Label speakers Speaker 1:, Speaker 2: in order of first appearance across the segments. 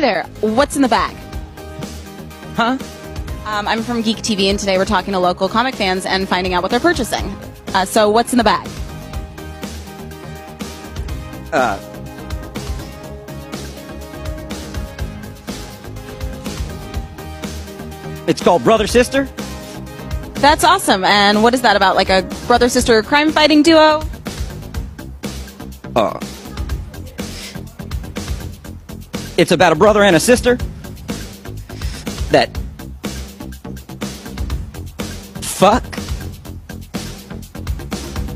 Speaker 1: there. What's in the bag?
Speaker 2: Huh?
Speaker 1: Um, I'm from Geek TV, and today we're talking to local comic fans and finding out what they're purchasing. Uh, so, what's in the bag?
Speaker 2: It's called Brother Sister.
Speaker 1: That's awesome. And what is that about? Like a brother sister crime fighting duo?
Speaker 2: It's about a brother and a sister that fuck.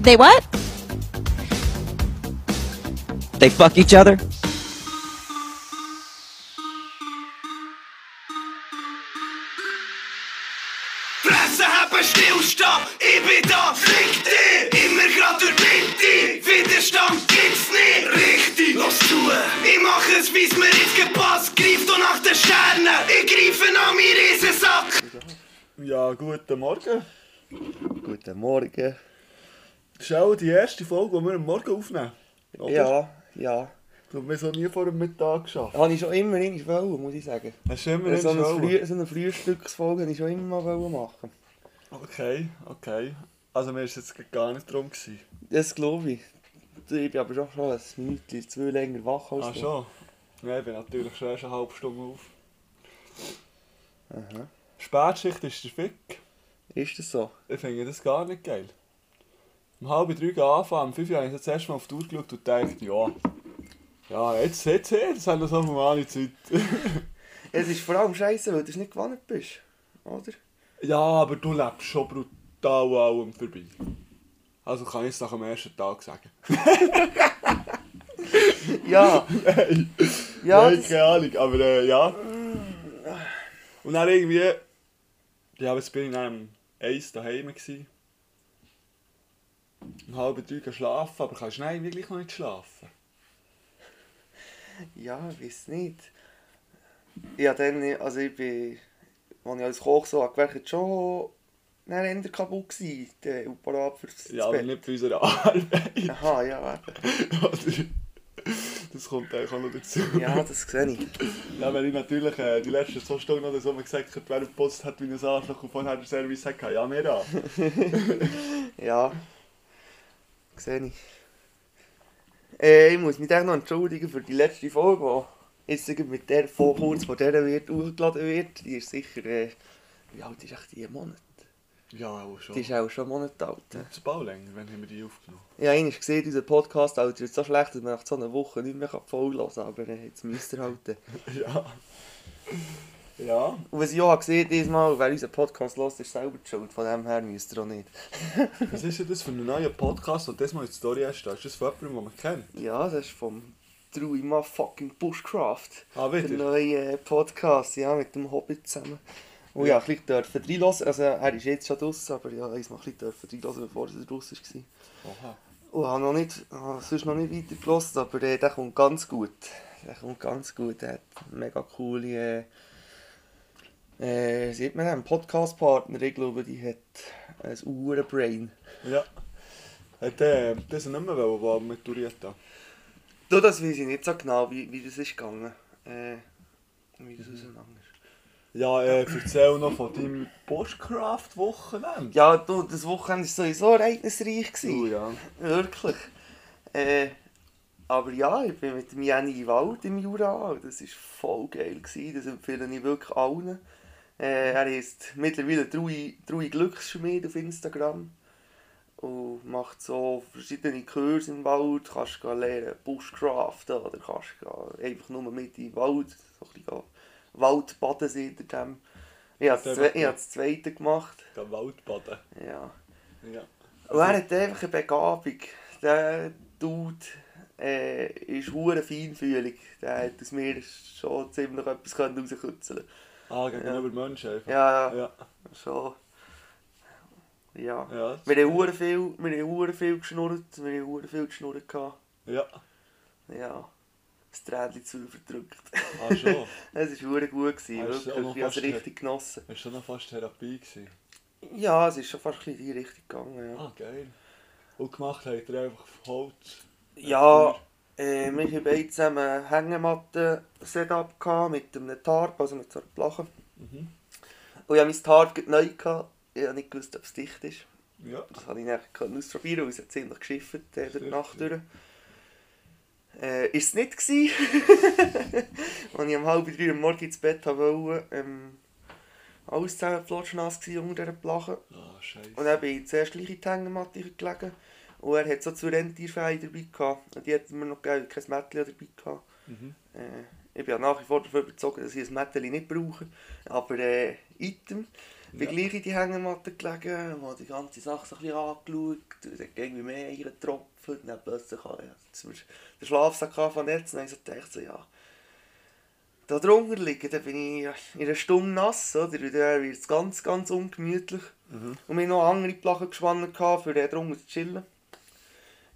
Speaker 1: They what?
Speaker 2: They fuck each other.
Speaker 3: Presse haben Stillstand, ich bin da, fick dich! Immer grad durch die Mitte, Widerstand gibt's nie! Richtig, los zu! Ich mach es, wie's mir jetzt gepasst, greif doch nach den Sternen, ich greife nach meinen Riesensack!
Speaker 4: Ja, guten Morgen.
Speaker 5: Guten Morgen.
Speaker 4: Das ist auch die erste Folge, die wir am Morgen aufnehmen. Oder?
Speaker 5: Ja, ja.
Speaker 4: Du hast so nie vor dem Mittag geschafft.
Speaker 5: Habe ich schon immer irgendwas wollen, muss ich sagen. Äh,
Speaker 4: Hast du immer
Speaker 5: So
Speaker 4: einen
Speaker 5: eine,
Speaker 4: Schauer?
Speaker 5: Früh, so eine Frühstücksfolge habe ich schon immer mal wollen machen.
Speaker 4: Okay, okay. Also mir ist jetzt gar nicht drum gewesen.
Speaker 5: Das glaube ich. Ich bin aber schon schon ein Minute, zwei länger wach als
Speaker 4: Ah
Speaker 5: du.
Speaker 4: schon? Ja, ich bin natürlich schon erst eine halbe Stunde auf. Spätschicht ist der Fick.
Speaker 5: Ist das so?
Speaker 4: Ich finde das gar nicht geil. Um halb drei gehe anfangen, um fünf habe ich das erste Mal auf die Uhr geschaut und dachte, ja... Ja, jetzt, jetzt, jetzt haben wir so normale Zeit.
Speaker 5: Es ist vor allem scheiße, weil du es nicht gewohnt bist. Oder?
Speaker 4: Ja, aber du lebst schon brutal an allem vorbei. Also kann ich es nach dem ersten Tag sagen.
Speaker 5: Ja! ja,
Speaker 4: Nein,
Speaker 5: das,
Speaker 4: keine Ahnung, aber äh, ja. Und dann irgendwie... Ja, aber jetzt bin ich dann um eins daheim. Gewesen. Um halb drei geschlafen, aber kannst nein, wirklich noch nicht schlafen.
Speaker 5: ja, ich weiß nicht. Ja, dann, also ich bin, als ich als Koch so habe gewerkt, schon dann eher kaputt gewesen, der Apparat fürs
Speaker 4: Ja,
Speaker 5: das
Speaker 4: aber
Speaker 5: Bett.
Speaker 4: nicht für unsere Arbeit.
Speaker 5: Aha, ja, eben.
Speaker 4: Oder- das kommt eigentlich auch noch dazu.
Speaker 5: ja, das sehe ich.
Speaker 4: Ja, wenn ich natürlich äh, die letzten zwei Stunden oder so mal gesagt hätte, wer gepostet hat, wie ein Arschloch und vorher den Service hat, ja, mehr da.
Speaker 5: Ja. Sehe ich. Äh, ich muss mich dann noch entschuldigen für die letzte Folge, die jetzt gerade mit der vor kurz von der wird hochgeladen wird. Die ist sicher. Äh, wie alt ist echt die Ein Monat?
Speaker 4: Ja, auch schon.
Speaker 5: Die ist auch schon einen Monat alt. äh.
Speaker 4: Das Bau länger, wenn haben wir die aufgenommen.
Speaker 5: Ja, einmal gesehen, unser Podcast alter ist so schlecht, dass man nach so einer Woche nicht mehr voll hören kann. Aber äh, jetzt müsst ihr halten.
Speaker 4: Ja. Ja.
Speaker 5: Und was ich auch gesehen habe, diesmal, wer unseren Podcast hört, ist selber die Schuld. Von dem her müsst ihr auch nicht.
Speaker 4: Was ist denn das für ein neuer Podcast, der das mal in die Story erstellt? Ist das von jemandem, den man kennt?
Speaker 5: Ja, das ist vom Drewy Ma fucking Bushcraft.
Speaker 4: Ah,
Speaker 5: der
Speaker 4: wieder?
Speaker 5: neue äh, Podcast, ja, mit dem Hobbit zusammen. Und ja,
Speaker 4: Ja.
Speaker 5: ein bisschen dürfen reinlassen. Also, er ist jetzt schon draußen, aber ja, ich mal ein bisschen dürfen reinlassen, bevor er draußen war.
Speaker 4: Oha.
Speaker 5: Und habe noch nicht, habe sonst noch nicht weiter gelassen, aber äh, der kommt ganz gut. Der kommt ganz gut. Er hat mega coole. Äh, äh, sieht man einen Podcast-Partner, ich glaube, die hat ein Uhrenbrain.
Speaker 4: Ja. Hat äh, das nicht mehr wollen, was mit Durietta?
Speaker 5: Du, das weiß ich nicht so genau, wie, wie das ist gegangen. Äh, wie
Speaker 4: Mhm.
Speaker 5: das auseinander ist.
Speaker 4: Ja, äh, erzähl noch von deinem Postcraft-Wochenende.
Speaker 5: Ja, du, das Wochenende war sowieso ereignisreich.
Speaker 4: Oh,
Speaker 5: Gewesen.
Speaker 4: ja.
Speaker 5: Wirklich. Äh, aber ja, ich bin mit dem Jenny in den Wald im Jura. Das war voll geil. Gewesen. Das empfehle ich wirklich allen. Äh, er ist mittlerweile drei Glücksschmied auf Instagram. Und macht so verschiedene Kurse im Wald. Kannst du lernen Bushcraft oder kannst gehen einfach nur mit in den Wald. So ein bisschen Waldbaden seht ihr dem. Ich habe das, zwe- ich habe das zweite gemacht.
Speaker 4: Der Waldbaden.
Speaker 5: Ja.
Speaker 4: Ja.
Speaker 5: Und er hat einfach eine Begabung. Der Dude äh, ist hure feinfühlig. Der hat aus mir schon ziemlich etwas können rauskitzeln
Speaker 4: Ah, gegenüber Menschen einfach.
Speaker 5: Ja, ja,
Speaker 4: Ja.
Speaker 5: schon. Ja.
Speaker 4: Ja, das-
Speaker 5: Wir haben hure viel, wir haben hure viel geschnurrt, wir haben hure viel geschnurrt gehabt.
Speaker 4: Ja.
Speaker 5: Ja. Das Tränchen zu verdrückt.
Speaker 4: Ah, schon.
Speaker 5: Es war hure gut, gewesen,
Speaker 4: Ah, ist
Speaker 5: wirklich.
Speaker 4: auch noch
Speaker 5: Ich habe es
Speaker 4: fast-
Speaker 5: richtig genossen.
Speaker 4: Das war schon noch fast Therapie. Gewesen.
Speaker 5: Ja, es ist schon fast ein bisschen in die Richtung gegangen, ja.
Speaker 4: Ah, geil. Und gemacht habt ihr einfach auf Holz.
Speaker 5: Ja, Äh, wir haben beide zusammen ein Hängematten-Setup gehabt mit einem Tarp, also mit so einer Plache. Und ich habe mein Tarp gerade neu gehabt. Ich habe nicht gewusst, ob es dicht ist.
Speaker 4: Ja.
Speaker 5: Das habe ich nachher können ausprobieren, weil es hat ziemlich geschifft äh, durch die
Speaker 4: Stimmt,
Speaker 5: Nacht
Speaker 4: ja.
Speaker 5: durch. Äh, ist es nicht gewesen. Als ich um halb drei am Morgen ins Bett wollte, ähm, alles zusammen flotschnass gewesen unter dieser Plache.
Speaker 4: Ah, scheiße.
Speaker 5: Und dann bin ich zuerst gleich in die Hängematte gelegen. Und er hat so zwei Rentierfeien dabei gehabt. Und die hat mir noch gegeben, kein Mädchen dabei gehabt. Äh, ich bin ja nach wie vor davon überzeugt, dass ich ein Mädchen nicht brauche. Aber äh, item. Ich bin gleich in die Hängematte gelegen, habe die ganze Sache so ein bisschen angeschaut. Es hat irgendwie mehr eingetropft. Und dann plötzlich habe ich zum Beispiel den Schlafsack vernetzt. Und dann habe ich so gedacht, so, ja... Da drunter liegen, dann bin ich in einer Stunde nass, oder? Und dann wird es ganz, ganz ungemütlich.
Speaker 4: Mhm.
Speaker 5: Und wir haben noch andere Plachen gespannt, gehabt, für den drunter zu chillen.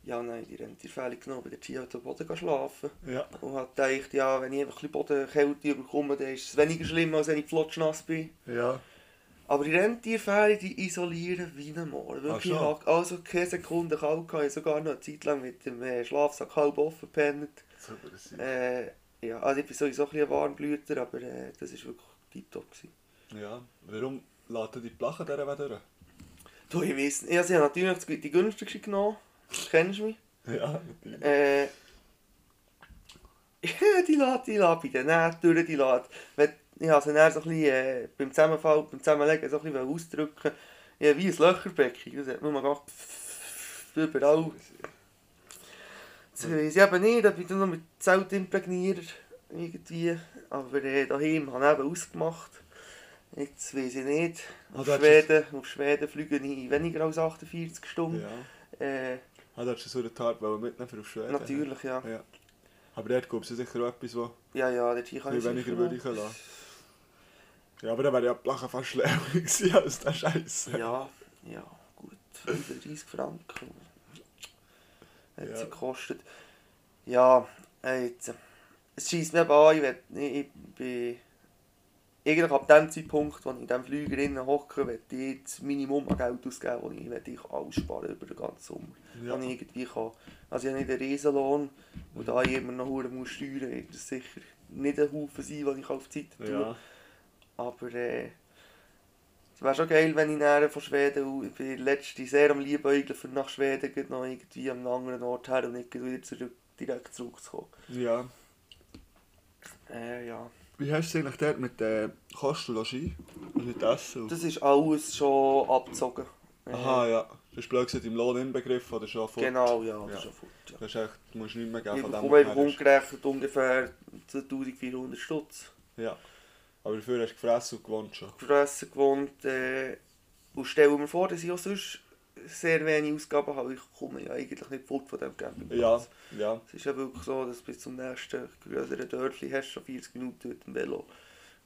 Speaker 5: Ja, nein, die Rentierfälle genommen, der Tier hat am Boden gehen schlafen.
Speaker 4: Ja.
Speaker 5: Und hat gedacht, ja, wenn ich einfach ein bisschen Bodenkälte bekomme, dann ist es weniger schlimm, als wenn ich flotschnass bin.
Speaker 4: Ja.
Speaker 5: Aber die Rentierfälle, die isolieren wie ein Moor. Wirklich,
Speaker 4: Ach so.
Speaker 5: ich hab also keine Sekunde kalt gehabt. Ich hab sogar noch eine Zeit lang mit dem äh, Schlafsack halb offen gepennt.
Speaker 4: Super, das ist-
Speaker 5: Äh, ja, also ich bin sowieso ein bisschen ein Warmblüter, aber äh, das war wirklich tiptop. gewesen.
Speaker 4: Ja. Warum laden die Plachen dieser Weg durch?
Speaker 5: Du, ich weiss nicht. Also ich habe natürlich die günstigste genommen. Du kennst mich.
Speaker 4: Ja, natürlich.
Speaker 5: Äh, die lässt, die lässt bei den Nähten durch, die lässt. Wenn- Ich habe sie dann so ein bisschen, äh, beim Zusammenfall, beim Zusammenlegen so ein bisschen ausdrücken Ja, wie ein Löcherbecken. Das hat nur mal gemacht. Überall. Das weiss ich eben nicht, ob ich dann noch mit Zelt imprägniere. Irgendwie. Aber äh, daheim habe ich eben ausgemacht. Jetzt weiss ich nicht. Auf,
Speaker 4: Ah, du hast
Speaker 5: Schweden, auf Schweden fliege ich weniger als 48 Stunden.
Speaker 4: Ja.
Speaker 5: Äh,
Speaker 4: Ah, da hast du so eine Tarp wollen mitnehmen für auf Schweden.
Speaker 5: natürlich, ja.
Speaker 4: Ja. Aber dort gibt es sicher auch etwas, wo
Speaker 5: Ja, ja, der Tier kann
Speaker 4: ich
Speaker 5: ich
Speaker 4: weniger
Speaker 5: sicher
Speaker 4: würde
Speaker 5: noch.
Speaker 4: ich lassen. Ja, aber dann wäre ja die Plachen fast leer gewesen als der Scheiße.
Speaker 5: Ja, ja, gut. 35 Franken. Hat
Speaker 4: Ja.
Speaker 5: sie gekostet. Ja, äh, jetzt. äh, Es schießt mir aber an, ich, will, ich, ich bin. Eigentlich ab dem Zeitpunkt, wo ich in diesem Flieger innen hocke, will ich jetzt das Minimum an Geld ausgeben, das ich, will ich alles sparen über den ganzen Sommer.
Speaker 4: Ja.
Speaker 5: Ja. Ich irgendwie kann. Also ich habe nicht einen Riesenlohn, und da ich immer noch verdammt muss steuern muss, wird das sicher nicht ein Haufen sein, den ich auf die Seite tue.
Speaker 4: Ja.
Speaker 5: Aber äh, es wäre schon geil, wenn ich näher von Schweden aus, ich bin letzte sehr am Liebäugeln für nach Schweden geht noch irgendwie an einen anderen Ort her und nicht gleich wieder zurück, direkt zurückzukommen.
Speaker 4: ja.
Speaker 5: Äh, ja.
Speaker 4: Wie hast du es eigentlich dort mit äh, Kost und Logis und mit Essen?
Speaker 5: Das ist alles schon abgezogen. Äh,
Speaker 4: Aha, ja. Das ist blöd gesagt, im Lohn inbegriffen oder schon vor.
Speaker 5: Genau, ja, das
Speaker 4: Ja.
Speaker 5: ist schon fort. Ja.
Speaker 4: Das ist echt, du musst nichts mehr geben
Speaker 5: Ich
Speaker 4: von
Speaker 5: bekomme
Speaker 4: dem, was
Speaker 5: einfach
Speaker 4: du hast.
Speaker 5: umgerechnet ungefähr 2400 Stutz.
Speaker 4: Ja. Aber dafür hast du gefressen und gewohnt schon.
Speaker 5: Fressen gewohnt. Äh, und stelle mir vor, dass ich auch sonst sehr wenig Ausgaben habe. Ich komme ja eigentlich nicht fort von dem Campingplatz.
Speaker 4: Ja, ja.
Speaker 5: Es ist ja wirklich so, dass du bis zum nächsten größeren Dörfli hast schon 40 Minuten mit dem Velo.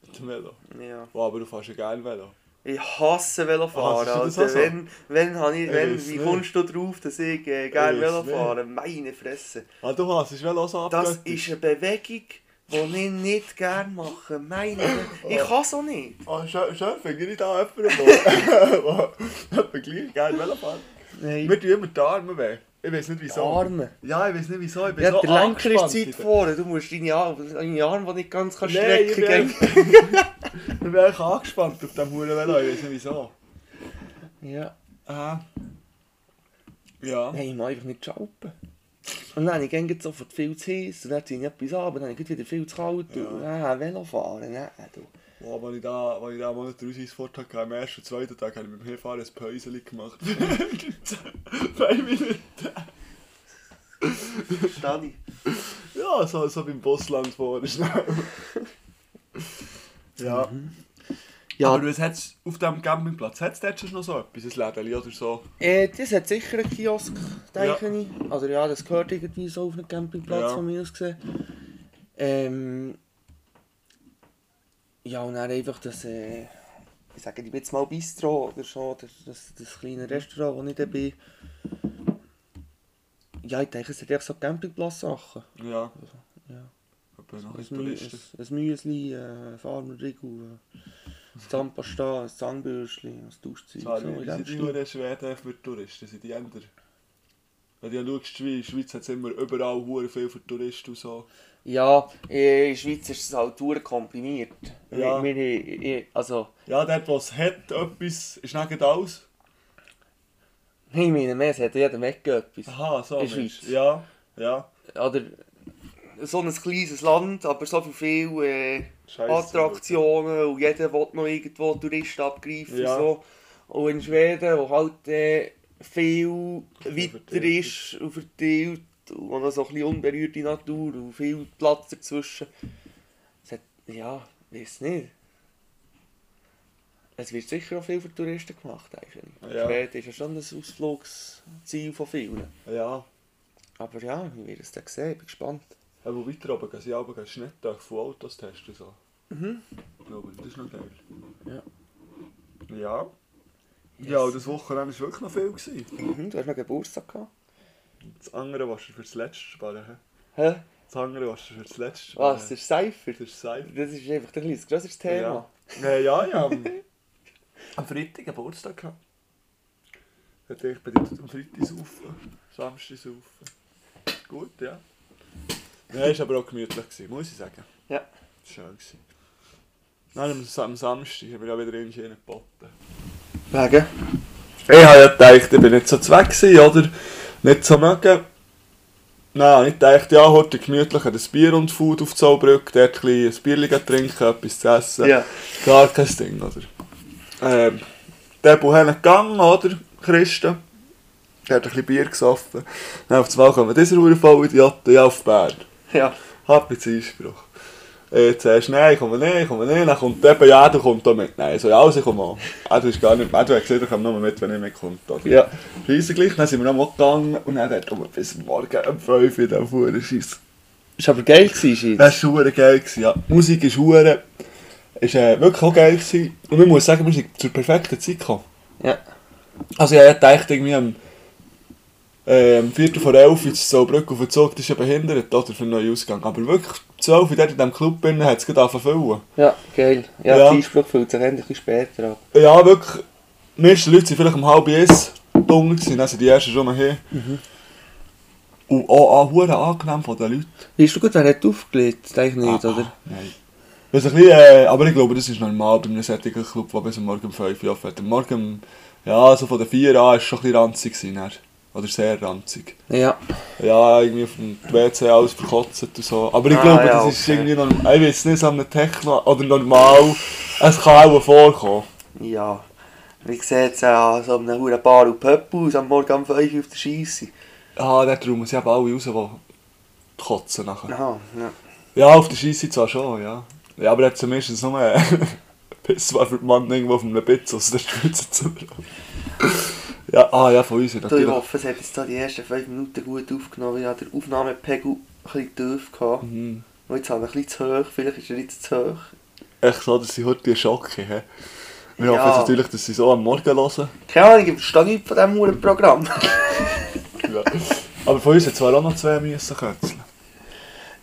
Speaker 4: Mit dem Velo.
Speaker 5: Ja.
Speaker 4: Wow, aber du fährst ja gerne Velo.
Speaker 5: Ich hasse Velofahren.
Speaker 4: Ah, ist das
Speaker 5: also,
Speaker 4: auch so?
Speaker 5: wenn, wenn, habe ich,
Speaker 4: Ich
Speaker 5: wenn,
Speaker 4: weiß
Speaker 5: wie
Speaker 4: nicht.
Speaker 5: kommst du drauf, dass ich äh, gerne
Speaker 4: Ich weiß
Speaker 5: Velo fahre? Meine Fresse.
Speaker 4: Ah, du hast es Velo so
Speaker 5: Das
Speaker 4: abgegeben?
Speaker 5: ist eine Bewegung, die ich nicht gerne mache. Meine Fresse. Ich kann so nicht.
Speaker 4: Ah, schön, schön, finde ich nicht an jemanden, der jemand gleich gerne Velo fährt. Mir
Speaker 5: Nein.
Speaker 4: tun immer die Arme weh. Ich weiß nicht wieso.
Speaker 5: Arme?
Speaker 4: Ja, ich weiß nicht wieso. Ich bin
Speaker 5: Ja,
Speaker 4: so
Speaker 5: der Lenker ist
Speaker 4: angespannt
Speaker 5: zu weit
Speaker 4: wieder.
Speaker 5: vorne. Du musst deine Arme, deine Arme die nicht ganz kannst
Speaker 4: Nein, ich
Speaker 5: strecken
Speaker 4: bin
Speaker 5: kannst.
Speaker 4: einfach- ich bin echt angespannt auf diesem Huren Velo. Ich weiß nicht wieso.
Speaker 5: Ja.
Speaker 4: Aha. Ja.
Speaker 5: Nein, ich mag einfach nicht schalpen. Und dann habe ich gegen sofort viel zu heiß und dann ziehe ich etwas ab und dann habe ich wieder viel zu kalt. Ja. Und ah, Velofahren, nein, du.
Speaker 4: Wow, als ich da, als ich da einen Monat Ausreissport hatte, am ersten und zweiten Tag, habe ich mit dem Hinfahren ein Päuschen gemacht. Zwei Minuten.
Speaker 5: Verstehe ich.
Speaker 4: Ja, so, so beim Bossland vorne schnell. ja.
Speaker 5: Mhm. Ja.
Speaker 4: Aber was hat's auf diesem Campingplatz? Hat es dort schon noch so etwas? Ein Lädeli oder so?
Speaker 5: Äh, das hat sicher einen Kiosk, denke ich. Also ja, das gehört irgendwie so auf einem Campingplatz
Speaker 4: Ja.
Speaker 5: von mir aus gesehen. Ähm, ja, und dann einfach das, äh, ich sage ich jetzt mal Bistro oder so, das, das, das kleine Restaurant, wo ich da bin. Ja, ich denke, es hat echt so Campingplatz-Sachen.
Speaker 4: Ja.
Speaker 5: ja.
Speaker 4: Aber noch
Speaker 5: Ein,
Speaker 4: ein
Speaker 5: Müh-
Speaker 4: Touristen.
Speaker 5: ein, ein Müsli, äh, ein Farmerriegel, äh, ein Zahnpasta, ein Zahnbürstchen, ein Duschzeug.
Speaker 4: Sorry,
Speaker 5: so in
Speaker 4: wie
Speaker 5: dem
Speaker 4: sind die
Speaker 5: Stil.
Speaker 4: Huren Schweden für die Touristen? Sind die Änder? Wenn du ja schaust, in der Schweiz hat es immer überall hure viel für Touristen und so.
Speaker 5: Ja, in der Schweiz ist es halt verdammt komprimiert.
Speaker 4: Ja.
Speaker 5: Wir, wir, wir- also,
Speaker 4: Ja, dort, was hat, etwas, ist nicht alles.
Speaker 5: ich meine, mehr, es hat jeder Mecke etwas.
Speaker 4: Aha, so.
Speaker 5: In der
Speaker 4: meinst du.
Speaker 5: Schweiz.
Speaker 4: Ja, ja.
Speaker 5: Oder so ein kleines Land, aber so viel äh,
Speaker 4: Scheisse.
Speaker 5: Attraktionen und jeder will noch irgendwo Touristen abgreifen.
Speaker 4: Ja.
Speaker 5: Und, so. und in Schweden, wo halt äh, viel weiter ist und verteilt und auch noch so ein bisschen unberührte Natur und viel Platz dazwischen. Es hat, ja, weiß nicht. Es wird sicher auch viel für Touristen gemacht. Eigentlich.
Speaker 4: Ja.
Speaker 5: Schweden ist ja schon ein Ausflugsziel von vielen.
Speaker 4: Ja.
Speaker 5: Aber ja, wie wir es dann sehen, ich bin gespannt.
Speaker 4: Aber weiter runter gehen sie runter, gehst du nicht durch von Autos testen. So. Mhm. Ja, aber das ist noch geil. Ja. Ja. Ja, und das Wochenende war wirklich noch viel. Gewesen.
Speaker 5: Mhm, du hast noch Geburtstag gehabt?
Speaker 4: Das andere was du für das letzte sparen. hä?
Speaker 5: Hä?
Speaker 4: Das andere was du für das letzte sparen.
Speaker 5: Was, der Seifer?
Speaker 4: Das ist sein.
Speaker 5: Das ist einfach ein kleines grösseres Thema.
Speaker 4: Ja. Nein, ja, ja. Am, am Freitag Geburtstag gehabt. Ich dachte, ich bin jetzt am Freitag saufen. Samstag saufen. Gut, ja. Nein, es war aber auch gemütlich, gewesen, muss ich sagen.
Speaker 5: Ja.
Speaker 4: Schön gewesen. Nein, am, Sa- am Samstag haben wir ja wieder irgendwie reingeboten.
Speaker 5: Wegen?
Speaker 4: Ich habe ja gedacht, ich bin nicht so zweck gewesen, oder? Nicht so mögen. Nein, ich dachte, ja, heute gemütlich ein Bier und Food auf die Zollbrücke, dort ein bisschen ein Bierchen trinken, etwas zu essen.
Speaker 5: Ja.
Speaker 4: Gar kein Ding, oder? Ähm, der Buhane gegangen, oder? Christen. Der hat ein bisschen Bier gesoffen. Dann auf einmal kommen dieser Urfall-Idioten, ja, auf Bern.
Speaker 5: Ja.
Speaker 4: Hab jetzt Einspruch. Äh, zuerst, nein, ich komme nicht, ich komme nicht. Dann kommt eben, ja, du kommst da mit. Nein, so, ja, also ich komme an. Er du bist gar nicht, er du hast gesagt, ich komme nur mit, wenn ich mitkomme. Oder?
Speaker 5: Ja.
Speaker 4: Scheisse gleich, dann sind wir nochmal gegangen und dann hat er bis morgen um 5 Uhr in diesem Fuhrenschiss.
Speaker 5: Ist aber geil gewesen, Scheisse.
Speaker 4: Das war verdammt geil. gewesen, Ja. Die Musik ist hure, ist äh, wirklich auch geil gewesen. Und man muss sagen, wir sind zur perfekten Zeit gekommen.
Speaker 5: Ja.
Speaker 4: Also ich hätte gedacht, irgendwie am, äh, am Viertel vor elf in Zollbrück auf den Zug, das ist ja behindert, oder, für einen neuen Ausgang. Aber wirklich, zwölf dort in diesem Club drinnen, hat es gerade angefangen
Speaker 5: Ja, geil. Ja,
Speaker 4: Ja.
Speaker 5: der Einspruch fühlt sich endlich ein bisschen später ab.
Speaker 4: zu füllen. Ja, wirklich, die meisten Leute sind vielleicht um halb eins dunkel gewesen, dann sind die ersten schon mal hier. Und auch, auch hure angenehm von den Leuten.
Speaker 5: Weißt du gut, wer hat aufgelegt? Denke ich nicht,
Speaker 4: Ah,
Speaker 5: oder?
Speaker 4: Nein. Das ist ein bisschen, äh, aber ich glaube, das ist normal bei einem solchen Club, der bis am Morgen um 5 Uhr offen hat. Am Morgen, um- ja, so von den 4 an war es schon ein bisschen ranzig. Gewesen, dann. Oder sehr ranzig.
Speaker 5: Ja.
Speaker 4: Ja, irgendwie auf dem WC alles verkotzt und so. Aber ich
Speaker 5: Ah,
Speaker 4: glaube,
Speaker 5: ja,
Speaker 4: das ist
Speaker 5: okay.
Speaker 4: irgendwie normal. Ich weiß nicht, so einem Techno oder normal. Es kann auch vorkommen.
Speaker 5: Ja. Wie sieht es an so einem Huren Bar und Pöppel aus am Morgen um 5 Uhr auf der Scheisse?
Speaker 4: Ah, der Raum, sie haben alle raus, die kotzen nachher.
Speaker 5: Aha, ja.
Speaker 4: Ja, auf der Scheisse zwar schon, ja. Ja, aber er hat zumindest noch mehr. Piss war für den Mann irgendwo auf einem Bitz aus der Spitze zu Ja, ah ja, von uns
Speaker 5: Du, ich
Speaker 4: natürlich.
Speaker 5: hoffe, es hat jetzt da die ersten 5 Minuten gut aufgenommen. Ich hatte den Aufnahmepegel ein bisschen tief. Gehabt.
Speaker 4: Mhm.
Speaker 5: Und jetzt habe ich ein bisschen zu hoch. Vielleicht ist er jetzt zu hoch.
Speaker 4: Echt so, dass sie heute einen Schock haben. Wir
Speaker 5: Ja.
Speaker 4: hoffen jetzt natürlich, dass sie so am Morgen hören.
Speaker 5: Keine Ahnung, ich verstehe nichts von diesem Huren Programm.
Speaker 4: Ja. Aber von uns hat zwar auch noch zwei müssen kürzeln.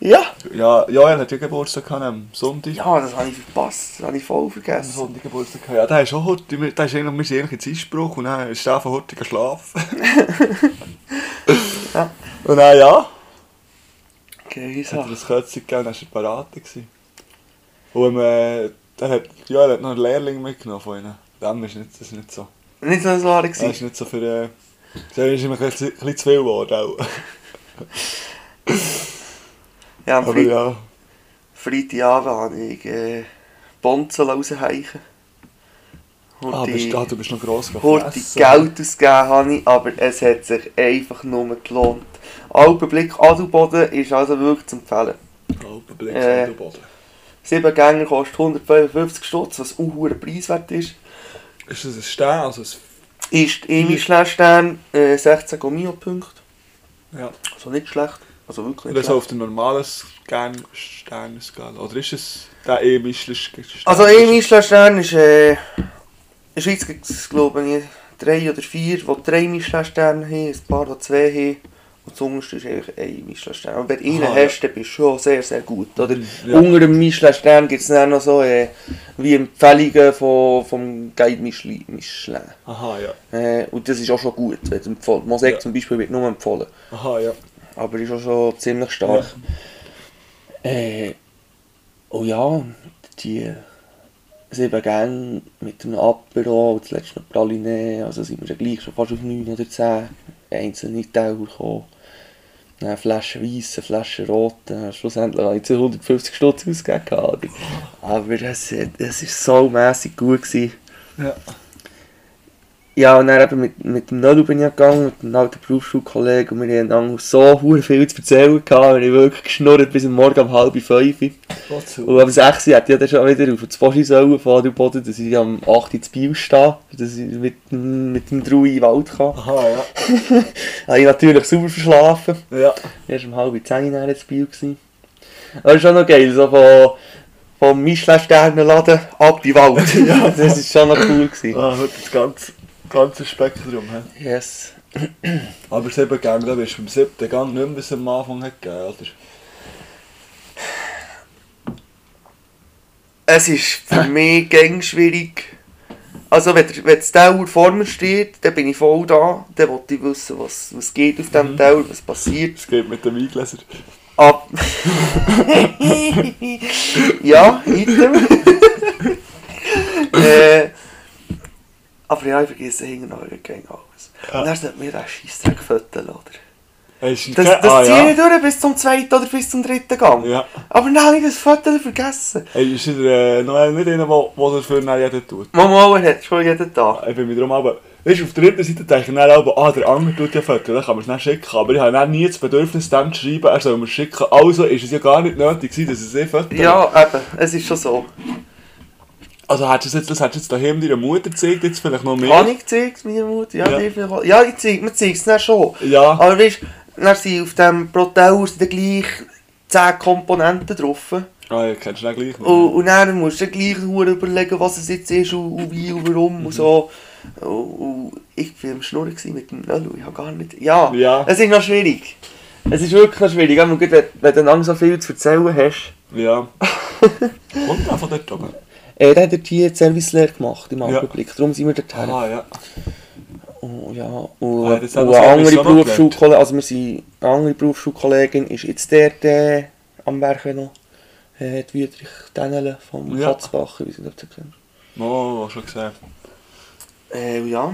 Speaker 5: ja.
Speaker 4: Ja, ja, er hat ja Geburtstag gehabt, am Sonntag.
Speaker 5: Ja, das habe ich verpasst. Das habe ich voll
Speaker 4: Am
Speaker 5: vergessen.
Speaker 4: Sonntag Geburtstag gehabt. Ja, der ist auch heute, wir- der ist eigentlich, wir sind eigentlich in Einspruch und dann ist Stefan heute geschlafen.
Speaker 5: Ja.
Speaker 4: Und dann ja,
Speaker 5: Okay, so.
Speaker 4: hat er ein Kürzchen gegeben, dann war er parat. gewesen. Und äh, der hat, ja, er hat noch einen Lehrling mitgenommen von ihnen. Dem ist nicht, das ist nicht so.
Speaker 5: Nicht so ein Lager
Speaker 4: Er ist
Speaker 5: gewesen.
Speaker 4: nicht so für, äh, der ist ihm ein bisschen, ein bisschen zu viel geworden auch.
Speaker 5: Ja, am
Speaker 4: Aber
Speaker 5: Freit
Speaker 4: ja,
Speaker 5: Freitagabend habe ich äh, Bonzel rausheichen. Und
Speaker 4: ah, bist,
Speaker 5: die
Speaker 4: ah, du bist noch gross
Speaker 5: Horti
Speaker 4: gefressen.
Speaker 5: Geld ausgegeben habe ich, aber es hat sich einfach nur gelohnt. Alpenblick Adelboden ist also wirklich zu empfehlen.
Speaker 4: Alpenblick,
Speaker 5: Äh.
Speaker 4: Adelboden.
Speaker 5: 7 Gänger kostet 155 Stutz, was auch preiswert ist.
Speaker 4: Ist das ein Stern? Also ein,
Speaker 5: Ist im Michelin-Stern äh, 16 Gomio-Punkte.
Speaker 4: ja.
Speaker 5: Also nicht schlecht. Also wirklich
Speaker 4: Oder
Speaker 5: nicht
Speaker 4: so
Speaker 5: schlecht.
Speaker 4: auf der normalen Stern Sternenskala. Oder ist es der E-Michelin-Stern?
Speaker 5: Also im Michelin-Stern ist äh, in der Schweiz gibt es glaube ich drei oder vier, die drei Michelin-Sterne haben, ein paar, die zwei haben. Und sonst ist eigentlich ein Michelin-Stern. Und wenn du einen
Speaker 4: Aha,
Speaker 5: hast, dann bist du schon sehr, sehr gut. Oder
Speaker 4: Ja.
Speaker 5: unter dem Michelin-Stern gibt es dann noch so äh, wie Empfehlungen von, vom Guide Michelin. Michelin.
Speaker 4: Aha, ja.
Speaker 5: Äh, und das ist auch schon gut. Wenn es empfohlen- Mosaic
Speaker 4: Ja.
Speaker 5: zum Beispiel wird nur empfohlen.
Speaker 4: Aha, ja.
Speaker 5: aber ist auch schon ziemlich stark. Äh, oh ja, die sieben Gänge mit dem Apero und das letzte noch Praline, also sind wir ja gleich schon fast auf 9 oder 10 einzelne Teller gekommen. Dann Eine Flasche weiss, eine Flasche rot, äh, schlussendlich habe ich 250 Stutz ausgegeben. Aber, aber es, hat- es ist so mässig gut gewesen.
Speaker 4: Ja.
Speaker 5: Ja, und dann eben mit, mit dem Nödel bin ich gegangen, mit einem alten Berufsschulkollegen, und wir hatten einander so hure viel zu erzählen gehabt, wir haben wirklich geschnurrt bis am Morgen um halb fünf.
Speaker 4: Wozu?
Speaker 5: Und ab sechs Uhr hätte ich dann schon wieder auf das Posti sollen fahren, du Boden, dass ich am 8 Uhr zu Biel stehe, dass ich mit, dem- mit dem Drui in den Wald kann.
Speaker 4: Aha, ja.
Speaker 5: Habe ich natürlich super verschlafen.
Speaker 4: Ja.
Speaker 5: Erst um halb zehn Uhr zu Biel gewesen. Aber schon noch geil, so von, vom Michelin-Sternenladen ab in den Wald. ja. Das war schon noch cool. Gewesen.
Speaker 4: Ah, heute das ganze, ganze Spektrum. He.
Speaker 5: Yes.
Speaker 4: Aber sieben Gänge, da bist du beim siebten Gang nicht mehr, was es am Anfang hat gegeben, oder?
Speaker 5: Es ist für mich gäng schwierig. Also wenn, der- wenn das Teller vor mir steht, dann bin ich voll da. Dann will ich wissen, was, was geht auf
Speaker 4: Mhm.
Speaker 5: dem Teller, was passiert. Ah.
Speaker 4: Es geht mit dem Weingläser.
Speaker 5: Ab... ja, item. äh, aber ja, ich vergesse hinten noch gäng alles. Und dann sollte mir der Scheissdreck föteln, oder?
Speaker 4: Hast du
Speaker 5: Das,
Speaker 4: nicht-
Speaker 5: das
Speaker 4: ah,
Speaker 5: ziehe ich
Speaker 4: ja.
Speaker 5: durch bis zum zweiten oder bis zum dritten Gang.
Speaker 4: Ja.
Speaker 5: Aber dann habe ich das Föteln vergessen.
Speaker 4: Hey, ist er äh, noch einer nicht einer, der der dafür nachher jeden tut?
Speaker 5: Mama hat schon jeden Tag.
Speaker 4: Ich bin wiederum aber... Weißt du, auf der dritten Seite denke ich dann aber, ah, der andere tut ja Fotos, dann kann man es dann schicken. Aber ich habe dann nie das Bedürfnis, dem zu schreiben, er soll mir schicken. Also ist es ja gar nicht nötig gewesen, dass es eh Fotos
Speaker 5: Ja, eben, es ist schon so.
Speaker 4: Also hättest du jetzt, das hättest du jetzt daheim deiner Mutter gezeigt, jetzt vielleicht noch mehr?
Speaker 5: Kann ich zeigt mir Mut? Ja,
Speaker 4: Ja.
Speaker 5: ja. Definitiv. ja ich zeig, man zeigt es dann schon.
Speaker 4: Ja.
Speaker 5: Aber weißt du, dann sind auf dem Proteus dann gleich 10 Komponenten drauf.
Speaker 4: Ah, ja, kennst du den gleich noch.
Speaker 5: Und, und dann musst du dir gleich verdammt überlegen, was es jetzt ist und, und wie und warum und so. Und, und ich war am Schnurren gewesen mit dem Nöllu, ich habe gar nicht... Ja,
Speaker 4: Ja.
Speaker 5: es ist noch schwierig. Es ist wirklich noch schwierig, aber gut, wenn, wenn du dann so viel zu erzählen hast.
Speaker 4: Ja. Kommt der von dort oben?
Speaker 5: Äh, der hat dort hier die Servicelehre gemacht im
Speaker 4: Ja.
Speaker 5: Augenblick, darum sind wir dorthin.
Speaker 4: Ah, ja.
Speaker 5: Oh, ja, und,
Speaker 4: Ah, das hat
Speaker 5: und
Speaker 4: das
Speaker 5: eine andere
Speaker 4: Service auch noch
Speaker 5: Berufsschulkollegin, also wir sind, eine andere Berufsschulkollegin ist jetzt dort äh, am Werk noch, äh, die Wüterich Dennele vom
Speaker 4: Ja.
Speaker 5: Katzbach, ich weiß nicht, ob du das kennst.
Speaker 4: Oh, schon gesehen.
Speaker 5: Äh, ja.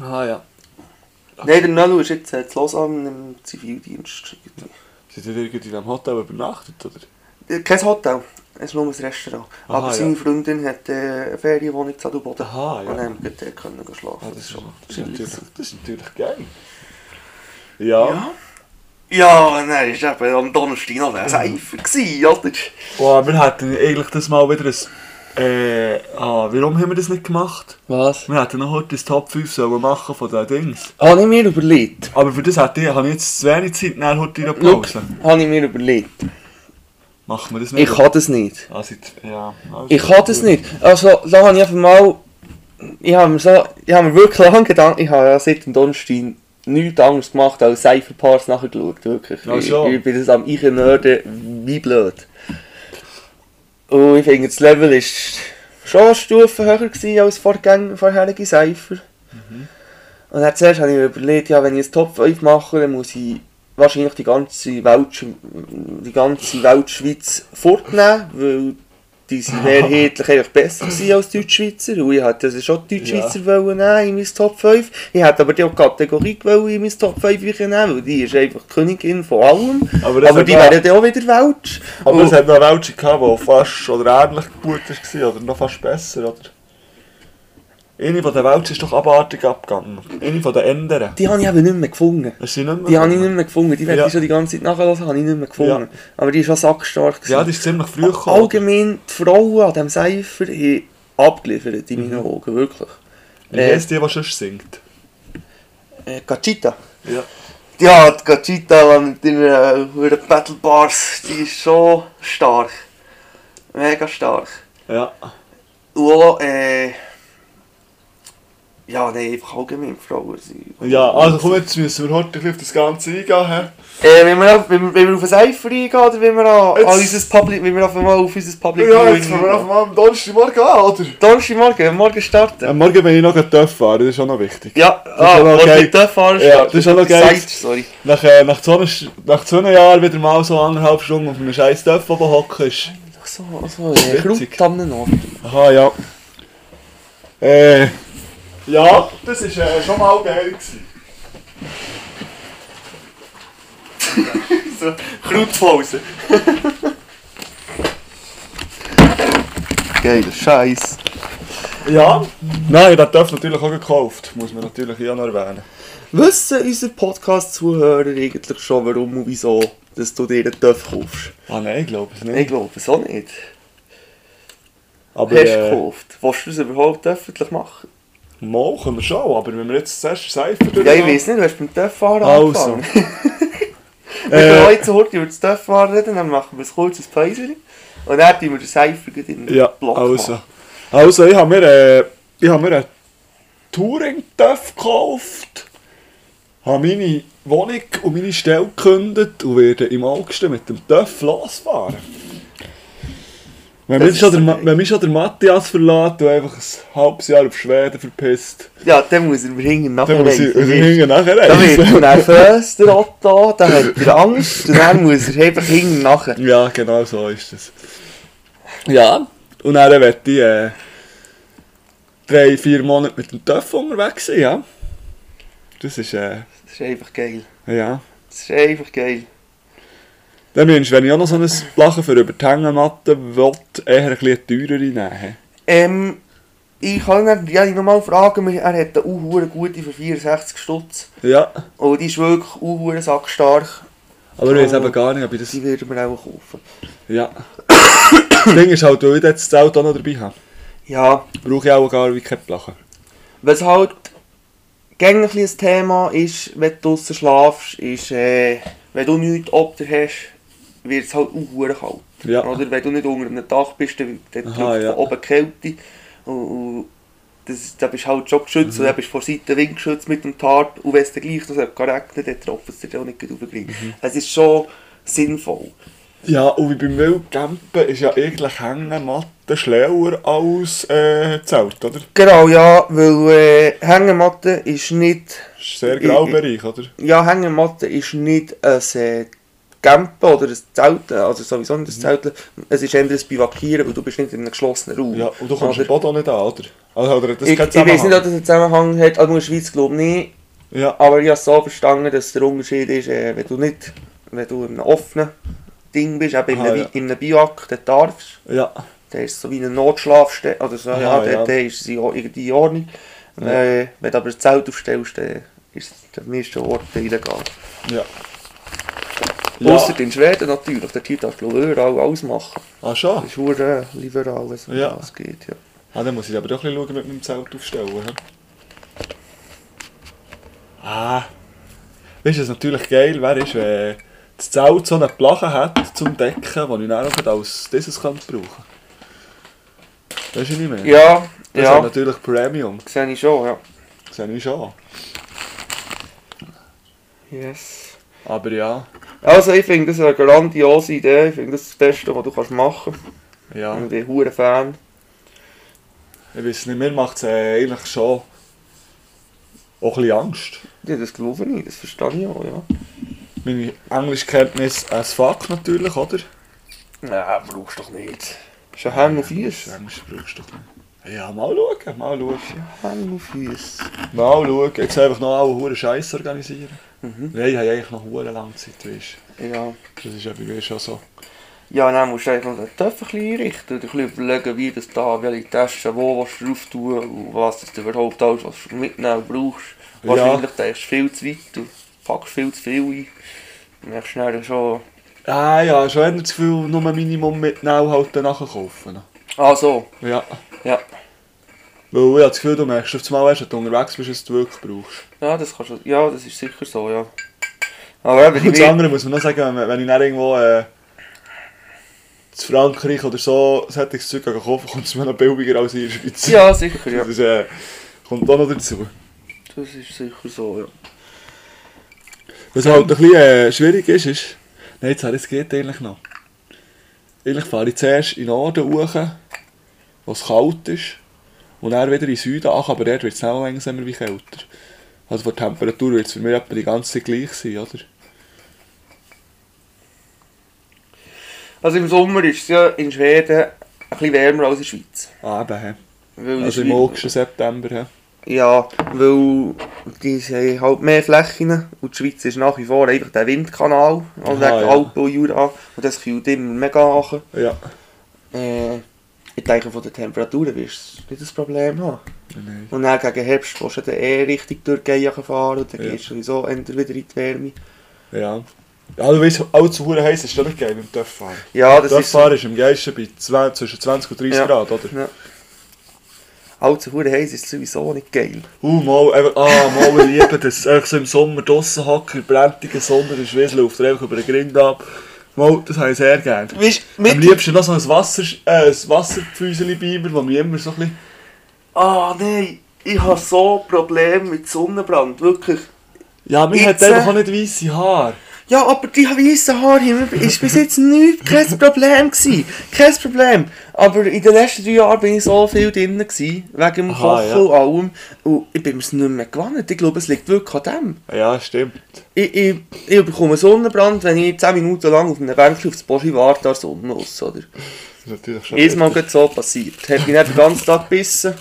Speaker 4: Ah, ja.
Speaker 5: Nein, der Nello ist jetzt äh, zu Lausanne im Zivildienst.
Speaker 4: Seid ihr irgendwie in einem Hotel übernachtet, oder?
Speaker 5: Äh, Kein Hotel, es ist nur ein Restaurant.
Speaker 4: Aha,
Speaker 5: Aber seine
Speaker 4: ja.
Speaker 5: Freundin hat äh, eine Ferienwohnung zu Adelboden.
Speaker 4: Aha, ja.
Speaker 5: Und dann konnte er können schlafen.
Speaker 4: Ah, das, ist, das, ist
Speaker 5: chillig.
Speaker 4: natürlich, das ist natürlich geil. Ja.
Speaker 5: Ja. Ja, und dann war eben am Donnerstag noch der Seifer, gewesen, oder?
Speaker 4: Oh, wir hätten eigentlich das mal wieder ein... Äh, ah, warum haben wir das nicht gemacht?
Speaker 5: Was?
Speaker 4: Wir hätten noch heute das Top 5 sollen machen von den Dings.
Speaker 5: Habe ich mir überlegt.
Speaker 4: Aber für das hätte ich, habe ich jetzt zu wenig Zeit, dann heute in der
Speaker 5: Schau,
Speaker 4: Pause.
Speaker 5: habe ich mir überlegt.
Speaker 4: Machen wir das nicht?
Speaker 5: Ich kann das nicht.
Speaker 4: Also, ja. Also,
Speaker 5: Ich kann das nicht. Also, da habe ich einfach mal... Ich habe mir, so, ich habe mir wirklich lange Gedanken... Ich habe ja seit dem Donnerstag nichts anderes gemacht, als Cypherparts nachher geschaut, wirklich.
Speaker 4: Ach
Speaker 5: ich,
Speaker 4: so.
Speaker 5: ich bin das am Eichernörden wie blöd. Und ich finde, das Level ist schon eine Stufe höher gewesen als vorgäng- vorherige Cypher. Und dann zuerst habe ich mir überlegt, ja, wenn ich ein Top 5 mache, dann muss ich wahrscheinlich die ganze Welt, Sch- die ganze Weltschweiz fortnehmen, weil die sind mehrheitlich eigentlich besser gewesen als die Deutschschweizer. Und ich hätte also schon die Deutschschweizer wollen nehmen in mein Top 5. Ich hätte aber die auch die Kategorie gewollt in mein Top 5 nehmen, weil die ist einfach die Königin von allem.
Speaker 4: Aber
Speaker 5: Aber,
Speaker 4: das hat
Speaker 5: die
Speaker 4: ja-
Speaker 5: wären dann auch wieder Welsch.
Speaker 4: Aber
Speaker 5: Und-
Speaker 4: es hat noch welche gehabt, die fast oder ähnlich gut war, oder noch fast besser, oder? Eine von den Welschen ist doch abartig abgegangen. Eine von den anderen.
Speaker 5: die habe ich eben nicht mehr gefunden.
Speaker 4: Hast du die nicht mehr?
Speaker 5: Die habe ich nicht mehr gefunden. Die werde
Speaker 4: Ja.
Speaker 5: ich schon die ganze Zeit nachhören, habe ich nicht mehr gefunden.
Speaker 4: Ja.
Speaker 5: Aber die war schon sackstark.
Speaker 4: Ja,
Speaker 5: gewesen.
Speaker 4: die ist ziemlich früh gekommen.
Speaker 5: Allgemein, die Frauen an diesem Seifer haben abgeliefert, in meinen Augen, wirklich.
Speaker 4: Wie heisst die, die sonst singt?
Speaker 5: äh, Gachita.
Speaker 4: Ja.
Speaker 5: Ja, die Gachita mit ihren äh, ihren Battle Bars, die ist schon stark. Mega stark.
Speaker 4: Ja.
Speaker 5: Und auch, äh, Ja, nein, einfach allgemein Frauen sind.
Speaker 4: Ja, also komm, jetzt müssen wir heute ein bisschen auf das Ganze eingehen. hä?
Speaker 5: Äh, wenn, wir auf, wenn, wir, wenn wir auf ein Eifer eingehen oder wenn wir, an,
Speaker 4: Jetzt-
Speaker 5: an unser Public, wenn wir auf einmal auf unser Public
Speaker 4: Ja, jetzt fangen wir einfach mal am Donnerstagmorgen an, oder?
Speaker 5: Donnerstagmorgen, morgen starten.
Speaker 4: Am Morgen bin ich noch ein Töff fahren, das ist auch noch wichtig.
Speaker 5: Ja, ah,
Speaker 4: ist auch noch geil.
Speaker 5: mit den Fahrern
Speaker 4: Ja, das ist auch noch geil.
Speaker 5: Seid, sorry.
Speaker 4: Nach, äh, nach, so einem, Sch- nach so einem Jahr wieder mal so anderthalb Stunden auf einem scheiß Töff oben hocken ist.
Speaker 5: Ach so, so, äh,
Speaker 4: Witzig.
Speaker 5: Kraut am Nord.
Speaker 4: Aha, ja. Äh. Ja, das war äh, schon mal geil. Gewesen.
Speaker 5: So, Krautpause. Geiler Scheiß.
Speaker 4: Ja? Nein, den Töff natürlich auch gekauft, muss man natürlich auch noch erwähnen.
Speaker 5: Wissen unsere Podcast-Zuhörer eigentlich schon, warum und wieso, dass du dir einen Töpf kaufst?
Speaker 4: Ah nein, ich glaube es nicht.
Speaker 5: Ich glaube es auch nicht.
Speaker 4: aber
Speaker 5: Hast du
Speaker 4: äh,
Speaker 5: gekauft? Willst du das überhaupt öffentlich machen?
Speaker 4: mal können wir schon, aber wenn wir jetzt zuerst Seifer
Speaker 5: Ja, ich weiß nicht, du hast beim Töpffahren
Speaker 4: Also.
Speaker 5: angefangen. Wenn wir heute so heute über das Töpffahren reden, dann machen wir ein kurzes Päuschen. Und dann tun wir den Seifer gleich in den
Speaker 4: Ja, oh,
Speaker 5: Block
Speaker 4: also.
Speaker 5: machen.
Speaker 4: Also, ich habe mir, äh, ich hab mir einen Touring-Töff gekauft, habe meine Wohnung und meine Stelle gekündigt und werde im August mit dem Töff losfahren. Wenn
Speaker 5: Das
Speaker 4: mich,
Speaker 5: ist
Speaker 4: schon der,
Speaker 5: so
Speaker 4: Ma-
Speaker 5: geil.
Speaker 4: wenn mich schon der Matthias verlässt und einfach ein halbes Jahr auf Schweden verpisst,
Speaker 5: Ja, dann muss er mir hinten
Speaker 4: dann muss ich,
Speaker 5: nachreisen.
Speaker 4: muss ich hinten
Speaker 5: Dann wird er
Speaker 4: nachreisen.
Speaker 5: nervös, der Otto, dann hat er Angst und dann muss er einfach hinten nachher.
Speaker 4: ja, genau so ist es. Ja, und dann werde ich äh, drei, vier Monate mit dem Töff unterwegs sein, ja. Das ist, äh,
Speaker 5: Das ist einfach geil.
Speaker 4: ja.
Speaker 5: Das ist einfach geil.
Speaker 4: Dann meinst du, wenn ich auch noch so ein Lachen für über die Hängematte will, eher ein bisschen teurer nehmen.
Speaker 5: Ähm, ich kann ihn ja, nochmal fragen, wir- er hat eine uhure gute für 64 Stutz.
Speaker 4: Ja,
Speaker 5: Und Oh, die ist wirklich uhure sackstark.
Speaker 4: aber ich weiß
Speaker 5: Oh.
Speaker 4: eben gar nicht, ob ich das...
Speaker 5: Die nou werden wir auch kaufen.
Speaker 4: Ah. Ja. das Ding ist halt, weil ich jetzt das Auto auch noch dabei habe,
Speaker 5: Ja,
Speaker 4: brauche ich auch gar wie kein Lachen.
Speaker 5: was halt gerne ein bisschen ein Thema ist, wenn du draußen schlafst, ist, äh, wenn du nichts ob dir hast, wird es halt uhure kalt.
Speaker 4: Ja.
Speaker 5: Oder wenn du nicht unter einem Dach bist, dann, dann
Speaker 4: Aha,
Speaker 5: drückt von
Speaker 4: ja.
Speaker 5: oben die Kälte. Und, und das, da bist du halt schon geschützt.
Speaker 4: Mhm.
Speaker 5: Und dann bist du von Seiten Wind geschützt mit dem Tarp. Und wenn es dann gleich noch regnet, dann tropft es dir auch nicht auf den
Speaker 4: Mhm.
Speaker 5: Grind. Es ist schon sinnvoll.
Speaker 4: Ja, und wie beim Wildcampen ist ja eigentlich Hängematte schlauer als äh, Zelt, oder?
Speaker 5: Genau, ja, weil äh, Hängematte ist nicht...
Speaker 4: Ist sehr graubereich, oder?
Speaker 5: Ja, Hängematte ist nicht ein äh, Campen oder ein Zelten, also sowieso nicht
Speaker 4: Mhm.
Speaker 5: ein Zelten. Es ist eher ein Bivakieren, weil du bist nicht in einem geschlossenen Raum.
Speaker 4: Ja, und du kommst
Speaker 5: Oder-
Speaker 4: den Boden auch nicht an, oder? Also, oder das
Speaker 5: ich,
Speaker 4: keinen
Speaker 5: ich weiß nicht,
Speaker 4: Zusammenhang?
Speaker 5: ob das einen Zusammenhang hat, also in der Schweiz glaube ich nicht.
Speaker 4: Ja,
Speaker 5: Aber ich habe es so verstanden, dass der Unterschied ist, äh, wenn du nicht, wenn du in einem offenen Ding bist, eben in
Speaker 4: Aha,
Speaker 5: einem,
Speaker 4: ja.
Speaker 5: in einem Biwak, dann darfst
Speaker 4: ja.
Speaker 5: dann ist es so wie eine Notschlafstelle, oder so, ja,
Speaker 4: Aha,
Speaker 5: dann,
Speaker 4: ja.
Speaker 5: dann ist es in Or- irgendwie in Ordnung. Äh, wenn du aber ein Zelt aufstellst, dann ist es der meiste Ort illegal.
Speaker 4: Ja.
Speaker 5: Ja.
Speaker 4: Ja.
Speaker 5: Außer in Schweden natürlich, der Typ darf glaube ich überall alles machen.
Speaker 4: Ah, schon?
Speaker 5: Das ist hure liberal, was
Speaker 4: Ja.
Speaker 5: es um geht, ja.
Speaker 4: Ah, dann muss ich aber doch ein bisschen schauen, mit meinem Zelt aufstellen. He? Ah. Weißt du, was natürlich geil eh, wäre, ist, wenn das Zelt so eine Plache hat zum Decken, die ich dann auch gerade als dieses könnte brauchen Weißt du nicht mehr?
Speaker 5: Ja,
Speaker 4: Das
Speaker 5: ja,
Speaker 4: ist natürlich Premium,
Speaker 5: sehe ich schon, ja.
Speaker 4: das sehe ich schon.
Speaker 5: Yes.
Speaker 4: Aber ja,
Speaker 5: Also ich finde das eine grandiose Idee, ich finde das das Beste, was du kannst machen kannst.
Speaker 4: ja.
Speaker 5: Ich bin ein hoher Fan.
Speaker 4: Ich weiß nicht, mir macht es äh, eigentlich schon auch ein bisschen Angst.
Speaker 5: Ja, das glaube ich, das verstehe ich auch, ja.
Speaker 4: Meine Englischkenntnis als Fuck natürlich, oder?
Speaker 5: Nein, brauchst du doch nicht. Das ist ein Hang auf Füße.
Speaker 4: Englisch brauchst du doch nicht. Ja, mal schauen, mal schauen.
Speaker 5: Hang auf Füße.
Speaker 4: Mal schauen, jetzt einfach noch alle Huren Scheiß organisieren. Nein, ich habe eigentlich noch Huren lange Zeit, weißt
Speaker 5: Ja.
Speaker 4: du. Das ist ja bei mir schon so.
Speaker 5: Ja, dann musst du einfach den Töpf ein bisschen einrichten und ein bisschen überlegen, wie das da, welche Taschen, wo was du drauf tun und was das überhaupt alles, was du mitnehmen brauchst.
Speaker 4: Ja.
Speaker 5: Wahrscheinlich denkst du viel zu weit, du packst viel zu viel ein. Dann merkst du dann schon...
Speaker 4: Ah ja, schon eher zu viel, nur ein Minimum mitnehmen, halt dann nachher kaufen.
Speaker 5: Ah so,
Speaker 4: Ja.
Speaker 5: ja.
Speaker 4: Weil ich habe das Gefühl, du merkst auf einmal erst, wenn du unterwegs bist, dass du wirklich brauchst.
Speaker 5: Ja, das kannst du... Ja, das ist sicher so, ja. Aber eben,
Speaker 4: Und
Speaker 5: ich
Speaker 4: das
Speaker 5: will...
Speaker 4: andere muss man noch sagen, wenn, man- wenn ich dann irgendwo äh, zu Frankreich oder so solches Zeug kaufen kann, kommt es mir noch billiger als in der Schweiz.
Speaker 5: Ja, sicher, ja.
Speaker 4: Das ist, äh, Kommt auch noch dazu.
Speaker 5: Das ist sicher so, ja.
Speaker 4: Was halt ein bisschen äh, schwierig ist, ist, nein, jetzt habe ich es geht eigentlich noch. Eigentlich fahre ich zuerst in den Norden hoch, wo es kalt ist, und dann wieder in den Süden an, aber dort wird es auch langsamer wie kälter. Also von der Temperatur wird es für mich etwa die ganze Zeit gleich sein, oder?
Speaker 5: Also im Sommer ist es ja in Schweden ein bisschen wärmer als in der Schweiz.
Speaker 4: Ah, eben, hä.
Speaker 5: Weil in der
Speaker 4: also im
Speaker 5: Schweiz-
Speaker 4: August, September. hä.
Speaker 5: Ja, weil die haben halt mehr Flächen und die Schweiz ist nach wie vor einfach der Windkanal, also
Speaker 4: Aha,
Speaker 5: wegen
Speaker 4: ja.
Speaker 5: Alpen und Jura und das kühlt immer mega an.
Speaker 4: Ja.
Speaker 5: Äh, ich denke, von den Temperaturen wirst du nicht das Problem haben.
Speaker 4: Nein.
Speaker 5: Und dann gegen Herbst kannst du dann eh richtig durch die Gegend fahren und dann
Speaker 4: Ja.
Speaker 5: gehst du sowieso entweder wieder in die Wärme.
Speaker 4: Ja. Ja, du weißt, auch zu Huren heiß ist doch nicht geil beim Töfffahren.
Speaker 5: Ja, das ist so.
Speaker 4: Töfffahren ist im Geiste bei 20, zwischen 20 und 30
Speaker 5: Ja.
Speaker 4: Grad, oder?
Speaker 5: Ja. Allzu hure heiß ist sowieso nicht geil.
Speaker 4: Uh, mal, einfach, ah, mal, ich liebe das. Einfach so im Sommer draussen hocken, in brenntiger Sonne, der Schweiß läuft dir einfach über den Grind ab. Mal, das habe ich sehr gerne.
Speaker 5: Weißt du,
Speaker 4: Am liebsten noch so ein Wasser, äh, ein Wasserpfüseli bei mir, wo mich immer so ein bisschen...
Speaker 5: Ah nein, ich habe so Probleme mit Sonnenbrand, wirklich.
Speaker 4: Ja, mir hat
Speaker 5: Jetzt,
Speaker 4: einfach
Speaker 5: äh,
Speaker 4: auch nicht weisse Haare.
Speaker 5: Ja, aber die weißen Haare haben mir- ist bis jetzt nicht kein Problem gewesen. Kein Problem. Aber in den letzten drei Jahren bin ich so viel drinnen gewesen, wegen dem
Speaker 4: Aha,
Speaker 5: Kochen
Speaker 4: ja.
Speaker 5: und allem. Und ich bin mir es nicht mehr gewohnt. Ich glaube, es liegt wirklich an dem.
Speaker 4: Ja, stimmt.
Speaker 5: Ich, ich, ich bekomme Sonnenbrand, wenn ich 10 Minuten lang auf einem Bänkchen aufs Boschi warte, da ist Sonne raus, oder?
Speaker 4: Das ist natürlich schon...
Speaker 5: Jedes Mal gerade so passiert. Hat mich nicht den ganzen Tag gebissen.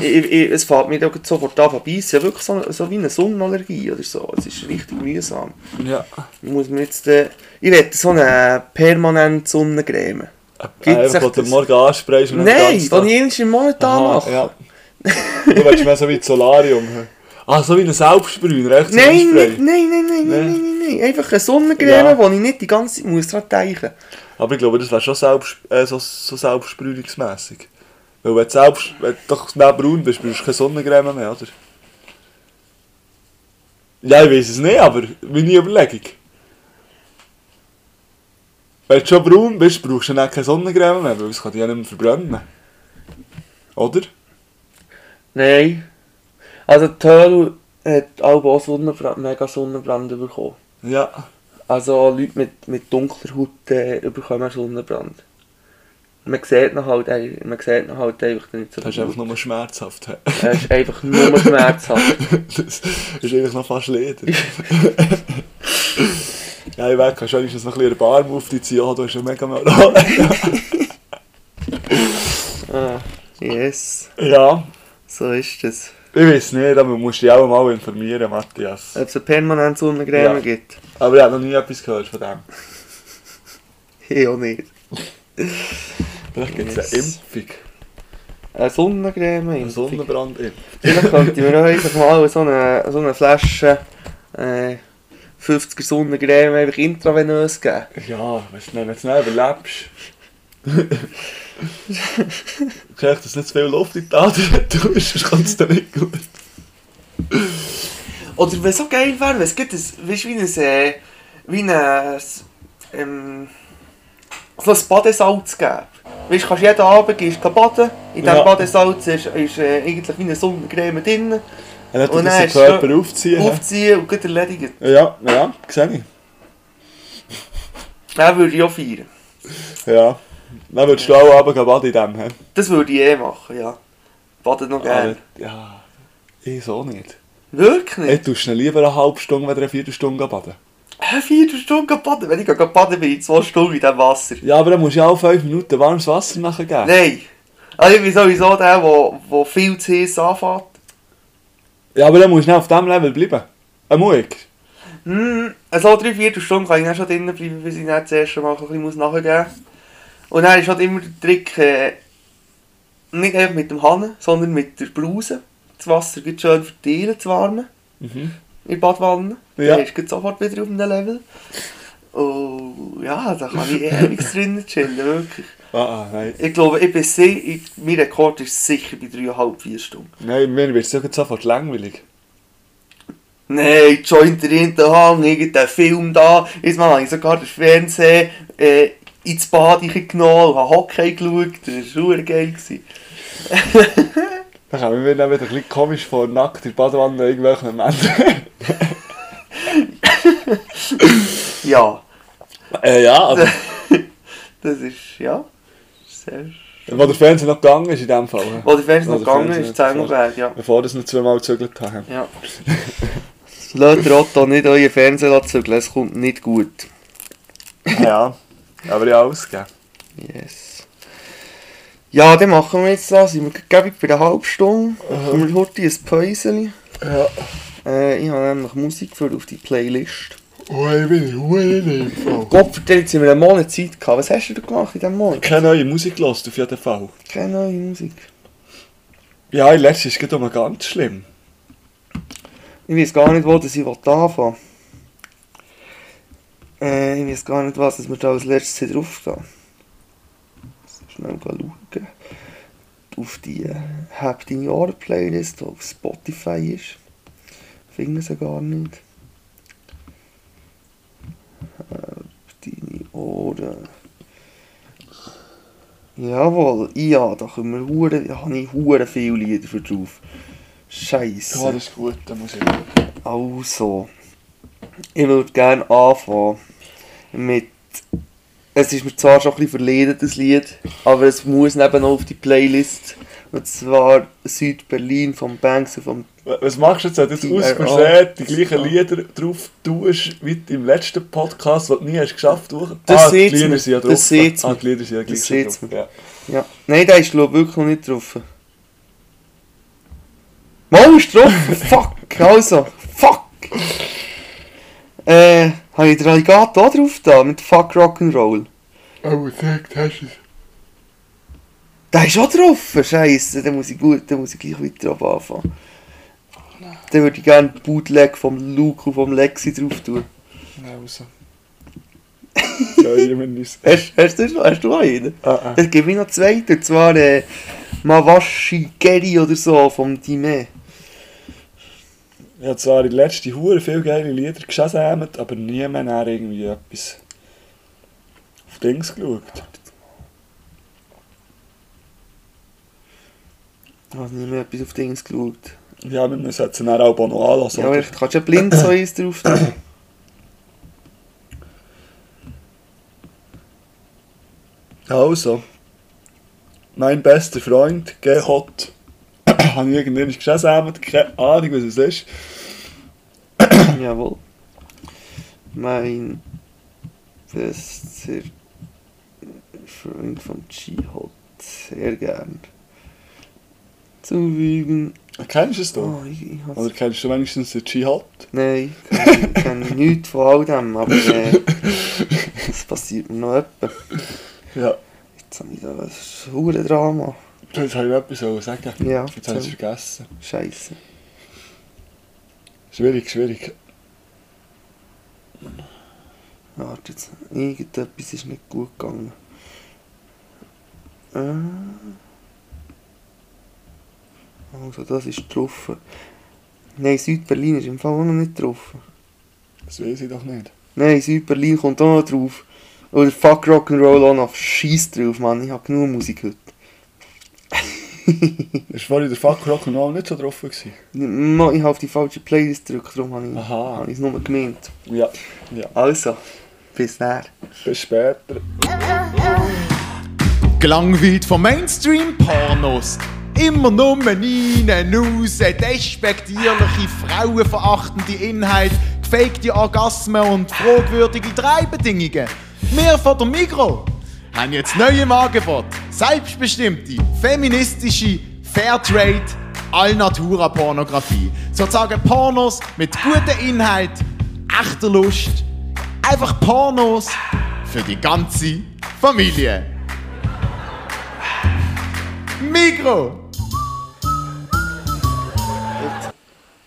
Speaker 5: Ich, ich, ich- es fällt mir dann gerade sofort an, von beißen. Ja, wirklich so, so wie eine Sonnenallergie oder so. Es ist richtig mühsam.
Speaker 4: Ja.
Speaker 5: Ich muss mir jetzt... Äh, ich will so eine permanente Sonnencreme. Gibt's
Speaker 4: Einfach,
Speaker 5: echt
Speaker 4: wo du am
Speaker 5: das?
Speaker 4: Morgen ansprichst und
Speaker 5: Nein, die ich einmal im Monat anmache.
Speaker 4: ja. Du willst mehr so wie ein Solarium. hä? Ah, so wie ein Selbstbrüner, echt so
Speaker 5: Nein,
Speaker 4: Spray.
Speaker 5: nicht, nein, nein, nein, nein,
Speaker 4: Nee.
Speaker 5: nein, nein, nein. Einfach eine Sonnencreme,
Speaker 4: Ja.
Speaker 5: wo ich nicht die ganze Zeit muss dran denken muss.
Speaker 4: Aber ich glaube, das wäre schon selbst, äh, so, so selbstbrühungsmässig. Weil wenn du, selbst, wenn du doch nicht braun bist, brauchst du keine Sonnencreme mehr, oder? Ja, ich weiß es nicht, aber meine Überlegung. Wenn du schon braun bist, brauchst du dann auch keine Sonnencreme mehr, weil es kann dich ja nicht mehr verbrennen. Oder?
Speaker 5: Nein. Also die Höhle hat auch auch Sonnenbrand, mega Sonnenbrand bekommen.
Speaker 4: Ja.
Speaker 5: Also Leute mit, mit dunkler Haut äh, bekommen Sonnenbrand. Man sieht ihn halt, ei- man sieht ihn halt einfach nicht so
Speaker 4: Das ist einfach nur schmerzhaft. hä?
Speaker 5: Er ist einfach nur schmerzhaft.
Speaker 4: das ist einfach noch fast Leder. ja, ich weiß, kannst du wenigstens noch ein bisschen den Barm auf dich ziehen. Oh, du hast schon mega mal.
Speaker 5: Ah, yes,
Speaker 4: ja,
Speaker 5: so ist es.
Speaker 4: ich weiß nicht, aber man muss dich auch mal informieren, Matthias.
Speaker 5: Ob es eine permanente Sonnencreme
Speaker 4: Ja.
Speaker 5: gibt?
Speaker 4: Aber ich habe noch nie etwas gehört von dem.
Speaker 5: Ich auch nicht.
Speaker 4: Vielleicht gibt es eine
Speaker 5: Yes.
Speaker 4: Impfung.
Speaker 5: Eine Sonnencreme?
Speaker 4: Eine
Speaker 5: Impfung.
Speaker 4: Sonnenbrandimpfung.
Speaker 5: Vielleicht könnten wir auch einfach mal so eine, so eine Flasche äh, 50er Sonnencreme einfach intravenös geben.
Speaker 4: Ja, weißt du, wenn du es nicht überlebst. Ich merke, dass nicht zu viel Luft in die Adern tust, sonst kommt es dir nicht gut.
Speaker 5: Oder was so geil wäre, wenn es gibt, ein- weißt du, wie ein, äh, wie ein, äh, s- ähm, so ein Badesalz gäbe. Weißt du, kannst jeden Abend gehst du baden, in diesem
Speaker 4: Ja.
Speaker 5: Badesalz ist, ist äh, eigentlich wie eine Sonnencreme drin,
Speaker 4: Er hat
Speaker 5: Und dann
Speaker 4: den
Speaker 5: hast du schon-
Speaker 4: Körper aufziehen. hä?
Speaker 5: aufziehen und gut erledigt.
Speaker 4: Ja, ja, sehe ich.
Speaker 5: Dann würde ich auch feiern.
Speaker 4: Ja. Dann würdest du auch runter baden in dem, hä?
Speaker 5: Das würde ich eh machen, ja. Baden noch gerne.
Speaker 4: Aber, ja. Ich so nicht.
Speaker 5: Wirklich
Speaker 4: Ich
Speaker 5: nicht?
Speaker 4: tust du lieber eine halbe Stunde, wenn du eine Viertelstunde baden.
Speaker 5: Hä, vier Stunden baden? Wenn ich gehe baden bin, ich zwei Stunden in diesem Wasser.
Speaker 4: Ja, aber dann musst du ja auch fünf Minuten warmes Wasser nachher geben.
Speaker 5: Nein. Also ich bin sowieso der, der, der viel zu heiß anfängt.
Speaker 4: Ja, aber dann musst du nicht auf diesem Level bleiben. Ein Muig.
Speaker 5: Hm, so drei Viertelstunden kann ich dann schon drinnen bleiben, bis ich dann das erste Mal ein bisschen muss nachgeben muss. Und dann ist halt immer der Trick, äh, nicht einfach mit dem Hahn, sondern mit der Bluse. Das Wasser geht schön verteilen, zu warmen.
Speaker 4: Mhm.
Speaker 5: In der Badwanne.
Speaker 4: Ja.
Speaker 5: Ja. Dann ist es sofort wieder auf einem Level. Und ja, da kann ich ewig drinnen chillen, wirklich.
Speaker 4: Ah, ah, nein.
Speaker 5: Ich glaube, ich bin sehr, ich, mein Rekord ist sicher bei 3,5, 4 Stunden.
Speaker 4: Nein, mir wird es doch jetzt sofort langweilig.
Speaker 5: Nein, die Joint in den Hang, irgendein Film da. Jetzt mal habe ich sogar den Fernseher äh, ins Bad genommen und habe Hockey geschaut. Das war super geil. gewesen.
Speaker 4: Dann kommen wir dann wieder ein bisschen komisch vor, nackt in der Badewanne irgendwelchen Männern.
Speaker 5: Ja,
Speaker 4: äh, ja, aber
Speaker 5: das ist, ja, sehr...
Speaker 4: wo der Fernseher noch gegangen ist in dem Fall.
Speaker 5: Wo der Fernseher noch
Speaker 4: Wo der
Speaker 5: gegangen ist,
Speaker 4: Fernseher noch-
Speaker 5: Zengelberg, ja.
Speaker 4: Bevor das noch zweimal gezögert haben.
Speaker 5: Ja. Lasst ihr Otto nicht euer Fernseher lassen zügeln, es kommt nicht gut.
Speaker 4: Ja, aber ja, ausgegeben.
Speaker 5: Yes. Ja, dann machen wir jetzt das. Sind wir gegeben bei einer halben Stunde. Machen wir heute ein Päuschen.
Speaker 4: Ja.
Speaker 5: Äh, ich habe nämlich Musik für auf die Playlist.
Speaker 4: Oh, ich bin ruhig im
Speaker 5: Gott, verdammt, jetzt haben wir einen Monat Zeit gehabt. Was hast du denn gemacht in diesem Monat?
Speaker 4: Keine neue Musik los, auf jeden Fall.
Speaker 5: Keine neue Musik.
Speaker 4: Ja, in letzter ist es immer ganz schlimm.
Speaker 5: Ich weiß gar nicht, wo dass ich anfangen will. Äh, ich weiß gar nicht, was dass wir da als letztes hier draufstehen. Schnell schauen. Auf die äh, Hab deine Ohren Playlist, die auf Spotify ist. Finden sie gar nicht. Hab deine Ohren. Jawohl, ja, da können wir hure, da habe ich hure viele Lieder für drauf. Scheiße.
Speaker 4: ist gut, da muss ich.
Speaker 5: Also, ich würde gerne anfangen mit. Es ist mir zwar schon ein bisschen verleden, das Lied, aber es muss eben noch auf die Playlist. Und zwar Südberlin von Banks und vom.
Speaker 4: Was machst du jetzt, wenn du jetzt aus
Speaker 5: TRL?
Speaker 4: Versehen die gleichen Lieder drauf tust, wie im letzten Podcast, den du nie hast geschafft hast?
Speaker 5: Das
Speaker 4: die
Speaker 5: sieht's
Speaker 4: Lieder
Speaker 5: mir.
Speaker 4: sind ja drauf.
Speaker 5: Das sieht's
Speaker 4: ah,
Speaker 5: mir.
Speaker 4: die Lieder sind ja gleich
Speaker 5: Das
Speaker 4: schon
Speaker 5: sieht's
Speaker 4: drauf.
Speaker 5: mir.
Speaker 4: Ja.
Speaker 5: Ja. Nein, der ist glaub ich, wirklich noch nicht drauf. Mal ist drauf! fuck! Also, fuck! Äh, habe ich den Alligator auch drauf da mit Fuck Rock'n'Roll?
Speaker 4: Oh, sagt, hast du es.
Speaker 5: Der ist auch drauf, scheiße, dann muss ich gut, dann muss ich gleich weiter ab anfangen. Dann würde ich gerne Bootleg vom Luke und vom Lexi drauf tun.
Speaker 4: Nein, raus. ja, jemand ist.
Speaker 5: Hast, hast, du, schon- hast du auch einen?
Speaker 4: Ah, ah.
Speaker 5: Dann gebe ich noch zwei, und zwar äh, Mawashi Geri oder so vom Dime.
Speaker 4: Ich habe zwar in letzter Hure viele geile Lieder geschasamt, aber nie mehr nach irgendwie etwas auf Dings geschaut.
Speaker 5: Ich habe nicht mehr etwas auf Dings geschaut.
Speaker 4: Ja, wir müssen jetzt dann auch noch anlassen.
Speaker 5: Ja, aber ich kann schon blind so eins drauf tun.
Speaker 4: Also, mein bester Freund, Gehot, habe ich irgendwann gesammelt, keine Ahnung, was es ist.
Speaker 5: Jawohl. Mein bester Freund vom G-Hot. Sehr gern. Zu wiegen.
Speaker 4: Kennst du es
Speaker 5: Oh,
Speaker 4: doch?
Speaker 5: ich, ich
Speaker 4: Oder
Speaker 5: hab's.
Speaker 4: kennst du wenigstens den Dschihad?
Speaker 5: Nein, ich kenne nichts von all dem, aber äh, das passiert mir noch etwa.
Speaker 4: Ja,
Speaker 5: Jetzt habe ich da ein verdammtes Drama.
Speaker 4: das habe ich etwas wollen sagen.
Speaker 5: Ja,
Speaker 4: Jetzt habe ich es vergessen.
Speaker 5: Scheiße.
Speaker 4: Schwierig, schwierig.
Speaker 5: Warte jetzt, irgendetwas ist nicht gut gegangen. Äh. Also das ist getroffen. Nein, Südberlin ist im Fall auch noch nicht getroffen.
Speaker 4: Das weiß ich doch nicht.
Speaker 5: Nein, Südberlin kommt auch noch drauf. Oder fuck Rock'n'Roll auch noch. Scheiß drauf, Mann. Ich hab genug Musik heute.
Speaker 4: Ist vorhin der Fuck Rock noch nicht so drauf gewesen?
Speaker 5: Mo, Ich hab auf die falsche Playlist gedrückt, darum habe ich es
Speaker 4: Aha.
Speaker 5: hab ich's nur gemeint.
Speaker 4: Ja, ja.
Speaker 5: Also, bis näher.
Speaker 4: Bis später.
Speaker 6: Gelangweilt von Mainstream-Pornos. Immer nur rein, raus, despektierliche, frauenverachtende Inhalte, gefakte Orgasmen und fragwürdige Dreibedingungen. Wir von der Migro haben jetzt neue im Angebot. Selbstbestimmte, feministische, Fairtrade, Allnatura-Pornografie. Sozusagen Pornos mit gutem Inhalt, echter Lust. Einfach Pornos für die ganze Familie. Migro!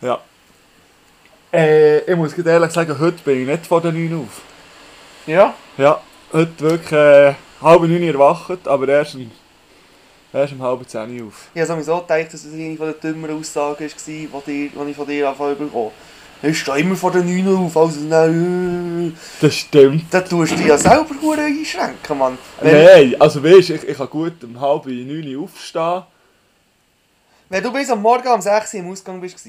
Speaker 4: Ja. Äh, ich muss ganz ehrlich sagen, heute bin ich nicht vor der 9 auf.
Speaker 5: Ja?
Speaker 4: Ja, heute wirklich äh, halb 9 erwacht, aber erst um, erst um halb 10 Uhr auf.
Speaker 5: Ich habe sowieso gedacht, dass das eine von den dümmeren Aussagen war, die, dir, die ich von dir anfangen bekommen habe. Ich stehe immer vor den 9 auf, also nein.
Speaker 4: Das stimmt.
Speaker 5: Da tust du dich ja selber gut einschränken, Mann. Wenn,
Speaker 4: Nein, also weißt du, ich, ich kann gut um halb 9 Uhr aufstehen.
Speaker 5: Wenn du bis am Morgen um 6 Uhr im Ausgang bist, warst,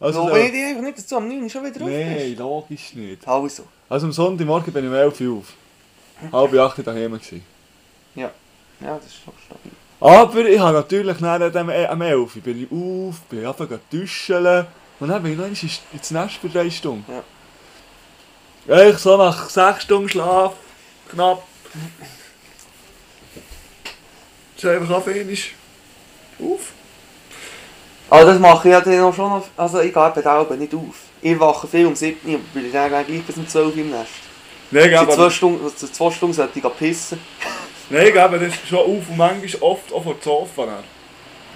Speaker 4: Also,
Speaker 5: dann
Speaker 4: da-
Speaker 5: bin ich dir einfach nicht dazu am 9 Uhr schon wieder drauf
Speaker 4: Nein,
Speaker 5: bist.
Speaker 4: logisch nicht.
Speaker 5: Also,
Speaker 4: Also am Sonntagmorgen bin ich um 11 Uhr auf. Halb acht Uhr daheim gewesen.
Speaker 5: ja. Ja, das ist schon stabil.
Speaker 4: Aber ich habe natürlich nach dem, äh, am 11 Uhr bin ich auf, bin angefangen zu duschen. Und dann bin ich noch einmal ins- ins Nest für drei Stunden. Ja. Ich so nach 6 Stunden Schlaf, knapp. Jetzt einfach auf einmal auf.
Speaker 5: Aber Also, das mache ich ja dann auch schon noch. Also, ich gehe eben da oben nicht auf. Ich wache viel um 7 Uhr, aber bin dann gleich bis um 12 Uhr im Nest.
Speaker 4: Nein,
Speaker 5: Seit zwei
Speaker 4: aber,
Speaker 5: Stunden, also seit zwei Stunden sollte ich gehen pissen.
Speaker 4: nein, aber das ist schon auf und manchmal oft auch vor dem Sofa. Dann.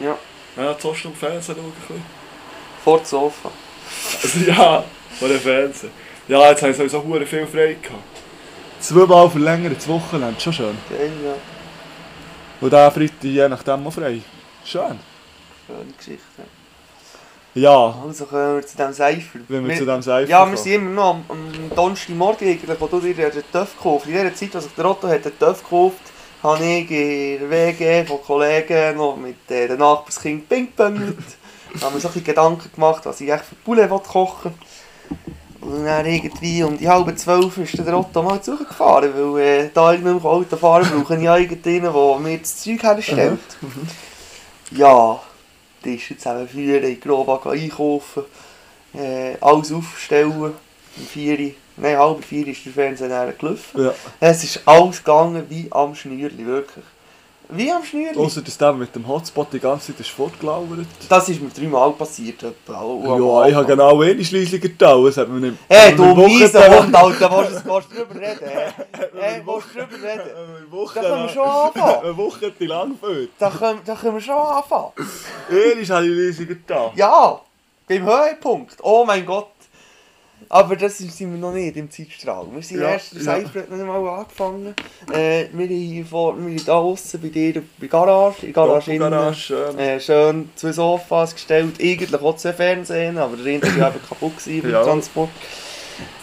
Speaker 5: Ja,
Speaker 4: Ja, 2 Stunden Fernsehen schauen. ein bisschen.
Speaker 5: vor dem Sofa.
Speaker 4: Also ja, von den Fernsehen. Ja, jetzt haben sie sowieso hure viel frei gehabt. Zweimal verlängertes Wochenende, schon schön.
Speaker 5: Geil, ja.
Speaker 4: Und der Freitag je nachdem auch frei. Schön.
Speaker 5: Schöne Geschichte.
Speaker 4: Ja,
Speaker 5: Also kommen wir zu dem Seifer.
Speaker 4: wenn wir, zu dem Seifen
Speaker 5: Ja,
Speaker 4: kommen.
Speaker 5: wir sind immer noch am, am Donnerstagmorgen, eigentlich, wo du dir den Töff gekauft In der Zeit, als ich der Otto hat den Töff gekauft habe ich in der WG von Kollegen noch mit äh, den Nachbarskind pingpongelt. da haben wir so ein bisschen Gedanken gemacht, was ich echt für Poulet will kochen Und dann irgendwie um die halbe zwölf ist der Otto mal zugefahren, weil äh, da ich nicht mehr Auto fahren kann, brauche ich irgendeinen, der mir das Zeug
Speaker 4: Mhm.
Speaker 5: herstellt. ja, die ist jetzt eben früher in Grobag einkaufen äh, alles aufstellen. Um 4 nein, halb 4 ist der Fernseher dann gelaufen.
Speaker 4: Ja.
Speaker 5: Es ist alles gegangen wie am Schnürli, wirklich. Wie am Schnürli.
Speaker 4: Außer dass der mit dem Hotspot die ganze Zeit ist fortgelauert.
Speaker 5: Das ist mir dreimal passiert. Etwa, und am
Speaker 4: Ja, ich
Speaker 5: Anfang.
Speaker 4: habe genau eine Schleisung getan. Das hat mir nicht...
Speaker 5: Oh, Hey, du
Speaker 4: hat mir
Speaker 5: miese
Speaker 4: Wochen-
Speaker 5: Hund, Alter, willst du willst du drüber reden? hä? Hey, willst du drüber reden?
Speaker 4: Eine Woche
Speaker 5: Da können wir
Speaker 4: lang-
Speaker 5: schon anfangen.
Speaker 4: Eine Woche die lang geführt.
Speaker 5: Da können, da können wir schon anfangen.
Speaker 4: Ehrlich habe ich Leisung getan.
Speaker 5: Ja, beim Höhepunkt. Oh mein Gott. Aber das sind sind wir noch nicht im Zeitstrahl. Wir sind
Speaker 4: Ja,
Speaker 5: erst, der
Speaker 4: ja.
Speaker 5: Cypher hat noch nicht mal angefangen. Äh, wir haben hier vor, wir haben da außen bei dir bei der Garage, in der Garage innen.
Speaker 4: Garage.
Speaker 5: Äh, schön zwei Sofas gestellt, eigentlich auch zwei Fernsehen, aber der eine war einfach kaputt gewesen beim
Speaker 4: Ja.
Speaker 5: Transport.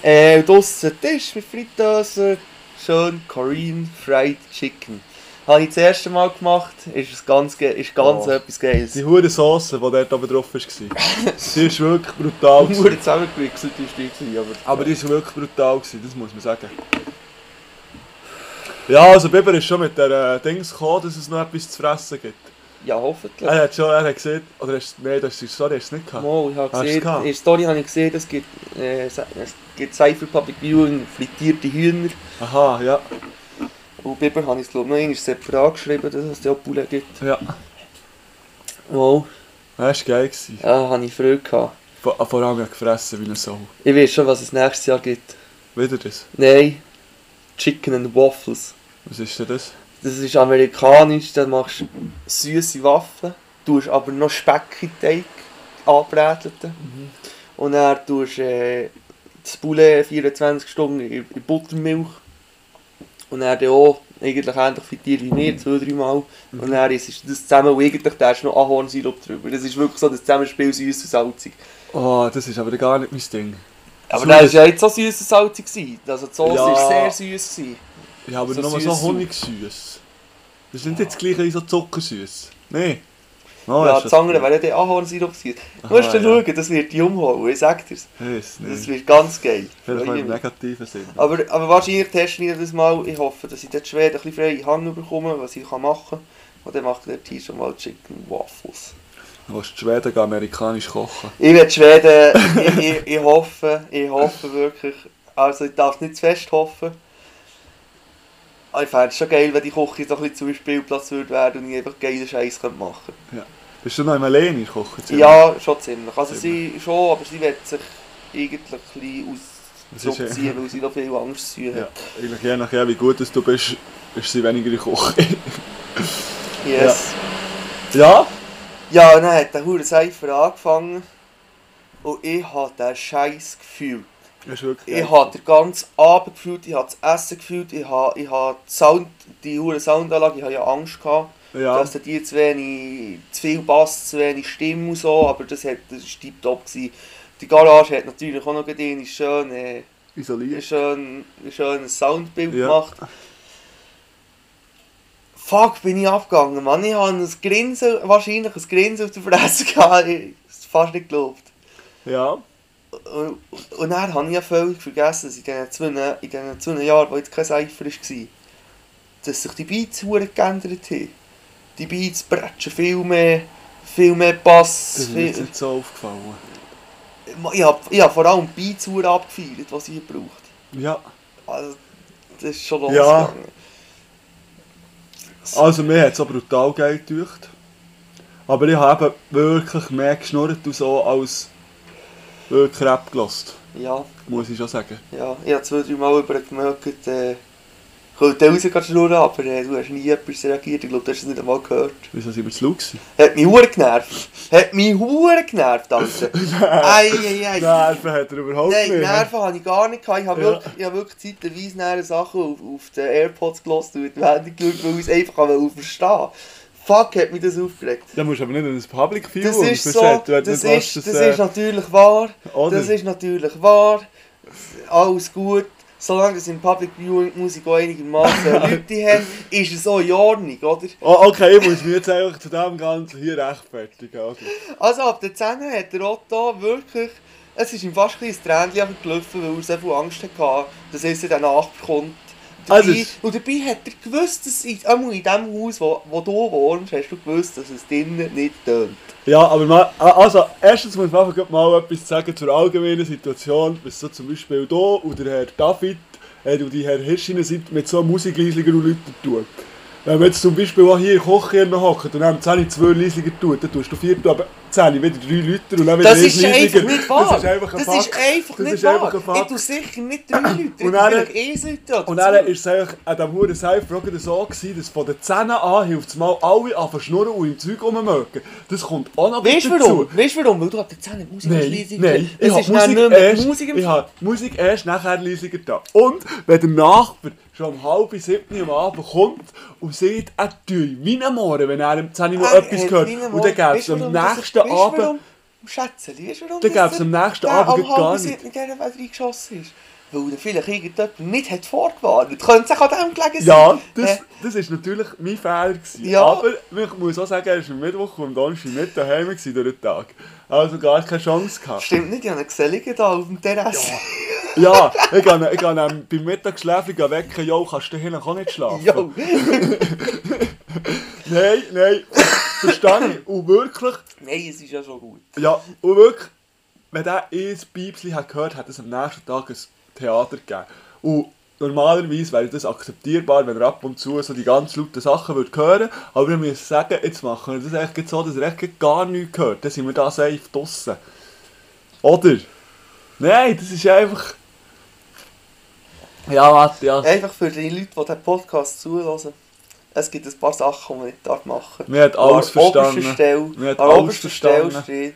Speaker 5: Äh, draussen Tisch mit Fritösen, schön Korean Fried Chicken. Habe ich das erste Mal gemacht, ist, es ganz, ge- ist ganz
Speaker 4: Oh.
Speaker 5: etwas Geiles.
Speaker 4: Die hure Sauce, die dort oben drauf war. Die ist wirklich brutal. gewesen.
Speaker 5: Hure zusammengewichselt ist die gewesen, aber...
Speaker 4: Aber die ist wirklich brutal, gewesen, das muss man sagen. Ja, also Biber ist schon mit der äh, Dings gekommen, dass es noch etwas zu fressen gibt.
Speaker 5: Ja, hoffentlich.
Speaker 4: Er hat schon, er hat gesehen, oder hast, nein, das ist, sorry, hast du nicht gehabt.
Speaker 5: Mal, ich habe
Speaker 4: Hast
Speaker 5: gesehen,
Speaker 4: du's gehabt?
Speaker 5: in der Story habe ich gesehen, es gibt, äh, es gibt Cypher Public Viewing, frittierte Hühner.
Speaker 4: Aha, ja,
Speaker 5: Und Biber habe ich es, glaube ich, noch einmal separat geschrieben, dass es da auch Poulet gibt.
Speaker 4: ja.
Speaker 5: Mal,
Speaker 4: Das war geil. Gewesen.
Speaker 5: ja, habe ich Freude gehabt.
Speaker 4: Vor, ah, vor allem ja gefressen wie eine Sau.
Speaker 5: Ich weiß schon, was es nächstes Jahr gibt.
Speaker 4: Wieder das.
Speaker 5: Nein, Chicken and Waffles.
Speaker 4: Was ist denn das?
Speaker 5: Das ist amerikanisch, dann machst du süße Waffeln, tust aber noch Speck in den Teig, angebrätelten.
Speaker 4: Mhm.
Speaker 5: Und dann tust du äh, das Poulet 24 Stunden in, in Buttermilch. Und dann dann auch, eigentlich ähnlich wie dir wie mir, zwei, dreimal.
Speaker 4: Mhm.
Speaker 5: Und dann ist es das zusammen, und eigentlich da ist noch Ahornsirup drüber. Das ist wirklich so das Zusammenspiel süß und salzig.
Speaker 4: Oh, das ist aber gar nicht mein Ding.
Speaker 5: Aber
Speaker 4: So
Speaker 5: der
Speaker 4: ist-
Speaker 5: war ja jetzt so süß und salzig. gewesen. Also die Soße
Speaker 4: Ja.
Speaker 5: war sehr süß. gewesen.
Speaker 4: Ja, aber
Speaker 5: So
Speaker 4: nur so
Speaker 5: süss.
Speaker 4: honigsüß. Das ist nicht jetzt gleich wie so zuckersüß. Nein. Oh,
Speaker 5: Ja,
Speaker 4: ist
Speaker 5: das
Speaker 4: das
Speaker 5: andere wäre ja der Ahornsirup gewesen. Du musst dann
Speaker 4: ja.
Speaker 5: schauen, das wird dich umhauen, ich sag dir's.
Speaker 4: Weiss
Speaker 5: Das
Speaker 4: nicht.
Speaker 5: wird ganz geil.
Speaker 4: Vielleicht mal im
Speaker 5: Freu mich.
Speaker 4: negativen Sinn.
Speaker 5: Aber, aber wahrscheinlich testen wir das mal. Ich hoffe, dass ich dort Schweden ein bisschen freie Hand bekomme, was ich kann machen kann. Und dann mache ich dort hier schon mal Chicken Waffles.
Speaker 4: Du willst die Schweden gehen amerikanisch kochen.
Speaker 5: Ich werde Schweden, ich, ich, ich hoffe, ich hoffe wirklich. Also ich darf nicht zu fest hoffen. Aber ich fände es schon geil, wenn die Küche so ein bisschen zum Spielplatz würde werden und ich einfach geile Scheiß machen könnte.
Speaker 4: Bist du noch im Alleine kochen? Zimmer?
Speaker 5: Ja, schon ziemlich. Also sie schon, aber sie wird sich eigentlich ein bisschen
Speaker 4: Das ist ja-
Speaker 5: ausziehen, weil sie noch viel Angst zu tun
Speaker 4: ja.
Speaker 5: hat.
Speaker 4: Eigentlich je nachdem, wie gut dass du bist, ist sie weniger in Koche.
Speaker 5: Yes.
Speaker 4: ja?
Speaker 5: Ja, und dann hat der Hure Seifer angefangen und ich habe den Scheiß gefühlt.
Speaker 4: Das ist wirklich
Speaker 5: Ich habe den ganzen Abend gefühlt, ich habe das Essen gefühlt, ich habe, ich habe die, Sound, die hure Soundanlage, ich habe ja Angst gehabt,
Speaker 4: Ja.
Speaker 5: dass da die zu wenig, zu viel Bass, zu wenig Stimme und so, aber das hat, das ist tiptop gewesen. Die Garage hat natürlich auch noch eine schöne... Äh, ein
Speaker 4: isoliert.
Speaker 5: schön, ein schönes Soundbild
Speaker 4: Ja.
Speaker 5: gemacht. Fuck, bin ich abgegangen, Mann. Ich habe ein Grinsen, wahrscheinlich ein Grinsen auf der Fresse gehabt. Ich hab's fast nicht geglaubt.
Speaker 4: Ja.
Speaker 5: Und, und dann habe ich ja völlig vergessen, dass in diesen zwei, in diesen zwei Jahren, wo jetzt kein Eifer war, dass sich die Beats verdammt geändert haben. Die Beats bretschen viel mehr, viel mehr
Speaker 4: Das
Speaker 5: Bass.
Speaker 4: ist mir jetzt
Speaker 5: Viel,
Speaker 4: nicht so aufgefallen.
Speaker 5: ich habe ich hab vor allem die Beats verdammt abgefeiert, was ich braucht.
Speaker 4: Ja.
Speaker 5: Also, das ist schon
Speaker 4: Ja.
Speaker 5: losgegangen.
Speaker 4: Also mir hat es auch brutal geil gedacht. Aber ich habe eben wirklich mehr geschnurrt und so als wirklich Rap gelassen.
Speaker 5: Ja,
Speaker 4: Muss ich schon sagen.
Speaker 5: ja. Ich habe zwei, drei Mal übergemerkt, äh, ich wollte rausgehen, aber äh, du hast nie etwas reagiert. Ich glaube, du hast es nicht einmal gehört.
Speaker 4: Wieso sind wir zu laut gewesen?
Speaker 5: Hat mich hure genervt. Hat mich hure genervt, Alter. ei, ei, ei.
Speaker 4: Nerven hat er überhaupt
Speaker 5: Nein,
Speaker 4: nicht.
Speaker 5: Nerven hatte ich gar nicht. gehabt. Ich habe
Speaker 4: Ja.
Speaker 5: wirklich, ich habe wirklich zeitweise näher Sachen auf, auf den Airpods gelassen und die Handy geschaut, weil ich es einfach wollte verstehen Fuck, hat mich das aufgeregt.
Speaker 4: Da musst du aber nicht in das Public View
Speaker 5: Das
Speaker 4: und
Speaker 5: ist so,
Speaker 4: versetzt. Du
Speaker 5: das,
Speaker 4: hättest nicht
Speaker 5: ist, das
Speaker 4: lassen, dass,
Speaker 5: ist natürlich wahr.
Speaker 4: Oder?
Speaker 5: Das ist natürlich wahr. Alles gut. Solange es im Public Viewing Musik auch einigermaßen Leute hat, ist es auch in Ordnung, oder?
Speaker 4: Oh, okay, ich muss mich jetzt einfach zu dem Ganzen hier rechtfertigen. Also.
Speaker 5: Also ab der 10 hat der Otto wirklich. Es ist ihm fast ein bisschen ein Tränchen gelaufen, weil er so viel Angst hatte, dass er den Nachbar kommt. Dabei,
Speaker 4: Also es-
Speaker 5: und dabei hat er gewusst, dass in, einmal in dem Haus, wo, wo du wohnst, hast du gewusst, dass es drinnen nicht tönt.
Speaker 4: Ja, aber mal, also, erstens muss man einfach gerade mal etwas sagen zur allgemeinen Situation, was so zum Beispiel hier und der Herr David äh, und die Herr Hirschine sind mit so Musikleisliger und Leuten tun. Wenn wir jetzt zum Beispiel auch hier in Koche hocken und haben 10 zwei Leisliger tun, dann tust du vier, aber 10 wieder drei Leute und dann wieder
Speaker 5: Das
Speaker 4: ein
Speaker 5: ist einfach
Speaker 4: Leisiger.
Speaker 5: nicht wahr.
Speaker 4: Das ist einfach ein
Speaker 5: Das ist
Speaker 4: Fakt.
Speaker 5: einfach
Speaker 4: Das
Speaker 5: nicht
Speaker 4: ist
Speaker 5: wahr.
Speaker 4: einfach ein Fakt.
Speaker 5: Ich tue sicher nicht drei Leute, ich
Speaker 4: Und
Speaker 5: tue
Speaker 4: dann-
Speaker 5: vielleicht eh Leute oder
Speaker 4: Und
Speaker 5: zwei.
Speaker 4: dann ist es eigentlich an diesem Huren Cypher so gewesen, dass von den 10 an hilft es mal alle anfangen zu schnurren und im Zeug rummögen. Das kommt auch noch
Speaker 5: Weißt du
Speaker 4: dazu.
Speaker 5: warum? Weißt du warum? Weil du ab der 10 Musik
Speaker 4: Nein,
Speaker 5: leise
Speaker 4: nein.
Speaker 5: Es
Speaker 4: hab
Speaker 5: ist dann nicht mehr
Speaker 4: erst,
Speaker 5: Musik
Speaker 4: ich
Speaker 5: im
Speaker 4: habe Musik erst nachher leiser getan. Und wenn der Nachbar schon um halb sieben am Abend kommt und sieht, er tue wie am Morgen, wenn er um 10 Uhr
Speaker 5: Er
Speaker 4: etwas
Speaker 5: hat
Speaker 4: hört.
Speaker 5: wie
Speaker 4: Und dann gäbe es
Speaker 5: Weißt du,
Speaker 4: am
Speaker 5: warum das-
Speaker 4: nächsten
Speaker 5: weißt du, warum-
Speaker 4: Abend...
Speaker 5: Schätzeli, weißt du, warum
Speaker 4: Dann
Speaker 5: das
Speaker 4: gäb's
Speaker 5: der-
Speaker 4: am nächsten
Speaker 5: der
Speaker 4: Abend
Speaker 5: am
Speaker 4: gar
Speaker 5: halben
Speaker 4: nicht.
Speaker 5: Siebten in dieser Welt reingeschossen ist? Weil er vielleicht irgendjemand nicht hat vorgewarnt. Könnte es auch an dem gelegen sein.
Speaker 4: Ja, dus- das,
Speaker 5: Äh,
Speaker 4: das ist natürlich mein Fehler. Gewesen.
Speaker 5: Ja.
Speaker 4: Aber ich muss auch sagen, er war am Mittwoch und am Donnerstag nicht daheim gewesen durch den Tag. Also gar keine Chance gehabt.
Speaker 5: Stimmt nicht, ich habe einen Geselligen da auf dem Terrasse.
Speaker 4: Ja, ich kann, ich kann ähm, beim Mittagsschläfchen wecken, jo, kannst du hier noch nicht schlafen?
Speaker 5: Jo,
Speaker 4: Nein, nein, verstehe ich. Und wirklich,
Speaker 5: nein, es ist ja schon gut.
Speaker 4: ja, und wirklich, wenn der ein Piepsli hat gehört hat, es am nächsten Tag ein Theater gegeben. Und normalerweise wäre das akzeptierbar, wenn er ab und zu so die ganz lauten Sachen würde hören aber ich muss sagen, jetzt machen wir das eigentlich gerade so, dass er echt gar nichts hört. Dann sind wir da safe draussen. Oder? Nein, das ist einfach... Ja, warte, ja.
Speaker 5: Einfach für die Leute, die diesen Podcast zuhören. Es gibt ein paar Sachen, die man nicht darf machen
Speaker 4: Wir haben
Speaker 5: Und
Speaker 4: alles
Speaker 5: an oberster
Speaker 4: verstanden.
Speaker 5: Stelle,
Speaker 4: Wir haben
Speaker 5: an
Speaker 4: alles
Speaker 5: oberster Stelle
Speaker 4: verstanden.
Speaker 5: steht,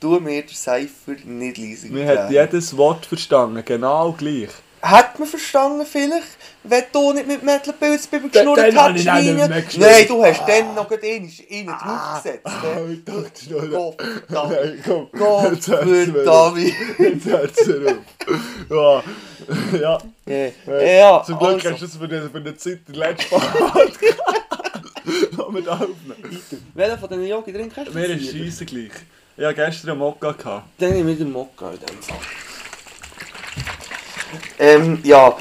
Speaker 5: tu mir den Cypher nicht leise
Speaker 4: Wir haben jedes Wort verstanden, genau gleich.
Speaker 5: Hat man verstanden vielleicht, wenn du nicht mit Metal Pilz bei
Speaker 4: Dann-
Speaker 5: mir geschnurrt
Speaker 4: dann habe
Speaker 5: hast,
Speaker 4: ich dann nicht
Speaker 5: Schweine?
Speaker 4: mehr Ah. geschnurrt.
Speaker 5: Nein, du hast dann noch gerade einen einen draufgesetzt. ne?
Speaker 4: ich dachte schon.
Speaker 5: Gott, verdammt.
Speaker 4: Nein, komm.
Speaker 5: Gott,
Speaker 4: jetzt hört's mir auf.
Speaker 5: verdammt.
Speaker 4: Jetzt hört's mir auf. Ja. ja.
Speaker 5: Ja, ja,
Speaker 4: Zum Glück
Speaker 5: also.
Speaker 4: hast du es für die, für die Zeit der letzten Part gehabt. mit aufnehmen.
Speaker 5: Welcher von diesen Yogi drin kannst du?
Speaker 4: Mir ist scheisse gleich. Ich hatte gestern einen Mokka. Gehabt.
Speaker 5: Dann nehme ich den Mokka in dem Fall. Ähm, ja.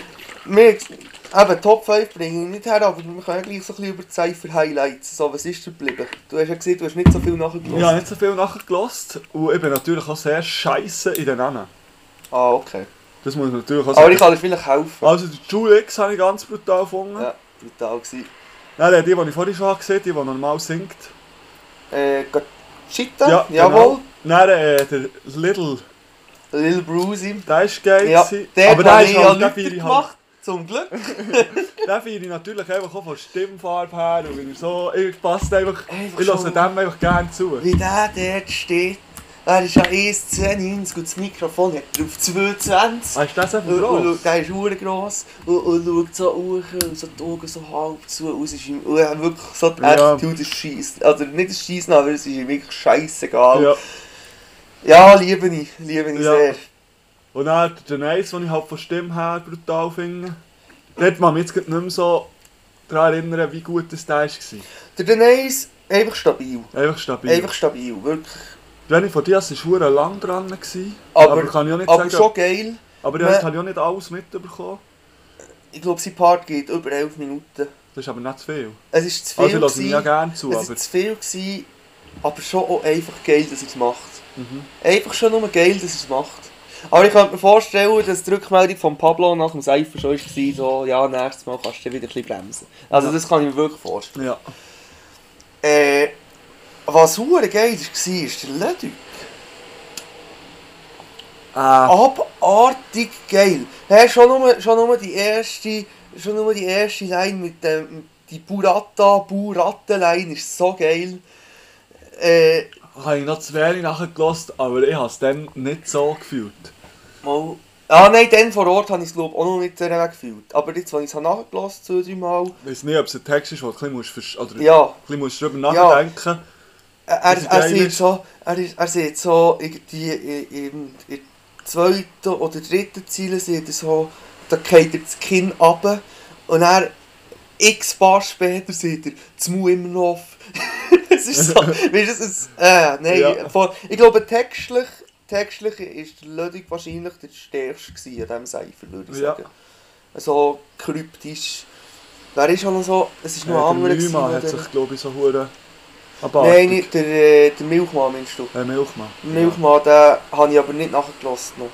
Speaker 5: Wir, eben, Top 5 bringe ich nicht her, aber wir können gleich so ein bisschen über die Cypher-Highlights. So, was ist dir geblieben? Du hast ja gesehen, du hast nicht so viel nachgelassen.
Speaker 4: Ich habe nicht so viel nachgelost und ich bin natürlich auch sehr scheisse in den Namen.
Speaker 5: Ah, okay.
Speaker 4: Das muss ich natürlich auch
Speaker 5: Aber ich
Speaker 4: sagen.
Speaker 5: kann dir vielleicht helfen.
Speaker 4: Also, die Julie X habe ich ganz brutal gefunden.
Speaker 5: Ja, brutal gewesen.
Speaker 4: Nein, die, die ich vorhin schon gesehen habe, die, die normal singt. genau.
Speaker 5: Äh, Gachita? Jawohl.
Speaker 4: Nein, äh, der Little,
Speaker 5: Lil Bruzy.
Speaker 4: der ist geil.
Speaker 5: Ja,
Speaker 4: gewesen.
Speaker 5: der
Speaker 4: aber
Speaker 5: aber
Speaker 4: der
Speaker 5: habe
Speaker 4: ist
Speaker 5: ich ja
Speaker 4: halt, der
Speaker 5: nichts
Speaker 4: feiere ich
Speaker 5: gemacht, zum Glück.
Speaker 4: halt, den feiere ich natürlich einfach auch von Stimmfarbe her und wieder so, ich passt einfach,
Speaker 5: Einfach
Speaker 4: ich
Speaker 5: schon.
Speaker 4: lasse dem einfach gerne zu.
Speaker 5: Wie der dort steht, er ist an 1,92 und das Mikrofon hat er auf 2,20.
Speaker 4: Ah, ist das einfach
Speaker 5: Und- und
Speaker 4: gross?
Speaker 5: schau, Der ist urgross und, und schaut so hoch und so die Augen so halb zu. Und es ist ihm und er hat wirklich so die
Speaker 4: Ja.
Speaker 5: Attitude scheiße. Also nicht scheiße, aber es ist ihm wirklich scheißegal. Ja,
Speaker 4: Ja.
Speaker 5: ja liebe ich, liebe ich
Speaker 4: Ja.
Speaker 5: sehr.
Speaker 4: Und dann der Nice, den ich halt von Stimme her brutal finde. Dort mag ich jetzt grad nicht mehr so daran erinnern, wie gut das da war.
Speaker 5: Der Denise, einfach stabil.
Speaker 4: Einfach stabil.
Speaker 5: Einfach stabil, wirklich.
Speaker 4: Wenn ich von dir, es war verdammt lang dran. Gewesen,
Speaker 5: Aber,
Speaker 4: kann ich auch nicht
Speaker 5: aber
Speaker 4: sagen.
Speaker 5: schon geil.
Speaker 4: aber
Speaker 5: Man-
Speaker 4: ich habe ja auch nicht alles mitbekommen.
Speaker 5: Ich glaube, sein Part geht über 11 Minuten.
Speaker 4: Das ist aber nicht zu viel.
Speaker 5: Es ist zu viel.
Speaker 4: Also ich lasse ihm
Speaker 5: gewesen.
Speaker 4: ja gerne zu,
Speaker 5: es
Speaker 4: aber
Speaker 5: war zu viel, gewesen, aber schon auch einfach geil, dass er es macht. Einfach schon nur geil, dass er es macht. Aber ich könnte mir vorstellen, dass die Rückmeldung von Pablo nach dem Seifer schon war, so, ja, nächstes Mal kannst du wieder ein bisschen bremsen. Also das kann ich mir wirklich vorstellen.
Speaker 4: ja.
Speaker 5: Äh, was super geil war, ist der Ledu.
Speaker 4: Ah,
Speaker 5: Abartig geil. Hey, schon, nur, schon nur die erste, schon nur die erste Line mit dem, die Burrata, Burrata-Line ist so geil. Äh,
Speaker 4: habe ich noch zu wenig nachgelassen, aber ich habe es dann nicht so gefühlt.
Speaker 5: Mal. Ah nein, dann vor Ort habe ich es glaube auch noch nicht so gefühlt. Aber jetzt, als ich es nachgelassen habe, zwei, drei Mal,
Speaker 4: Ich weiß nicht, ob es ein Text ist, wo du ein bisschen, musst, versch- oder
Speaker 5: Ja.
Speaker 4: ein bisschen musst drüber
Speaker 5: Ja.
Speaker 4: nachdenken musst.
Speaker 5: er, er,
Speaker 4: Das ist
Speaker 5: er,
Speaker 4: geil,
Speaker 5: sieht
Speaker 4: ist-
Speaker 5: so, er, ist- er sieht so, irgendwie in der zweiten oder dritten Ziele sieht er so, da geht er das Kinn runter und er x Paar später sieht er das Mu immer noch auf. Es ist so, weißt du, es, äh, nein,
Speaker 4: Ja.
Speaker 5: vor, ich glaube textlich, textlich ist der Ludwig wahrscheinlich der stärkste gewesen an diesem Seifer, würde ich
Speaker 4: Ja.
Speaker 5: sagen. so kryptisch. Wer ist auch noch so? Es ist noch ein
Speaker 4: Äh, der
Speaker 5: anderer. gewesen,
Speaker 4: Neumann hat
Speaker 5: der-
Speaker 4: sich, glaube ich, so hure
Speaker 5: Nein,
Speaker 4: abartig.
Speaker 5: nicht der, äh, der Milchmann meinst du.
Speaker 4: Äh, Milchmann.
Speaker 5: Der Milchmann, den habe ich aber nicht nachgelassen. Noch.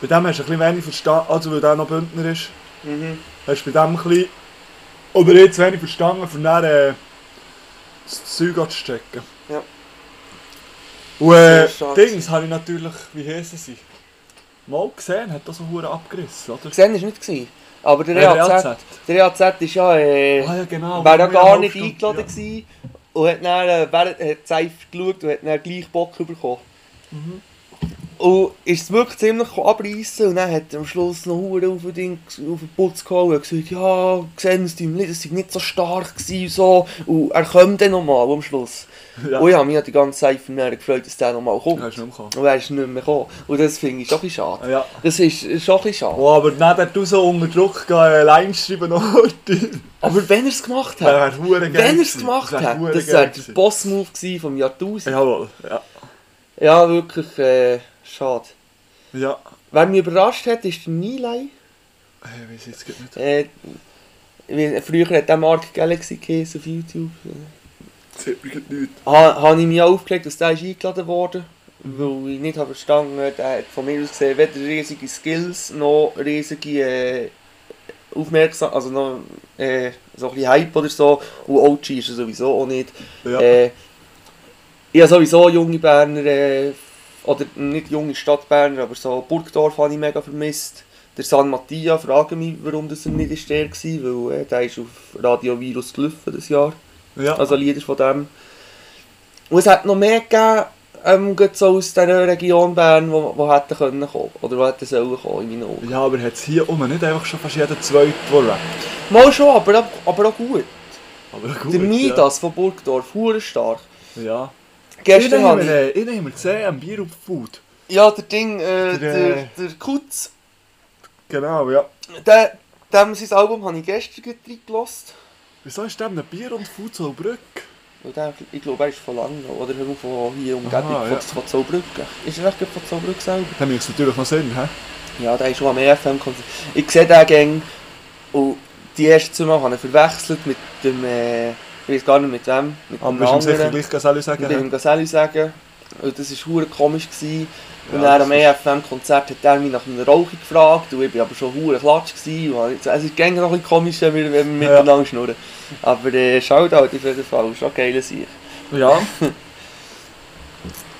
Speaker 4: Bei dem hast du ein bisschen wenig verstanden, also weil der noch Bündner ist,
Speaker 5: Mhm.
Speaker 4: hast du bei dem ein bisschen, oder jetzt wenig verstanden, von dann äh, das Zeug anzustecken.
Speaker 5: Ja.
Speaker 4: Und äh,
Speaker 5: Sehr schade.
Speaker 4: Dings habe ich natürlich, wie heissen sie, mal gesehen, hat das so hure abgerissen, oder?
Speaker 5: Gesehen war nicht. Gewesen. Aber der
Speaker 4: Ja,
Speaker 5: EAZ,
Speaker 4: RAZ.
Speaker 5: der EAZ ist ja, äh,
Speaker 4: E Ah ja, genau.
Speaker 5: wäre ja gar
Speaker 4: Halbe
Speaker 5: nicht
Speaker 4: Stunde,
Speaker 5: eingeladen
Speaker 4: ja.
Speaker 5: gewesen. Und hat dann, äh, während, hat Seif geschaut und hat dann gleich Bock bekommen.
Speaker 4: Mhm.
Speaker 5: Und ist es wirklich ziemlich abreißen und dann hat er am Schluss noch Huren auf den, Ding- auf den Putz gehauen und gesagt, ja, gesehen es ihm nicht, es sei nicht so stark gewesen und so. Und er kommt dann nochmal am Schluss.
Speaker 4: Ja.
Speaker 5: Und ja, mich hat die ganze Zeit von mir gefreut, dass der nochmal kommt.
Speaker 4: Ja, ist nicht mehr gekommen.
Speaker 5: und er ist nicht mehr gekommen. Und das finde ich schon ein bisschen schade.
Speaker 4: Ja.
Speaker 5: Das ist ist schon ein bisschen schade.
Speaker 4: Oh, aber dann du so unter Druck gehen, äh, Line schreiben noch heute.
Speaker 5: Aber wenn er es gemacht
Speaker 4: Das
Speaker 5: hat,
Speaker 4: wäre hure geil
Speaker 5: wenn er es
Speaker 4: gewesen.
Speaker 5: gemacht
Speaker 4: wär
Speaker 5: hat,
Speaker 4: hure
Speaker 5: das
Speaker 4: geil
Speaker 5: wäre der
Speaker 4: gewesen.
Speaker 5: Boss-Move gewesen vom Jahrtausend.
Speaker 4: Jawohl, ja.
Speaker 5: Ja, wirklich äh, schade.
Speaker 4: Ja.
Speaker 5: Wer mich überrascht hat, ist der Nilay.
Speaker 4: Ich weiß jetzt gerade nicht.
Speaker 5: Äh, weil früher hat der Mark Galaxy geheißen auf YouTube.
Speaker 4: Das hat mir gerade nichts.
Speaker 5: Ha- Habe ich mich auch aufgelegt, dass der ist eingeladen wurde. Weil ich nicht habe verstanden habe, der hat von mir aus gesehen weder riesige Skills noch riesige äh, Aufmerksamkeit, also noch äh, so ein bisschen Hype oder so. Und OG ist er sowieso auch nicht.
Speaker 4: Ja.
Speaker 5: Äh, ich habe sowieso junge Berner, äh, oder nicht junge Stadtberner, aber so Burgdorf habe ich mega vermisst. Der San Mattia, frage mich, warum das er nicht ist der war, weil äh, der ist auf Radio Virus gelaufen das Jahr.
Speaker 4: Ja.
Speaker 5: Also Lieder von dem. Und es hat noch mehr gegeben, ähm, gerade so aus dieser Region Bern, wo, wo hätten können kommen. Oder wo hätten sollen kommen, in meinen Augen.
Speaker 4: ja, aber hat es hier oben nicht einfach schon fast jeden zweiten, der rappt?
Speaker 5: Mal schon, aber, aber auch gut.
Speaker 4: Aber gut.
Speaker 5: der Midas von Burgdorf, hure stark.
Speaker 4: Ja. ja.
Speaker 5: Gestern
Speaker 4: Innen haben
Speaker 5: habe ich...
Speaker 4: wir, äh, innen haben wir gesehen, am Bier auf Food.
Speaker 5: Ja, der Ding, äh,
Speaker 4: Der,
Speaker 5: der,
Speaker 4: äh,
Speaker 5: der Kutz,
Speaker 4: Genau, ja.
Speaker 5: der, dem sein Album habe ich gestern gerade reingelassen.
Speaker 4: Wieso ist dem ein Bier und Food so Brück?
Speaker 5: Und der, ich glaube, er ist von Langnau, oder irgendwo von hier Umgebung,
Speaker 4: Aha,
Speaker 5: von,
Speaker 4: ja.
Speaker 5: von Zollbrücken. Ist er echt gerade von Zollbrücken selber?
Speaker 4: Dann macht es natürlich noch Sinn, hä?
Speaker 5: Ja, der ist schon am EFM konzert Ich sehe den Gang und die ersten zwei Mal habe ich verwechselt mit dem, äh, ich weiß gar nicht mit wem, mit
Speaker 4: Aber
Speaker 5: dem
Speaker 4: bist du ihm Ah, sicher
Speaker 5: anderen.
Speaker 4: gleich Gaselli
Speaker 5: Ich bin im
Speaker 4: sagen?
Speaker 5: Gaselli sagen. Und das war hure komisch. Gewesen. Und
Speaker 4: Ja,
Speaker 5: dann am EFM-Konzert hat er mich nach einer Rauche gefragt und ich war aber schon hure klatsch. Gewesen. Und ich- Es ist gerne noch ein bisschen komisch, wenn wir, wenn wir
Speaker 4: Ja.
Speaker 5: miteinander schnurren. Aber äh, schaut halt auf jeden Fall, ist auch geil sicher.
Speaker 4: hä? Ja.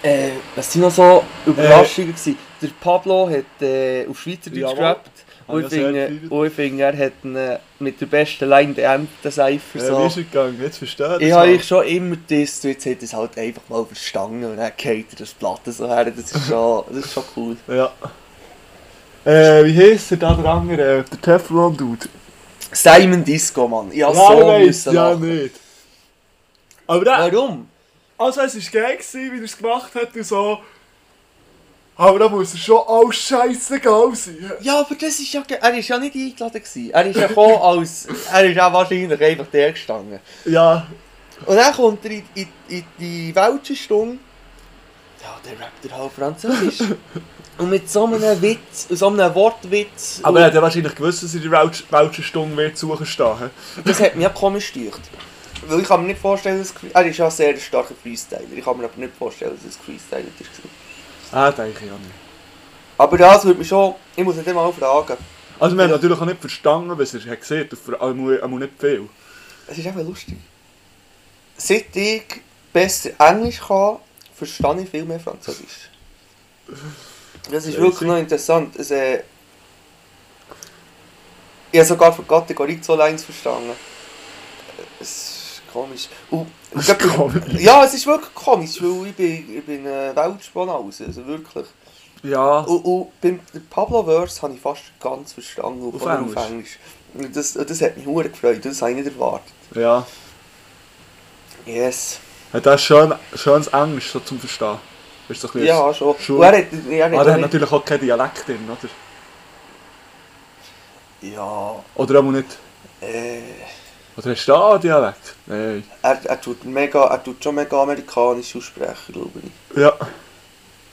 Speaker 5: Äh, was sind noch so Überraschungen gewesen? Der Pablo hat äh, auf Schweizerdeutsch
Speaker 4: Jawohl.
Speaker 5: gerappt.
Speaker 4: Hab
Speaker 5: Und
Speaker 4: ich ja
Speaker 5: ich,
Speaker 4: sehr
Speaker 5: finde,
Speaker 4: gefeiert.
Speaker 5: und ich finde, er hat ihn äh, mit der besten Line beendet, den Cypher.
Speaker 4: Äh, Wie
Speaker 5: So.
Speaker 4: ist er gegangen? Jetzt verstehe halt.
Speaker 5: Ich habe eigentlich schon immer das, jetzt hat er es halt einfach mal verstanden und dann geht er das Blatt so her. Das ist schon, das ist schon cool.
Speaker 4: Ja. Äh, wie heisst er da der andere? Äh, Der Teflon-Dude?
Speaker 5: Simon Disco, Mann. Ich habe
Speaker 4: ja,
Speaker 5: so
Speaker 4: weiss,
Speaker 5: müssen
Speaker 4: ja
Speaker 5: lachen.
Speaker 4: nicht. Aber der,
Speaker 5: Warum?
Speaker 4: Also es war geil, gewesen, wie er es gemacht hat und so. Aber da muss er schon alles scheissegal sein.
Speaker 5: Ja, aber das ist ja. ge- Er ist ja nicht eingeladen. Gewesen. Er ist ja gekommen als. Er ist ja wahrscheinlich einfach der gestanden.
Speaker 4: Ja,
Speaker 5: Und dann kommt er in, in, in die Welchenstunde. Ja, der rappt er halt Französisch. Und mit so einem Witz, so einem Wortwitz.
Speaker 4: aber er hat ja wahrscheinlich gewusst, dass er die welche Stunde wird suchen stehen.
Speaker 5: Das hat mich auch komisch gesteuert. Weil ich kann mir nicht vorstellen, dass... Er ist ja ein sehr starker Freestyler. Ich kann mir aber nicht vorstellen, dass es ein Freestyler war.
Speaker 4: Ah, denke ich auch nicht.
Speaker 5: Aber das würde mich schon... Ich muss nicht mal fragen.
Speaker 4: Also wir haben natürlich auch nicht verstanden, was er hat gesehen hat, einmal einmal nicht viel.
Speaker 5: Es ist einfach lustig. Seit ich besser Englisch kann, verstehe ich viel mehr Französisch. Das ist
Speaker 4: Crazy.
Speaker 5: wirklich noch interessant. Es, äh, ich habe sogar von Kategorie 2 Lines verstanden. Es ist komisch. Und,
Speaker 4: Das ist komisch.
Speaker 5: ja, es ist wirklich komisch, weil ich bin, ich bin äh, Weltspann aus, also wirklich.
Speaker 4: Ja,
Speaker 5: Und, und beim Pablo-Verse habe ich fast ganz verstanden, und
Speaker 4: Auf
Speaker 5: vor allem auf Englisch. Und Das, das hat mich sehr gefreut, das habe ich nicht erwartet.
Speaker 4: ja.
Speaker 5: Yes.
Speaker 4: Hat er schön, schönes Englisch so zum Verstehen. Ist so ein bisschen-
Speaker 5: Ja, schon.
Speaker 4: Schon.
Speaker 5: Und er hat, er hat
Speaker 4: Aber er Ah, hat
Speaker 5: auch nicht-
Speaker 4: natürlich auch keinen Dialekt drin, oder?
Speaker 5: Ja,
Speaker 4: Oder einmal nicht.
Speaker 5: äh,
Speaker 4: Oder hast du da einen Dialekt? Nein.
Speaker 5: er, er, tut mega, er tut schon mega amerikanisch aussprechen, glaube ich.
Speaker 4: Ja.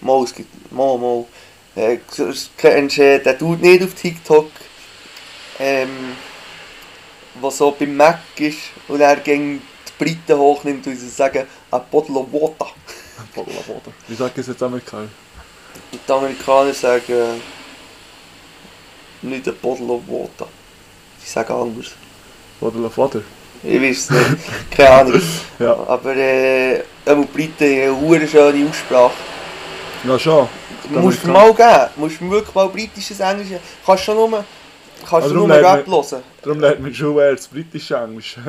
Speaker 5: Mal, es gibt, mal, mal. Äh, so- es kennst du, äh, der tut nicht auf TikTok, ähm, was so beim Mac ist und er gegen die Briten hochnimmt und sie sagen, dus a bottle of water.
Speaker 4: Voller Boden. Wie sagt es jetzt Amerikaner?
Speaker 5: Und die Amerikaner sagen, äh, nicht a bottle of water. Sie sagen anders.
Speaker 4: Voller Vater.
Speaker 5: Ich weiß es nicht, keine Ahnung.
Speaker 4: Ja.
Speaker 5: Aber äh, einmal die Briten haben eine verdammt schöne Aussprache.
Speaker 4: Ja, schon.
Speaker 5: Du musst mir mal geben, du musst mir wirklich mal britisches Englisch geben. Kannst schon nur, kannst
Speaker 4: Also
Speaker 5: du
Speaker 4: darum
Speaker 5: nur Rap
Speaker 4: lernt
Speaker 5: hören.
Speaker 4: Darum lernt man schon eher das britische Englisch.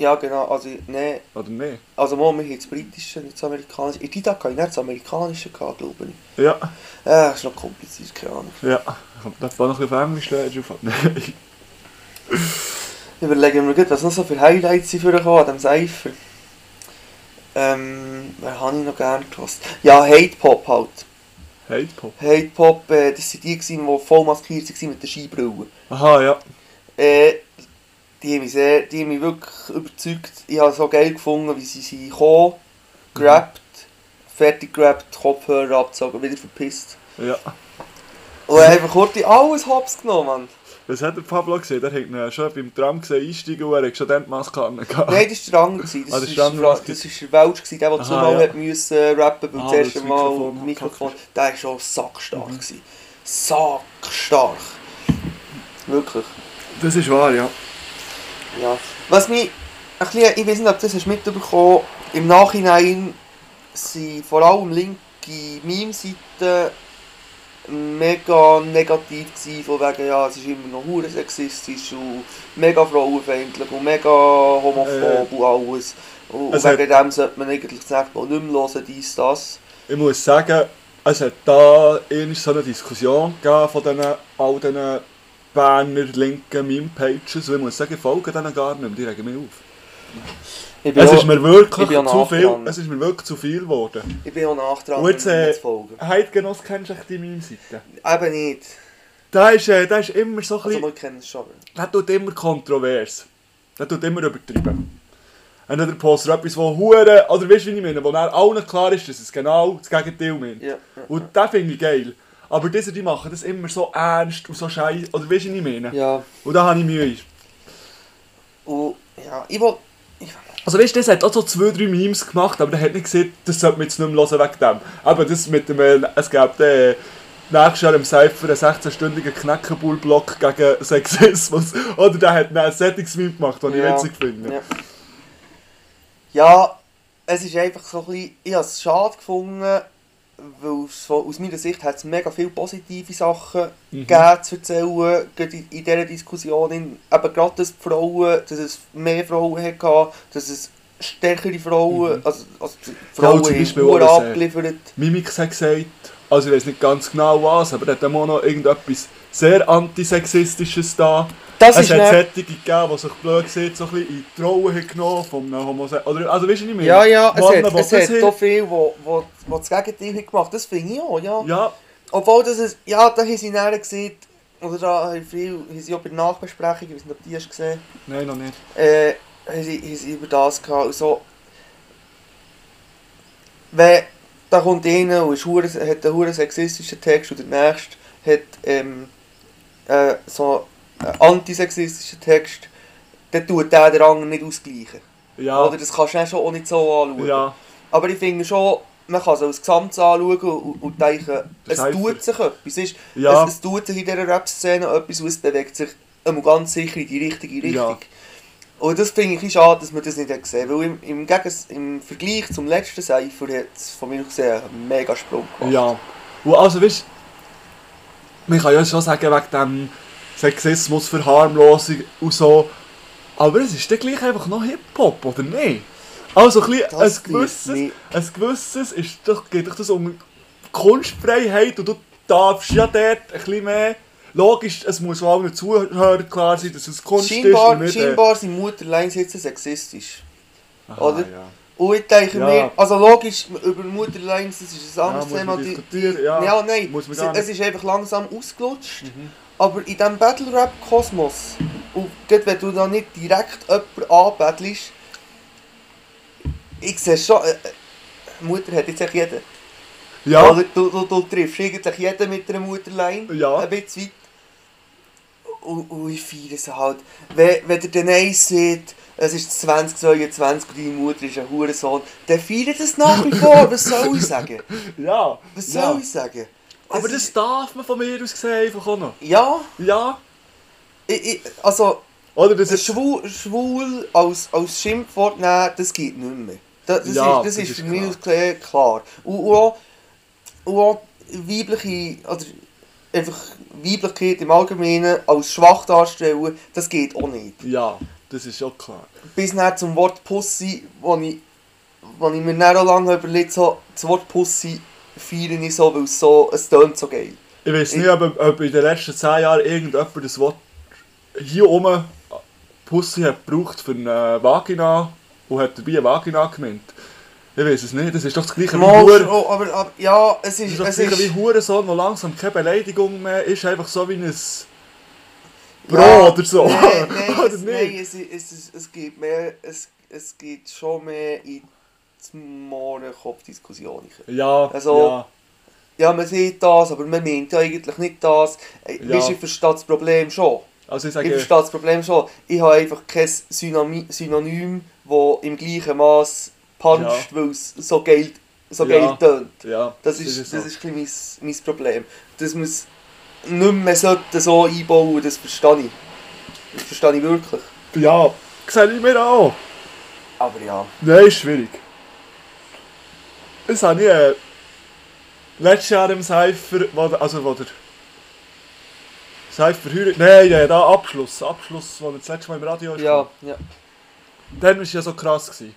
Speaker 5: Ja genau, also nein,
Speaker 4: Oder nicht?
Speaker 5: also Mom, ich das britische, nicht das amerikanische. In Dida kann ich nicht das amerikanische gehabt, glaube ich.
Speaker 4: Ja.
Speaker 5: Äh, ist noch kompliziert, keine Ahnung.
Speaker 4: Ja. Kommt das noch ein bisschen auf Englisch lernen? auf- Nein.
Speaker 5: Überlegen wir gut, was noch so für Highlights sind für euch an diesem Cypher. Ähm, wer habe ich noch gern gehört? Ja, Hate Pop halt.
Speaker 4: Hate Pop.
Speaker 5: Hate Pop, äh, das waren die, gewesen, die voll maskiert waren mit der Skibrille.
Speaker 4: Aha, ja.
Speaker 5: Äh, die haben mich sehr, die haben mich wirklich überzeugt. Ich habe es so geil gefunden, wie sie sie gekommen, gerappt, fertig gerappt, Kopfhörer abgezogen, wieder verpisst.
Speaker 4: Ja.
Speaker 5: Und einfach kurz alles hops genommen, Mann.
Speaker 4: Was hat der Pablo gesehen? Der hat ihn schon beim Tram gesehen einsteigen und er hat schon dann die Maske angehabt.
Speaker 5: Nein, das war der andere. gewesen.
Speaker 4: Ah,
Speaker 5: Das
Speaker 4: das
Speaker 5: war
Speaker 4: war
Speaker 5: der
Speaker 4: der andere.
Speaker 5: das ist der Welch, gewesen, der, der
Speaker 4: Aha,
Speaker 5: zumal
Speaker 4: ja.
Speaker 5: hat müssen äh, rappen beim
Speaker 4: Ah, weil
Speaker 5: ersten
Speaker 4: das
Speaker 5: Mal
Speaker 4: Mikrofon Mhm.
Speaker 5: mit Mikrofon.
Speaker 4: abgehackt
Speaker 5: Der war schon sackstark. gewesen. Sackstark. Wirklich.
Speaker 4: Das ist wahr, ja.
Speaker 5: Ja. Was mich ein bisschen, ich weiß nicht, ob du das hast mitbekommen im Nachhinein sind vor allem linke Meme-Seiten mega negativ gewesen, von wegen, ja, es ist immer noch hure sexistisch und mega frauenfeindlich und mega
Speaker 4: Äh.
Speaker 5: homophob und alles. Und, und
Speaker 4: Es hat-
Speaker 5: wegen dem sollte man eigentlich das nächste Mal nicht mehr hören, dies, das.
Speaker 4: Ich muss sagen, es hat da einmal so eine Diskussion gegeben von diesen, all diesen Berner linken Meme-Pages. Und ich muss sagen, ich folge denen gar nicht mehr, die regen mich auf.
Speaker 5: Ich bin,
Speaker 4: Es
Speaker 5: auch,
Speaker 4: ist mir
Speaker 5: ich
Speaker 4: wirklich
Speaker 5: bin auch
Speaker 4: zu viel,
Speaker 5: nachgerannt.
Speaker 4: es ist mir wirklich zu viel geworden.
Speaker 5: ich bin auch nachtragend,
Speaker 4: Und jetzt,
Speaker 5: wenn man
Speaker 4: äh,
Speaker 5: zu folgen.
Speaker 4: Heidgenoss, kennst du echt die Meme-Seite?
Speaker 5: Eben nicht.
Speaker 4: Der ist, äh, der ist immer so ein
Speaker 5: Also,
Speaker 4: bisschen...
Speaker 5: wir kennen es schon.
Speaker 4: Der tut immer kontrovers. Der tut immer übertrieben. Entweder postet er etwas, wo Huren, oder weißt du, wie ich meine, wo dann allen klar ist, dass es genau das Gegenteil meint.
Speaker 5: Ja, ja,
Speaker 4: Und das finde ich geil. Aber diese, die machen das immer so ernst und so scheiße, oder weißt du, wie ich meine?
Speaker 5: Ja.
Speaker 4: Und da habe ich Mühe.
Speaker 5: Und, ja, ich will... Ich
Speaker 4: Also weißt du, das hat auch so zwei, drei Memes gemacht, aber der hat nicht gesagt, das sollte man jetzt nicht mehr hören wegen dem. Aber das mit dem, äh, es gab äh, nächstes Jahr im Cypher einen 16-stündigen Knackenbull-Block gegen Sexismus. Oder der hat dann ein Settings-Meme gemacht, den ich witzig finde.
Speaker 5: Ja. ja, es ist einfach so ein bisschen, ich habe es schade gefunden, weil aus, von- aus meiner Sicht hat es mega viele positive Sachen gegeben zu erzählen, gerade in, in dieser Diskussion, in, eben gerade, dass die Frauen, dass es mehr Frauen hatte, dass es stärkere Frauen, also, also die Frauen
Speaker 4: zum
Speaker 5: haben
Speaker 4: Beispiel
Speaker 5: verdammt
Speaker 4: auch, dass, äh,
Speaker 5: abgeliefert.
Speaker 4: Mimix hat gesagt, also ich weiß nicht ganz genau was, aber er hat dem auch noch irgendetwas sehr antisexistisches da.
Speaker 5: Das
Speaker 4: es
Speaker 5: ist
Speaker 4: hat
Speaker 5: dann-
Speaker 4: Sättige gegeben, die sich blöd sieht, so ein bisschen in die Rolle haben genommen vom Homosexuellen. Oder, also weißt du, was ich meine?
Speaker 5: Ja, ja, es
Speaker 4: Männer,
Speaker 5: hat,
Speaker 4: die
Speaker 5: es
Speaker 4: das
Speaker 5: hat
Speaker 4: haben.
Speaker 5: doch viel, wo, wo, wo das Gegenteil haben gemacht Das finde ich auch, ja.
Speaker 4: Ja,
Speaker 5: Obwohl das ist, ja, da haben sie näher gesehen, oder da haben viel, haben sie auch bei der Nachbesprechung, ich weiß nicht, ob du die hast gesehen,
Speaker 4: nein, noch nicht.
Speaker 5: äh, haben, sie, haben sie über das gehabt. Also, wenn, da kommt einer und ist hure- hat einen hure sexistischen Text und der nächste hat ähm, äh, so einen antisexistischen Text, dann tut der den anderen nicht ausgleichen.
Speaker 4: Ja,
Speaker 5: Oder das kannst du dann schon auch nicht so anschauen.
Speaker 4: ja.
Speaker 5: Aber ich finde schon, man kann es als Gesamtes anschauen und, und denken,
Speaker 4: Das
Speaker 5: es
Speaker 4: heißt-
Speaker 5: tut sich etwas. Es, ist,
Speaker 4: Ja.
Speaker 5: es, es tut sich in dieser Rap-Szene etwas und es bewegt sich einmal ganz sicher in die richtige Richtung.
Speaker 4: Ja.
Speaker 5: Und das finde ich ein bisschen schade, dass man das nicht hat gesehen hat. Weil im, im, Gegens im Vergleich zum letzten Cypher hat es von mir aus gesehen einen mega Sprung gemacht.
Speaker 4: Ja. Und also, weißt du, man kann ja schon sagen, wegen dem Sexismus, Verharmlosung und so. Aber es ist dann gleich einfach noch Hip-Hop, oder nicht? Also, ein, bisschen,
Speaker 5: Das
Speaker 4: ein gewisses,
Speaker 5: nicht.
Speaker 4: ein gewisses ist doch, geht doch das um Kunstfreiheit und du darfst ja dort ein bisschen mehr. Logisch, es muss auch allen Zuhörern klar sein, dass es Kunst ist. und
Speaker 5: Scheinbar,
Speaker 4: nicht, äh,
Speaker 5: scheinbar sind Mutterleins jetzt sexistisch.
Speaker 4: aha,
Speaker 5: oder?
Speaker 4: Ja.
Speaker 5: Und ich denke
Speaker 4: Ja.
Speaker 5: mir, also logisch, über Mutterleins, das ist ein
Speaker 4: Ja,
Speaker 5: anderes
Speaker 4: muss
Speaker 5: Thema.
Speaker 4: man
Speaker 5: die-
Speaker 4: diskutieren, ja.
Speaker 5: ja, nein,
Speaker 4: Muss man
Speaker 5: es,
Speaker 4: gar nicht.
Speaker 5: es ist einfach langsam ausgelutscht.
Speaker 4: Mhm.
Speaker 5: Aber in diesem Battle-Rap-Kosmos, und gerade wenn du da nicht direkt jemanden anbettelst, ich sehe schon, äh, äh, Mutter hat jetzt echt jeden.
Speaker 4: Ja.
Speaker 5: Oder Also, du, du, du triffst eigentlich jeden mit einer Mutterlein,
Speaker 4: Ja.
Speaker 5: ein bisschen weit. Und, und ich feiere es halt. Wenn, wenn ihr den Eis seht, es ist 2022 und deine Mutter ist ein Hurensohn, dann feiert es nach wie vor. Was soll ich sagen?
Speaker 4: ja.
Speaker 5: Was soll
Speaker 4: ja.
Speaker 5: ich sagen?
Speaker 4: Aber
Speaker 5: Es
Speaker 4: das
Speaker 5: ist-
Speaker 4: darf man von mir aus gesehen einfach auch noch.
Speaker 5: Ja,
Speaker 4: Ja.
Speaker 5: ich, ich, also
Speaker 4: Oder das ist.
Speaker 5: schwul, schwul als, als Schimpfwort nehmen, das geht nicht mehr. Das, das,
Speaker 4: Ja,
Speaker 5: ist, das,
Speaker 4: das
Speaker 5: ist
Speaker 4: ist
Speaker 5: für mich
Speaker 4: klar.
Speaker 5: aus klar. klar. Und, und, auch, und auch weibliche, oder einfach Weiblichkeit im Allgemeinen als schwach darstellen, das geht auch nicht.
Speaker 4: Ja, das ist schon klar.
Speaker 5: Bis dann zum Wort Pussy, wo ich, wo ich mir dann auch lange überlegt habe, das Wort Pussy feiere ich so, weil es so, es tönt so geil.
Speaker 4: Ich weiß
Speaker 5: Ich-
Speaker 4: nicht, ob, ob in den letzten 10 Jahren irgendjemand das Wort hier oben äh, Pussy hat gebraucht für eine Vagina und hat dabei eine Vagina gemeint. Ich weiß es nicht, das ist doch das gleiche wie
Speaker 5: Mal schon,
Speaker 4: Hure.
Speaker 5: aber, aber ja, es
Speaker 4: Das
Speaker 5: ist,
Speaker 4: ist doch das
Speaker 5: es
Speaker 4: gleiche wie
Speaker 5: ist,
Speaker 4: Hurensohn, der langsam keine Beleidigung mehr ist, einfach so wie ein Bro
Speaker 5: Ja,
Speaker 4: oder so.
Speaker 5: Nein, nein,
Speaker 4: oder
Speaker 5: es, nein es, es, es, es gibt mehr, es, es gibt schon mehr in die Mohrenkopf-Diskussionen.
Speaker 4: Ja,
Speaker 5: Also-
Speaker 4: ja.
Speaker 5: Ja, man sieht das, aber man meint ja eigentlich nicht das. Äh,
Speaker 4: Ja.
Speaker 5: Weisst, ich verstehe das Problem schon.
Speaker 4: Also ich
Speaker 5: Ich
Speaker 4: sage,
Speaker 5: verstehe das Problem schon. Ich habe einfach kein Synami Synonym, das im gleichen Maß puncht, weil es so geil, so
Speaker 4: Ja.
Speaker 5: geil tönt.
Speaker 4: ja,
Speaker 5: Das ist, das
Speaker 4: so.
Speaker 5: ist ein bisschen mein, mein Problem. Dass man es nicht mehr sollte so einbauen das verstehe ich. Das verstehe ich wirklich.
Speaker 4: Ja, sehe ich mir auch.
Speaker 5: Aber ja.
Speaker 4: Nein, ist schwierig. Das habe ich äh, letztes Jahr im Cypher, wo, der- also wo der Cypher heuert, nein, ja, da Abschluss, Abschluss, wo er das letzte Mal im Radio ist.
Speaker 5: Ja, ja.
Speaker 4: Dann war es ja so krass. Gewesen.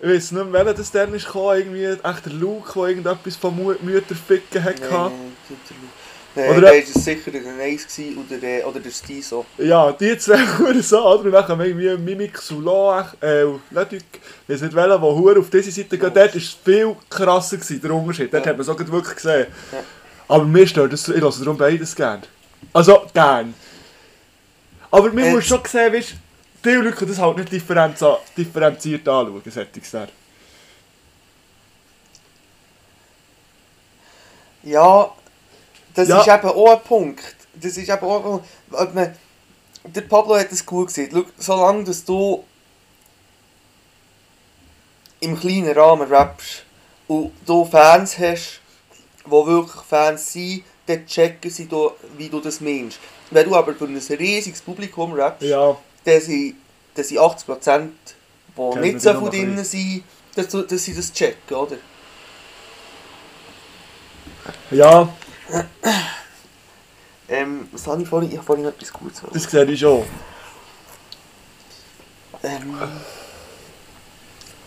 Speaker 4: Ich weiß nicht mehr, welcher das dann ist gekommen, irgendwie echt der Luke, der irgendetwas von Mu Mütterficken hatte.
Speaker 5: Nein,
Speaker 4: Oder-
Speaker 5: Nein, da war es sicher der Nice gewesen und der, oder der Stiso.
Speaker 4: Ja, die zwei Huren so, oder? Und dann haben wir irgendwie Mimik Soulon, äh, Leduc, ich weiß nicht welcher, der Huren auf diese Seite geht. Dort war es viel krasser, gewesen, der Unterschied. Dort
Speaker 5: Ja.
Speaker 4: hat man es auch gerade wirklich gesehen.
Speaker 5: Ja.
Speaker 4: Aber mir stört das, ich höre darum beides gern. Also, gern. Aber man
Speaker 5: Äh,
Speaker 4: muss schon sehen, weißt, die Leute können das halt nicht differenz differenziert anschauen, solche Sachen.
Speaker 5: Ja, das
Speaker 4: Ja.
Speaker 5: ist eben auch ein Punkt. Das ist eben auch ein Punkt. Ob man- Der Pablo hat es gut gesehen. Schau, solange dass du im kleinen Rahmen rappst und du Fans hast, die wirklich Fans sind, dann checken sie, da, wie du das meinst. Wenn du aber für ein riesiges Publikum rappst,
Speaker 4: Ja,
Speaker 5: dann sind, dann sind 80 Prozent, die
Speaker 4: Kennen
Speaker 5: nicht
Speaker 4: die
Speaker 5: so
Speaker 4: noch
Speaker 5: viel
Speaker 4: ein
Speaker 5: drin sind, dass, du- dass sie das checken, oder?
Speaker 4: ja,
Speaker 5: Ähm, was habe ich vorhin? Ich habe vorhin etwas Gutes
Speaker 4: das sehe ich schon.
Speaker 5: Ähm.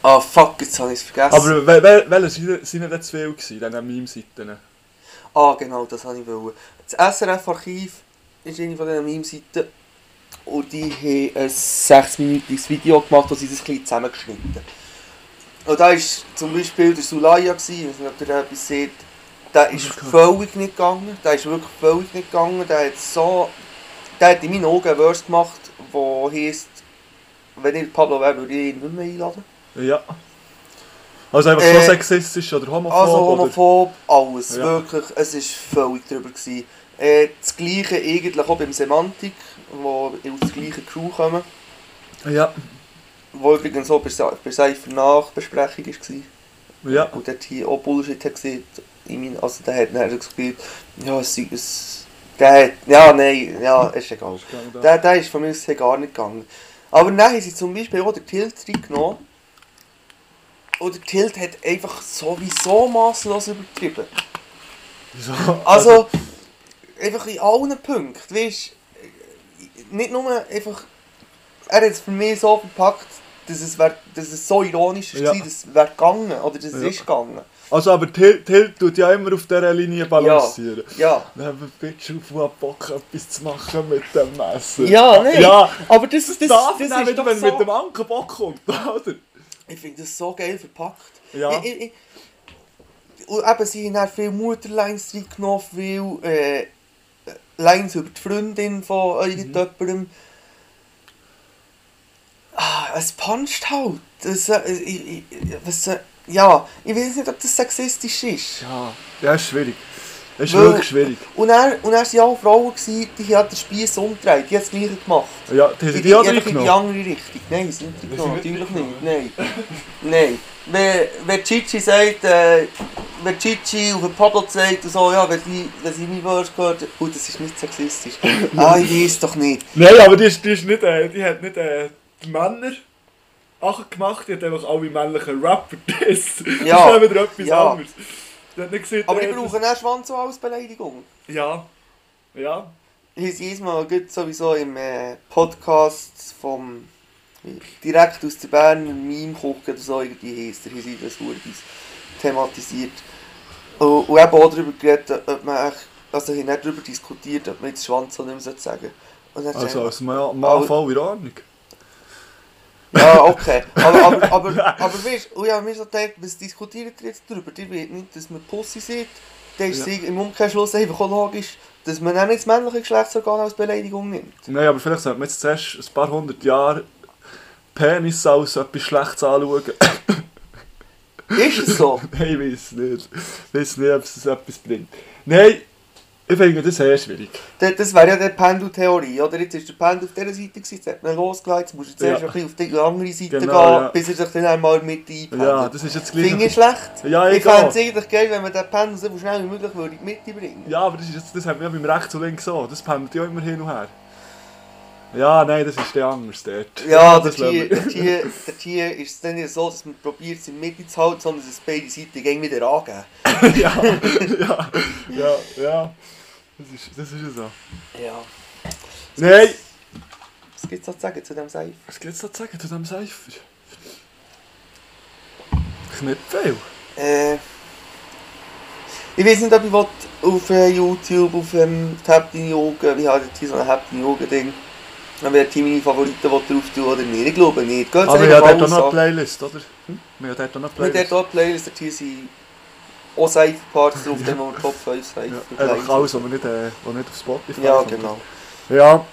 Speaker 5: Ah, fuck, jetzt habe ich es vergessen.
Speaker 4: Aber wel- wel- welche waren denn jetzt viel, gewesen, diese Meme-Seiten?
Speaker 5: Ah, genau, das habe ich wollen. Das SRF-Archiv ist eine von diesen Meme-Seiten. Und die haben ein 6-minütiges Video gemacht, wo sie das ein bisschen zusammengeschnitten Und da war zum Beispiel der Sulaya, gewesen, ich weiß nicht, ob ihr da etwas seht. Der ist völlig nicht gegangen. Der ist wirklich völlig nicht gegangen. Der hat so. Der hat in meinen Augen einen Verse gemacht, der heisst, wenn ich Pablo wäre, würde ich ihn nicht mehr einladen.
Speaker 4: Ja. Also einfach so
Speaker 5: Äh,
Speaker 4: sexistisch oder homophob.
Speaker 5: Also homophob, alles,
Speaker 4: Ja.
Speaker 5: wirklich, es ist völlig drüber gewesen. Äh, das gleiche eigentlich auch beim Semantik, wo aus der gleichen Crew kommen,
Speaker 4: Oder, ja,
Speaker 5: wo übrigens auch bei, Sa- bei Cypher Nachbesprechung war.
Speaker 4: ja.
Speaker 5: Und dort hier auch Bullshit hat gesehen, ich meine, also der hat dann gespielt, ja, es sei es, der hat, ja, nein, ja, ist egal.
Speaker 4: Ist gegangen da.
Speaker 5: Der, der ist von mir aus her gar nicht gegangen. Aber dann haben sie zum Beispiel auch den Tilt reingenommen. Und der Tilt hat einfach sowieso masslos übertrieben.
Speaker 4: Wieso?
Speaker 5: Also, einfach in allen Punkten, weißt du, nicht nur einfach, er hat es für mich so verpackt, dass es, wär, dass es so ironisch war,
Speaker 4: Ja.
Speaker 5: dass es wäre gegangen, oder dass es
Speaker 4: Ja.
Speaker 5: ist gegangen.
Speaker 4: Also aber Till, Till tut ja immer auf dieser Linie balancieren.
Speaker 5: Ja.
Speaker 4: Nehmen wir bitte auf, wo Bock etwas zu machen mit dem Messer.
Speaker 5: Ja, nein.
Speaker 4: Ja,
Speaker 5: Aber das, das, das,
Speaker 4: das,
Speaker 5: ist
Speaker 4: nehmen,
Speaker 5: doch
Speaker 4: wenn
Speaker 5: so...
Speaker 4: mit dem Anker Bock kommt, oder?
Speaker 5: Ich finde das so geil verpackt.
Speaker 4: Ja.
Speaker 5: Ich, ich, ich, und eben, sie haben dann viele Mutterlines reingenommen, viele äh, Lines über die Freundin von
Speaker 4: Mhm.
Speaker 5: irgendjemandem. Ah, es puncht halt. Das, äh, ich, ich, was, äh, ja, ich weiß nicht, ob das sexistisch ist.
Speaker 4: Ja, ja ist schwierig. Es ist
Speaker 5: Weil-
Speaker 4: wirklich schwierig.
Speaker 5: Und dann, und dann waren ja auch Frauen, gewesen, die hat den Spieß umgedreht, die hat das gleiche gemacht.
Speaker 4: Ja, die haben die andere
Speaker 5: einfach in die
Speaker 4: genommen.
Speaker 5: andere Richtung. Nein, sie sind nicht genommen,
Speaker 4: sind
Speaker 5: natürlich nicht. Nein. Nein. Wenn, wenn Chichi sagt, äh, wenn Chichi auf den Pablo zeigt und so, ja, wenn sie, wenn sie mein Wörter gehört, gut, das ist nicht sexistisch. ah, ich weiß doch nicht.
Speaker 4: Nein, aber die, ist, die, ist nicht, äh, die hat nicht äh, die Männer Achen gemacht, die hat einfach alle männlichen Rapper das.
Speaker 5: Ja.
Speaker 4: Das ist wieder etwas
Speaker 5: Ja.
Speaker 4: anderes. Die hat nicht gesehen,
Speaker 5: Aber
Speaker 4: äh,
Speaker 5: ich brauche einen Schwanz auch als Beleidigung.
Speaker 4: das- Ja. Ja.
Speaker 5: Ich habe jedes Mal gut sowieso im äh, Podcast vom direkt aus der Berner Meme gucken oder so irgendwie heisst, er, hier sind das Urgis thematisiert. Und, und eben auch darüber geredet, ob man echt, also ich habe nicht darüber diskutiert, ob man jetzt Schwanz oder nicht mehr sagen sollte. Und dann
Speaker 4: Also
Speaker 5: also,
Speaker 4: als Mann, Mann
Speaker 5: Aber-
Speaker 4: voll in Ordnung.
Speaker 5: ja, okay. Aber, aber, aber, aber weißt du, und ich habe mir so gedacht, was diskutiert ihr jetzt darüber? Ihr wollt nicht, dass man Pussy sieht. Dann ist
Speaker 4: Ja.
Speaker 5: sie im Umkehrschluss einfach auch logisch, dass man auch nicht das männliche Geschlechtsorgan als Beleidigung nimmt.
Speaker 4: Nein, aber vielleicht sollte man jetzt zuerst ein paar hundert Jahre Penis als etwas Schlechtes anschauen.
Speaker 5: Ist es so?
Speaker 4: Nein, ich weiß nicht. Ich weiß nicht, ob es etwas bringt. Nein, ich finde das sehr schwierig.
Speaker 5: Das, das wäre ja die Pendeltheorie, oder? Jetzt ist der Pendel auf dieser Seite, gewesen, jetzt hat man losgelegt, jetzt musst du zuerst
Speaker 4: Ja.
Speaker 5: ein bisschen auf die andere Seite
Speaker 4: Genau,
Speaker 5: gehen,
Speaker 4: ja.
Speaker 5: bis er sich dann einmal mit einpendelt.
Speaker 4: Ja, das ist jetzt gleich.
Speaker 5: Finde ich schlecht.
Speaker 4: Ja,
Speaker 5: ich
Speaker 4: egal.
Speaker 5: fände es eigentlich geil, wenn man den Pendel so schnell wie möglich würde in die Mitte bringen
Speaker 4: Ja, aber das, ist jetzt, das haben wir ja beim Rechts und Links so. Das pendelt ja immer hin und her. Ja, nein, das ist der anders dort.
Speaker 5: Ja, der
Speaker 4: das lassen wir.
Speaker 5: Tier, der Tier, der Tier ist es dann nicht so, dass man probiert, es in die Mitte zu halten, sondern dass es beide Seiten gegen wieder angeben.
Speaker 4: ja, ja, ja, ja. Das ist, das ist ja so.
Speaker 5: Ja.
Speaker 4: Nein!
Speaker 5: Was gibt es da zu sagen zu dem Seif?
Speaker 4: Was gibt's da zu sagen zu diesem Seifer? Ich nicht viel.
Speaker 5: Äh, ich weiß nicht, ob ich will, auf äh, YouTube, auf ähm, die Hab deine Augen, wie halt hier so ein Hab deine Augen Ding, ob ich hier meine Favoriten will drauf tun oder nicht. Ich glaube nicht. Geht
Speaker 4: Aber ja, der hat auch noch eine Playlist, oder? Hm? Wir haben dort auch noch eine
Speaker 5: Mit der
Speaker 4: Playlist.
Speaker 5: dort Playlist, hier sind auch Cypher-Parts drauf, dann haben wir Top 5
Speaker 4: Ja,
Speaker 5: Cypher-Playlist.
Speaker 4: einfach alles, was wir nicht, äh, was nicht auf Spotify
Speaker 5: Ja,
Speaker 4: kommt.
Speaker 5: genau.
Speaker 4: Ja,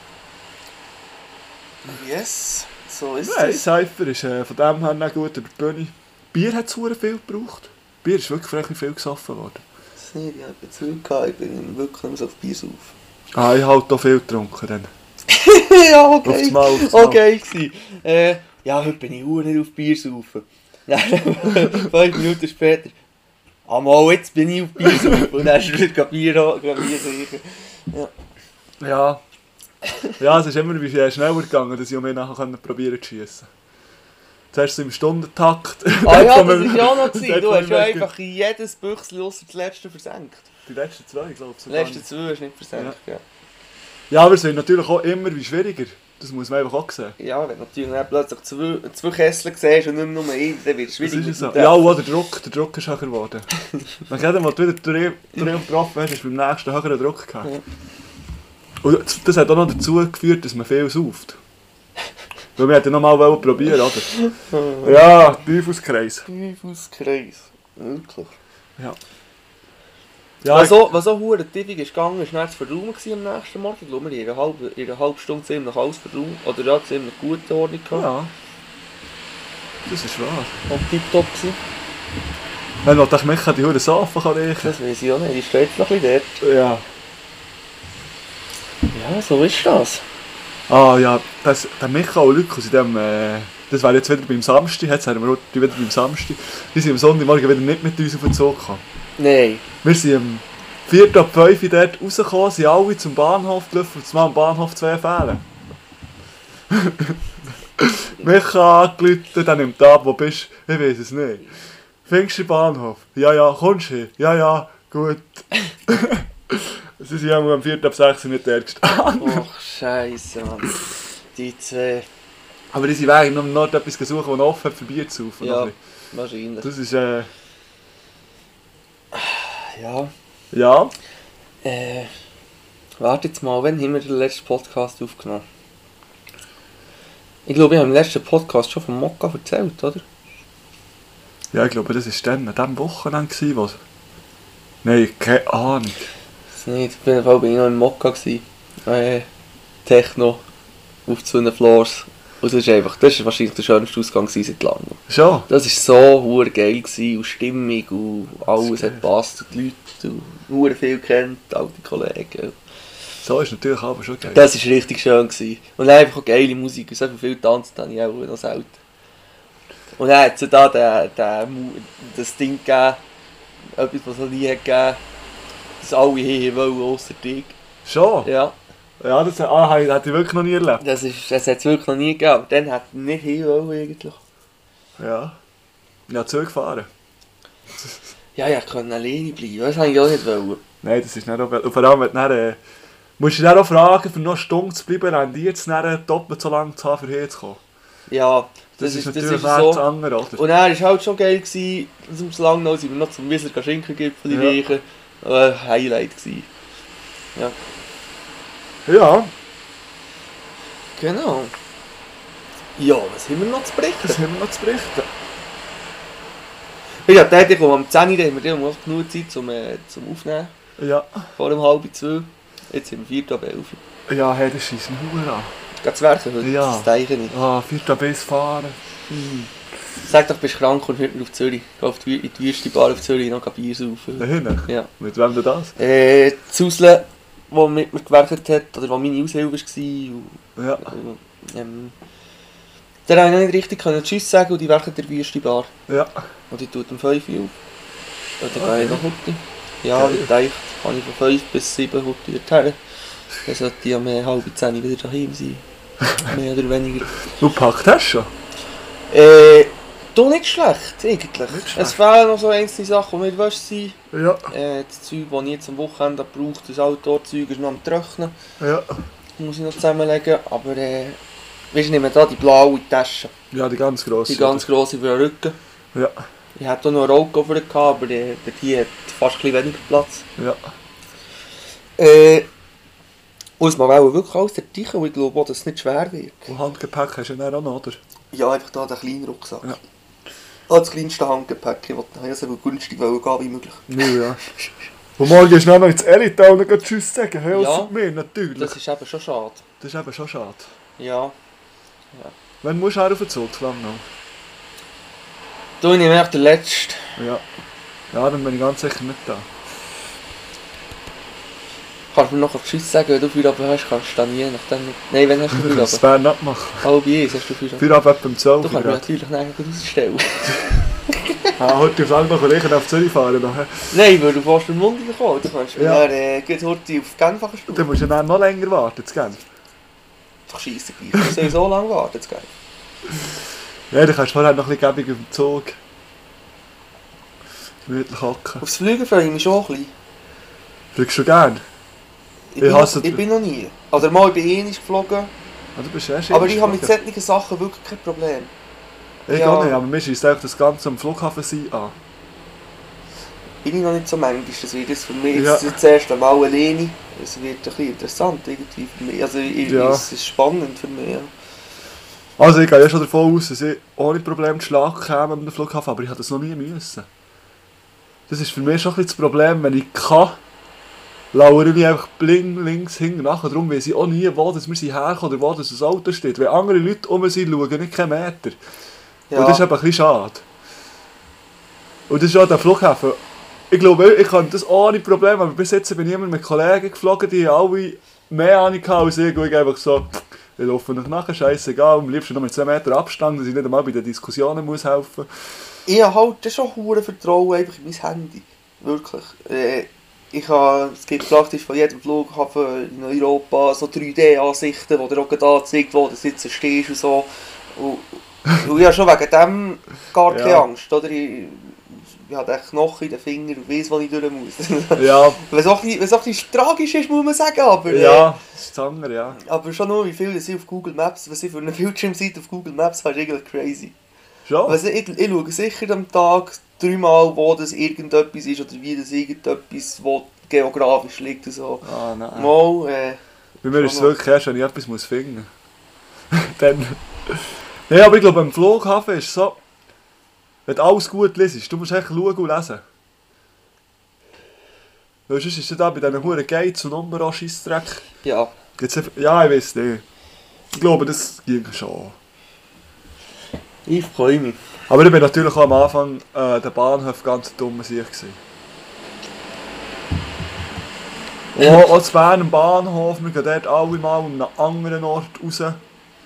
Speaker 5: Yes, so ist
Speaker 4: nein,
Speaker 5: es.
Speaker 4: Cypher ist äh, von dem her nicht gut über die Bühne. Bier hat es viel gebraucht. Bier ist wirklich vielleicht viel gesoffen worden.
Speaker 5: Das ist nicht, ich habe jetzt Hunger gehabt, ich bin wirklich nicht mehr so auf Bier auf.
Speaker 4: Ah, ich halt auch viel getrunken dann.
Speaker 5: ja,
Speaker 4: Aufs
Speaker 5: okay.
Speaker 4: Mal, aufs Mal.
Speaker 5: Okay, gsi. Äh, ja, heute bin ich auch nicht auf Bier saufen. Dann, Fünf Minuten später. Ah, mal, jetzt bin ich auf Bier saufen. Und dann ist wieder Bier holen, Bier trinken.
Speaker 4: Ja. Ja, es ist immer wie viel schneller gegangen, dass ich um mich nachher können probieren zu schiessen. Zuerst so im Stundentakt.
Speaker 5: Ah ja,
Speaker 4: Dann
Speaker 5: das
Speaker 4: kommen
Speaker 5: ist
Speaker 4: wir-
Speaker 5: ja auch noch
Speaker 4: dann
Speaker 5: gewesen. Du
Speaker 4: kommen
Speaker 5: hast ja
Speaker 4: wir weg.
Speaker 5: einfach jedes Büchsel außer das letzte versenkt.
Speaker 4: Die letzten zwei, glaube ich.
Speaker 5: Das
Speaker 4: sogar.
Speaker 5: letzte zwei hast du nicht versenkt, ja.
Speaker 4: Ja, aber es wird natürlich auch immer wie schwieriger. Das muss man einfach auch sehen.
Speaker 5: Ja, wenn du natürlich dann plötzlich zwei, zwei Kessel siehst und nicht mehr nur einen, dann wird es
Speaker 4: Das
Speaker 5: schwierig.
Speaker 4: ist
Speaker 5: mit
Speaker 4: es so.
Speaker 5: dem
Speaker 4: Ja,
Speaker 5: Dämpfer.
Speaker 4: wow, der Druck, der Druck ist höher geworden. Nachdem du wieder drei, drei getroffen hast, hast du beim nächsten höheren Druck gehabt. Und das- das hat auch noch dazu geführt, dass man viel sauft. Weil wir hätten nochmal probieren wollen, oder? Ja, Teufelskreis.
Speaker 5: Teufelskreis. Wirklich.
Speaker 4: Ja,
Speaker 5: was auch, was auch hure tiefig ist gegangen, ist nachher verräumen gewesen am nächsten Morgen. Ich glaube, wir haben in einer halben- in einer halben Stunde ziemlich alles verräumt. Oder ja, ziemlich gute Ordnung gehabt.
Speaker 4: ja. Das ist wahr.
Speaker 5: Und tiptop gewesen.
Speaker 4: Wenn man dich mich an die Huren saufen kann, riechen.
Speaker 5: Das weiß ich auch nicht, die steht noch ein bisschen
Speaker 4: Ja.
Speaker 5: dort. Ja, so ist das.
Speaker 4: Ah ja, das, der Michael Lukas in dem, äh, das wäre jetzt wieder beim Samstag, jetzt sind wir heute wieder beim Samstag, die sind am Sonntagmorgen wieder nicht mit uns auf den Zug gekommen.
Speaker 5: Nein.
Speaker 4: Wir sind am 4. ab 5 Uhr dort rausgekommen, sind alle zum Bahnhof gelaufen und zumal am Bahnhof zwei fehlen. Mich angeläutet, dann nimmt ab, wo bist du? Ich weiß es nicht. Findest du den Bahnhof? Ja, ja, kommst du hin? Ja, ja, gut. Sie sind einmal am 4. ab 6 Uhr nicht dort gestanden.
Speaker 5: Ach, Scheiße, Mann. Die zwei.
Speaker 4: Aber die sind weg, um dort etwas zu suchen, das offen hat für Bier zu saufen.
Speaker 5: Ja,
Speaker 4: Noch ein
Speaker 5: wahrscheinlich.
Speaker 4: bisschen. Das ist, äh,
Speaker 5: Ja.
Speaker 4: ja,
Speaker 5: Äh. Warte jetzt mal, wann haben wir den letzten Podcast aufgenommen? Ich glaube, ich habe im letzten Podcast schon vom Mokka erzählt, oder?
Speaker 4: ja, ich glaube, das war dann an diesem Wochenende, gewesen, was... Nein, keine Ahnung.
Speaker 5: Das nicht. Auf jeden Fall bin ich noch im Mokka. Gewesen. Äh, Techno. Auf zwei Floors. Und das ist einfach, das ist wahrscheinlich der schönste Ausgang gewesen seit langem.
Speaker 4: Schon?
Speaker 5: Das war so hure geil gewesen, und stimmig und alles hat gepasst und die Leute und hure viel kennt, alte Kollegen.
Speaker 4: So ist natürlich aber schon geil.
Speaker 5: Das war richtig schön. Gewesen. Und dann einfach auch geile Musik und so viel Tanz habe ich auch noch selten. Und dann hat es da den, den, Mu- das Ding gegeben, etwas, was es noch nie hat gegeben dass alle hier wollen, außer dich.
Speaker 4: Schon? Ja,
Speaker 5: Ja,
Speaker 4: das ah, hab ich- hätte ich wirklich noch nie erlebt.
Speaker 5: das, ist- das hat es wirklich noch nie gegeben. Aber Dann hat nicht hier wollen eigentlich.
Speaker 4: Ja. Ja, Zug fahren.
Speaker 5: Ja, ja, ich konnte alleine bleiben, das habe ich auch nicht wollen.
Speaker 4: Nein, das ist nicht auch... Und vor allem, wenn du dann, äh, musst du dich dann auch fragen, für noch eine Stunde zu bleiben, rendiert es dann äh, doppelt so lange zu haben, für hierher zu kommen.
Speaker 5: Ja,
Speaker 4: Das, ist,
Speaker 5: das
Speaker 4: natürlich
Speaker 5: ist
Speaker 4: das
Speaker 5: so.
Speaker 4: andere, oder?
Speaker 5: Und er war halt schon geil, gewesen, zum Langnau sind wir noch zum Wiesler Schinkengipfel
Speaker 4: Ja.
Speaker 5: reichen. Äh, Highlight gewesen.
Speaker 4: Ja,
Speaker 5: Genau. Ja, was haben wir noch
Speaker 4: das
Speaker 5: zu berichten?
Speaker 4: haben wir noch zu berichten.
Speaker 5: Ich habe gedacht, ich komme am 10 Uhr, da haben wir immer noch genug Zeit zum, äh, zum Aufnehmen.
Speaker 4: Ja.
Speaker 5: Vor dem halb zwei. Jetzt sind wir 4 ab 11 Uhr.
Speaker 4: Ja, hey, das schießt mich Huren an.
Speaker 5: Geht zu werken heute?
Speaker 4: Ja.
Speaker 5: Das denke ich nicht.
Speaker 4: Ah, vierter Base fahren.
Speaker 5: Sag doch, bist du krank und heute auf Zürich. Geh auf die, in die wüste Bar auf Zürich noch ein Bier saufen.
Speaker 4: Da hinten?
Speaker 5: Ja.
Speaker 4: Mit wem denn das?
Speaker 5: Äh, Zusle, die mit mir gewerkt hat, oder die meine Aushilfe war, und
Speaker 4: Ja.
Speaker 5: Ähm, der hat nicht richtig können Tschüss sagen und die werken der Wüste Bar.
Speaker 4: Ja.
Speaker 5: Und die tut um 5 Uhr auf. Und dann gehe ich noch heute. Ja, ich denke, kann ich von 5 bis 7 heute dorthin. Dann sollte ich um äh, halb 10 Uhr wieder daheim sein. Mehr oder weniger.
Speaker 4: Du packt hast schon.
Speaker 5: Äh, du nicht schlecht, eigentlich.
Speaker 4: schlecht.
Speaker 5: Es fehlen noch so einzelne Sachen, die nicht wasch sind.
Speaker 4: Ja.
Speaker 5: Äh, das Zeug, das ich jetzt am Wochenende brauche, das Outdoor-Zeug ist noch am Trocknen.
Speaker 4: Ja.
Speaker 5: Muss ich noch zusammenlegen. Aber, äh, weißt du, ich nehme da die blaue Tasche.
Speaker 4: Ja, die ganz grosse.
Speaker 5: Die ganz grosse über den Rücken.
Speaker 4: Ja.
Speaker 5: Ich hatte auch noch einen Rollkoffer, gehabt, aber äh, der hier hat fast ein bisschen weniger Platz.
Speaker 4: Ja.
Speaker 5: Äh, und es mag auch wirklich alles der Tiche, und ich glaube auch, dass es nicht schwer wird.
Speaker 4: Und Handgepäck hast du ja dann auch noch, oder?
Speaker 5: Ja, einfach da den kleinen Rucksack.
Speaker 4: Ja.
Speaker 5: Ah, das kleinste nou, Handgepäck, ich wollte nachher so günstig wollen gehen wie möglich.
Speaker 4: Ja, ja. Und morgen ist dann noch ins Elite und dann Tschüss sagen. Hey, ja.
Speaker 5: Ja.
Speaker 4: mir, natürlich.
Speaker 5: Das ist eben schon schade.
Speaker 4: Das ist eben schon schade.
Speaker 5: Ja.
Speaker 4: Wann musst du auch auf den Zug zu lang noch?
Speaker 5: Du, ich nehme echt den letzten.
Speaker 4: Ja. Ja, dann bin ich ganz sicher nicht da.
Speaker 5: Kannst du mir noch ein Tschüss sagen, wenn du Feierabend hast, kannst du dann nie nachdem... Nein, wenn hast du
Speaker 4: Wir können es
Speaker 5: Feierabend?
Speaker 4: Bern abmachen.
Speaker 5: Halb eins hast du Feierabend.
Speaker 4: Feierabend etwa um 12
Speaker 5: Du
Speaker 4: Uhr.
Speaker 5: kannst mir
Speaker 4: gerade.
Speaker 5: natürlich nachher ausstellen.
Speaker 4: Ah, heute auf Alba kann ich auf Zürich fahren. nachher.
Speaker 5: Nein, weil du fährst den Mund gekommen. Du kannst mir
Speaker 4: Ja.
Speaker 5: dann äh, gut heute auf Genf anstufen.
Speaker 4: Dann musst du dann noch länger warten, zu gehen.
Speaker 5: Doch scheisse gleich. Wir sollen so lange warten, gell?
Speaker 4: Ja, dann kannst du vorher halt noch ein bisschen gäbig auf dem Zug. Gemütlich hocken.
Speaker 5: Aufs Fliegen freue ich mich schon ein bisschen.
Speaker 4: Fliegst du gern?
Speaker 5: Ich,
Speaker 4: Ich
Speaker 5: bin,
Speaker 4: hasse
Speaker 5: ich
Speaker 4: das.
Speaker 5: bin noch nie. Oder mal, ich bin eh nicht geflogen.
Speaker 4: Ah, du bist ja schon
Speaker 5: Aber ich habe mit
Speaker 4: Stuttgart.
Speaker 5: solchen Sachen wirklich kein Problem.
Speaker 4: Ich
Speaker 5: ja.
Speaker 4: auch nicht, aber mir schießt einfach das Ganze am Flughafen sein an.
Speaker 5: Bin ich noch nicht so manchmal, das wird jetzt für mich
Speaker 4: Ja.
Speaker 5: jetzt das erste Mal alleine. Es wird ein bisschen interessant irgendwie für mich. Also ich,
Speaker 4: Ja.
Speaker 5: es ist spannend für mich. Ja.
Speaker 4: Also ich gehe ja schon davon aus, dass ich ohne Probleme zu Schlag käme am Flughafen, aber ich habe das noch nie müssen. Das ist für mich schon ein bisschen das Problem, wenn ich kann, lauere ich mich einfach bling links hinten nach. Darum weiss ich auch nie, wo dass wir sind herkommen oder wo dass das Auto steht. Wenn andere Leute um sind, schauen nicht keinen Meter. Und das ist
Speaker 5: Ja.
Speaker 4: eben ein bisschen schade. Und das ist auch der Flughafen. Ich glaube, ich kann das ohne Probleme, aber bis jetzt bin ich immer mit Kollegen geflogen, die alle mehr Ahnung haben als ich. Und ich einfach so, ich laufe noch nachher, scheißegal, am liebsten noch mit 2 Meter Abstand, dass ich nicht einmal bei den Diskussionen muss helfen
Speaker 5: Ich habe halt das schon hure Vertrauen einfach in mein Handy. Wirklich. Äh, ich habe, es gibt praktisch von jedem Flughafen in Europa so 3D-Ansichten, wo dir auch gerade anzeigt, wo du jetzt stehst und so. Und, und ich habe schon wegen dem gar keine
Speaker 4: Ja.
Speaker 5: Angst. Oder? Ich, ich habe den Knochen in den Fingern und weiß, wo ich durch muss.
Speaker 4: muss. Ja,
Speaker 5: Was auch, nicht- was auch nicht tragisch ist, muss man sagen, aber... äh,
Speaker 4: ja, das ist das andere, ja.
Speaker 5: Aber schon nur, wie viel sie auf Google Maps, was ich für eine Bildschirmseite auf Google Maps habe, ist eigentlich crazy.
Speaker 4: Schon?
Speaker 5: Also ich, ich schaue sicher am Tag dreimal, wo das irgendetwas ist oder wie das irgendetwas, wo geografisch liegt und so.
Speaker 4: Ah, nein.
Speaker 5: Mal, äh,
Speaker 4: Bei mir ist es wirklich erst, wenn ich etwas muss finden muss. Dann. Nein, aber ich glaube, am Flughafen ist es so, wenn du alles gut liest, du musst echt schauen und lesen. Weil sonst ist es da bei diesen Huren Gates und Nummern auch Scheissdreck.
Speaker 5: ja.
Speaker 4: Gibt's einfach- Ja, ich weiß nicht. Ich glaube, das ging schon.
Speaker 5: Ich freue mich.
Speaker 4: Aber ich bin natürlich auch am Anfang äh, der Bahnhof ganz dumm sich gewesen. Und auch auch zu Bern am Bahnhof, wir gehen dort alle mal um einen anderen Ort raus.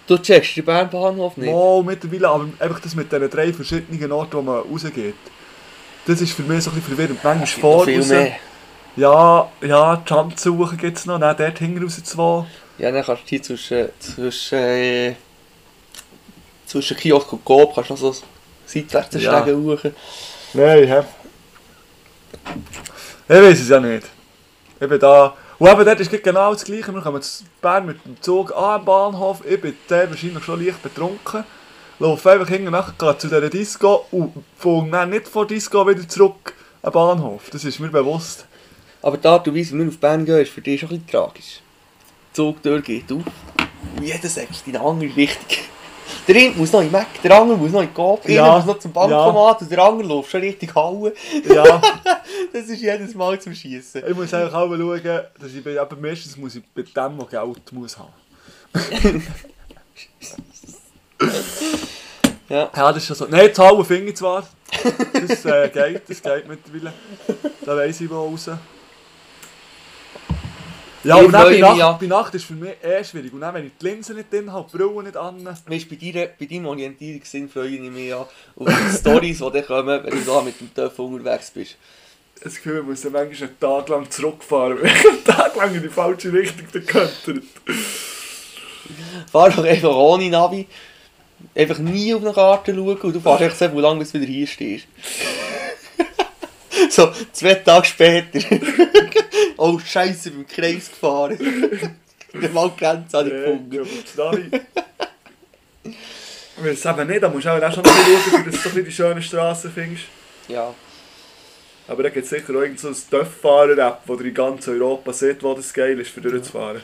Speaker 5: Du checkst den Bernbahnhof nicht?
Speaker 4: Mal mittlerweile, aber einfach das mit diesen drei verschiedenen Orten, wo man rausgeht. Das ist für mich so ein bisschen verwirrend. Manchmal vor
Speaker 5: viel
Speaker 4: raus.
Speaker 5: mehr.
Speaker 4: Ja, ja, die Schanzensuche gibt es noch, dann dort hinten raus zwei.
Speaker 5: Ja, dann kannst du hier zwischen, zwischen, äh, zwischen Kiosk und Coop kannst du noch so seitwärts den
Speaker 4: Ja.
Speaker 5: Stegen suchen.
Speaker 4: Nein, hä? Ich weiß es ja nicht. Ich bin da. Und eben dort ist gerade genau das Gleiche. Wir kommen zu Bern mit dem Zug an am Bahnhof. Ich bin der wahrscheinlich schon leicht betrunken. Laufe einfach hinten nachher gehe zu dieser Disco und fange dann nicht vor der Disco wieder zurück am Bahnhof. Das ist mir bewusst.
Speaker 5: Aber die Art und Weise, wie wir auf Bern gehen, ist für dich schon ein bisschen tragisch. Die Zugtür geht auf und jeder sagt in eine andere Richtung. Der eine muss noch in Mac, der andere muss noch in Coop, der
Speaker 4: Ja,
Speaker 5: eine muss noch zum Bankomat und der andere läuft schon richtig Hauen.
Speaker 4: Ja,
Speaker 5: Das ist jedes Mal zum Schießen.
Speaker 4: ich muss eigentlich auch mal schauen, dass ich bei, aber meistens muss ich bei dem, der Geld muss haben.
Speaker 5: Ja.
Speaker 4: ja, das ist schon so. Nein, die halben Finger zwar. Das äh, geht, das geht mittlerweile. Da weiss ich wo raus. Ja,
Speaker 5: Ich
Speaker 4: und dann bei
Speaker 5: freue mich,
Speaker 4: Nacht,
Speaker 5: ja.
Speaker 4: bei Nacht ist für mich eh schwierig. Und dann, wenn ich die Linsen nicht drin habe, die Brille nicht an.
Speaker 5: Weißt, du, bei, dir, bei deinem Orientierungssinn freue ich mich ja auf die Storys, die dann kommen, wenn du da mit dem Töff unterwegs bist.
Speaker 4: Das Gefühl, ich muss dann manchmal einen Tag lang zurückfahren, weil ich einen Tag lang in die falsche Richtung gekentert.
Speaker 5: Fahr doch einfach ohne Navi. Einfach nie auf eine Karte schauen und du fährst echt so, wie lange bis du wieder hier stehst. so, zwei Tage später. oh, Scheiße, beim Kreis gefahren. Der Mal die Grenze habe ich gefunden.
Speaker 4: Weil es eben nicht, da musst du auch schon mal schauen, dass du so die schönen Straßen findest.
Speaker 5: Ja.
Speaker 4: Aber da gibt es sicher auch irgendeinen so Dörffahrer-App, wo du in ganz Europa sieht, wo das geil ist, für durchzufahren.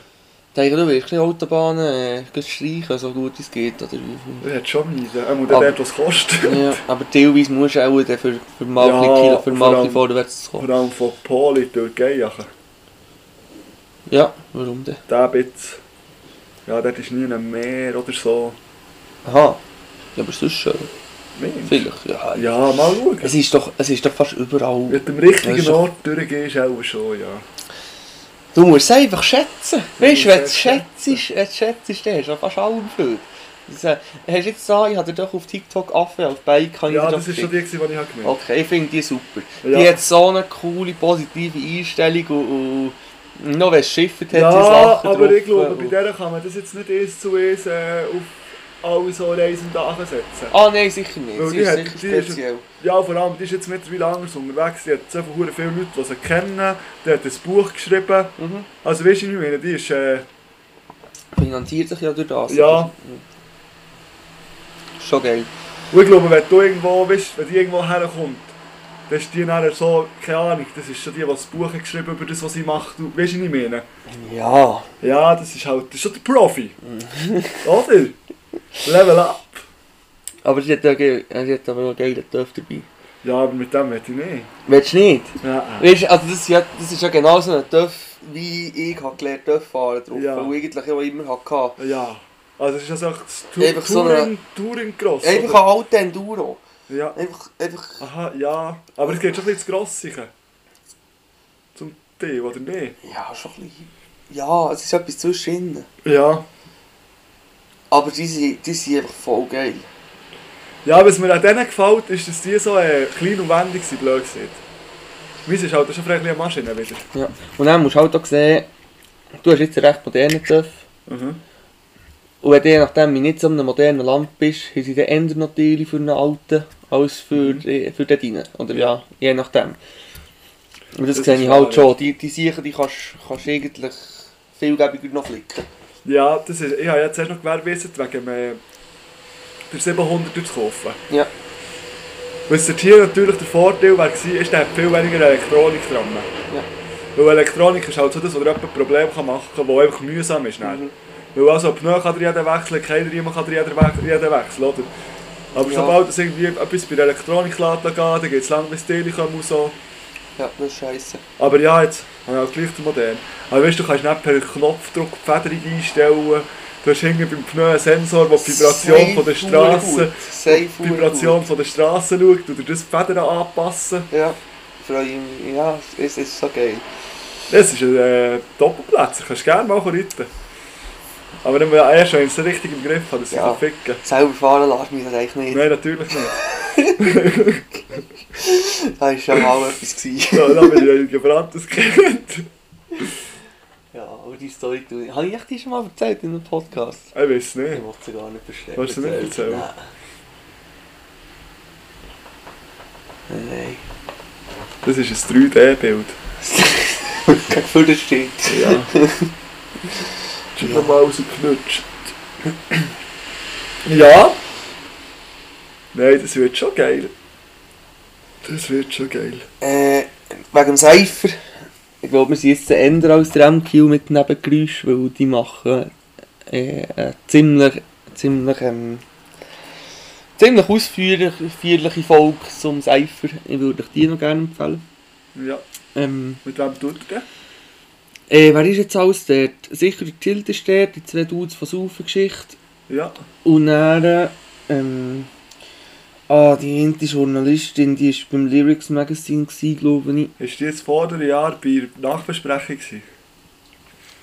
Speaker 5: Ich denke, du willst ein bisschen Autobahnen äh, streichen, so gut es geht. Oder wie.
Speaker 4: Das hat schon Miese. Er Äh, muss
Speaker 5: Aber-
Speaker 4: dort, was es kostet.
Speaker 5: Ja, aber teilweise musst du auch dann für, für mal
Speaker 4: Ja,
Speaker 5: ein bisschen Kilo- für
Speaker 4: und
Speaker 5: mal ein
Speaker 4: vor
Speaker 5: bisschen
Speaker 4: allem-
Speaker 5: vorwärts zu
Speaker 4: Vor
Speaker 5: kommen.
Speaker 4: allem von Poli durch Geijachen.
Speaker 5: Ja, warum denn?
Speaker 4: Der Bitz. Ja, dort ist nie ein Meer oder so.
Speaker 5: Aha. Ja, aber sonst schön.
Speaker 4: Mensch.
Speaker 5: Vielleicht, ja.
Speaker 4: Ja, mal schauen.
Speaker 5: Es ist doch, es ist doch fast überall.
Speaker 4: Mit dem richtigen
Speaker 5: Weisst du-
Speaker 4: Ort durchgehst, auch schon, ja.
Speaker 5: Du musst es einfach schätzen. Weißt du,
Speaker 4: musst
Speaker 5: wenn du es
Speaker 4: es
Speaker 5: schätzt, wenn du es schätzt, dann hast du fast allem viel. Das, äh, hast du jetzt da, ich habe dir doch auf TikTok Affe auf Bike kann ich
Speaker 4: Ja,
Speaker 5: dir
Speaker 4: das
Speaker 5: doch
Speaker 4: ist schon
Speaker 5: geschickt.
Speaker 4: die, gewesen, die ich gemerkt habe.
Speaker 5: Okay, ich finde die super. Die
Speaker 4: Ja.
Speaker 5: hat so eine coole, positive Einstellung und, und noch wenn es schifft hat, die
Speaker 4: Ja,
Speaker 5: Sachen
Speaker 4: aber
Speaker 5: drauf
Speaker 4: ich glaube, bei
Speaker 5: und-
Speaker 4: der kann man das jetzt nicht eins zu eins äh, auf alle so reisenden Dachen setzen.
Speaker 5: Ah nein, sicher nicht.
Speaker 4: Weil
Speaker 5: Sie
Speaker 4: die
Speaker 5: ist
Speaker 4: hat-
Speaker 5: sicher
Speaker 4: die ist-
Speaker 5: speziell.
Speaker 4: Ja, vor allem, die ist jetzt mittlerweile anders unterwegs. Die hat so viele viele Leute, die sie
Speaker 5: Mhm.
Speaker 4: kennen. Die hat ein Buch geschrieben. Also, weißt du, wie ich meine, die ist äh,
Speaker 5: finanziert sich ja durch das.
Speaker 4: Ja.
Speaker 5: Schon geil.
Speaker 4: Und ich glaube, wenn du irgendwo bist, wenn die irgendwo herkommt, dann ist die nachher so, keine Ahnung, das ist schon die, die das Buch hat geschrieben über das, was sie macht. Du, weißt du, was ich meine?
Speaker 5: Ja.
Speaker 4: Ja, das ist halt, das ist schon der Profi.
Speaker 5: Mhm.
Speaker 4: Oder? Level up.
Speaker 5: Aber sie hat, ja geil, sie hat aber noch geilen Töpf dabei.
Speaker 4: Ja, aber mit dem möchte ich nicht.
Speaker 5: Willst du nicht?
Speaker 4: Ja.
Speaker 5: Weißt, also das, ist ja, das ist ja genau so ein Töff, wie ich habe gelernt Töff fahren drauf.
Speaker 4: Ja.
Speaker 5: Weil ich eigentlich auch immer hatte.
Speaker 4: ja. Also es ist also einfach das
Speaker 5: Einfach so eine-
Speaker 4: Touring, Touring-Cross.
Speaker 5: Einfach halt-
Speaker 4: oder?
Speaker 5: ein alter Enduro.
Speaker 4: Ja.
Speaker 5: Einfach, einfach
Speaker 4: Aha, ja. Aber es geht schon ein bisschen zu gross sicher. Zum Teil, oder nicht?
Speaker 5: Ja, schon ein bisschen. Ja, es ist etwas zwischen ihnen.
Speaker 4: Ja.
Speaker 5: Aber die sind, die sind einfach voll geil.
Speaker 4: Ja, was mir an denen gefällt, ist, dass die so äh, klein und wendig sind, blöd gesagt. Meins ist halt schon vielleicht eine Maschine wieder.
Speaker 5: Ja. Und dann musst du halt auch sehen, du hast jetzt einen recht modernen TÜV.
Speaker 4: Mhm.
Speaker 5: Und wenn du je nachdem in nicht so einem modernen Land bist, haben sie dann ändern natürlich für einen alten als für, die- für den deinen. Oder ja, je nachdem. Und das,
Speaker 4: Das
Speaker 5: sehe
Speaker 4: ist
Speaker 5: ich
Speaker 4: wahr,
Speaker 5: halt
Speaker 4: ja.
Speaker 5: schon. Die, die Sicher, die kannst kannst du eigentlich vielgebiger noch flicken.
Speaker 4: Ja, das ist, ich habe ja zuerst noch gewährleistet, wegen äh, der 700er zu kaufen.
Speaker 5: Ja.
Speaker 4: Was dort hier natürlich der Vorteil wäre gewesen, ist, der hat viel weniger Elektronik dran.
Speaker 5: Ja.
Speaker 4: Weil Elektronik ist halt so das, wo dir jemand ein Problem kann machen kann, das einfach mühsam ist. Mhm. Weil also Pneu kann dir jeder wechseln, keiner jemand kann dir jeder, wech- jeder wechseln, oder? Aber
Speaker 5: Ja.
Speaker 4: sobald es irgendwie etwas bei der Elektronik lässt, dann geht, dann geht es lange bis die Teile kommen und so.
Speaker 5: Ja, das ist scheiße.
Speaker 4: Aber ja, jetzt habe ich auch gleich den modern. Aber weißt du, du kannst nicht per Knopfdruck die Federung einstellen. Du hast hinten beim Pneu einen Sensor, der die Vibration von der Straße
Speaker 5: Safe
Speaker 4: die Vibration von der Straße schaut und dir das die Federn anpassen.
Speaker 5: Ja. Freue ich mich. Ja, es ist so geil.
Speaker 4: Das ist ein äh, Doppelplatz, du kannst gerne mal reiten. Aber dann muss ich erst, wenn ich es richtig im Griff habe, dass ich
Speaker 5: Ja.
Speaker 4: ja. ficken
Speaker 5: Selber fahren lassen mich das eigentlich nicht.
Speaker 4: Nein, natürlich nicht.
Speaker 5: Da war schon mal etwas. Gewesen.
Speaker 4: Ja, da bin ich ein gebranntes Kind.
Speaker 5: Ja, aber die Story tue ich. Habe ich die schon mal erzählt in einem Podcast?
Speaker 4: Ich weiß es
Speaker 5: Ich
Speaker 4: nicht.
Speaker 5: möchte sie gar nicht verstehen.
Speaker 4: Willst du sie nicht erzählen?
Speaker 5: Nein. Nein.
Speaker 4: Das ist ein 3D-Bild.
Speaker 5: Nein. Für den Stimmt.
Speaker 4: Ja. Ich hab nochmal rausgeknutscht. Ja? Nein, das wird schon geil. Das wird schon geil.
Speaker 5: Äh, wegen dem Cypher. Ich glaube, wir sind jetzt ändern als der MQ mit den Nebengeräuschen, weil die machen äh, eine ziemlich, ziemlich, ähm, ziemlich ausführliche Folge zum Cypher. Ich würde euch die noch gerne empfehlen.
Speaker 4: Ja,
Speaker 5: Ähm,
Speaker 4: mit wem tut er
Speaker 5: Äh, wer ist jetzt alles dort? Sicher der Tilde ist dort, die zwei Dudes von Saufengeschichte.
Speaker 4: denn? Ja.
Speaker 5: Und dann, äh, ähm, ah, die eine Journalistin, die war beim Lyrics Magazine, gewesen, glaube ich.
Speaker 4: Ist die jetzt vor einem Jahr bei der Nachbesprechung gewesen?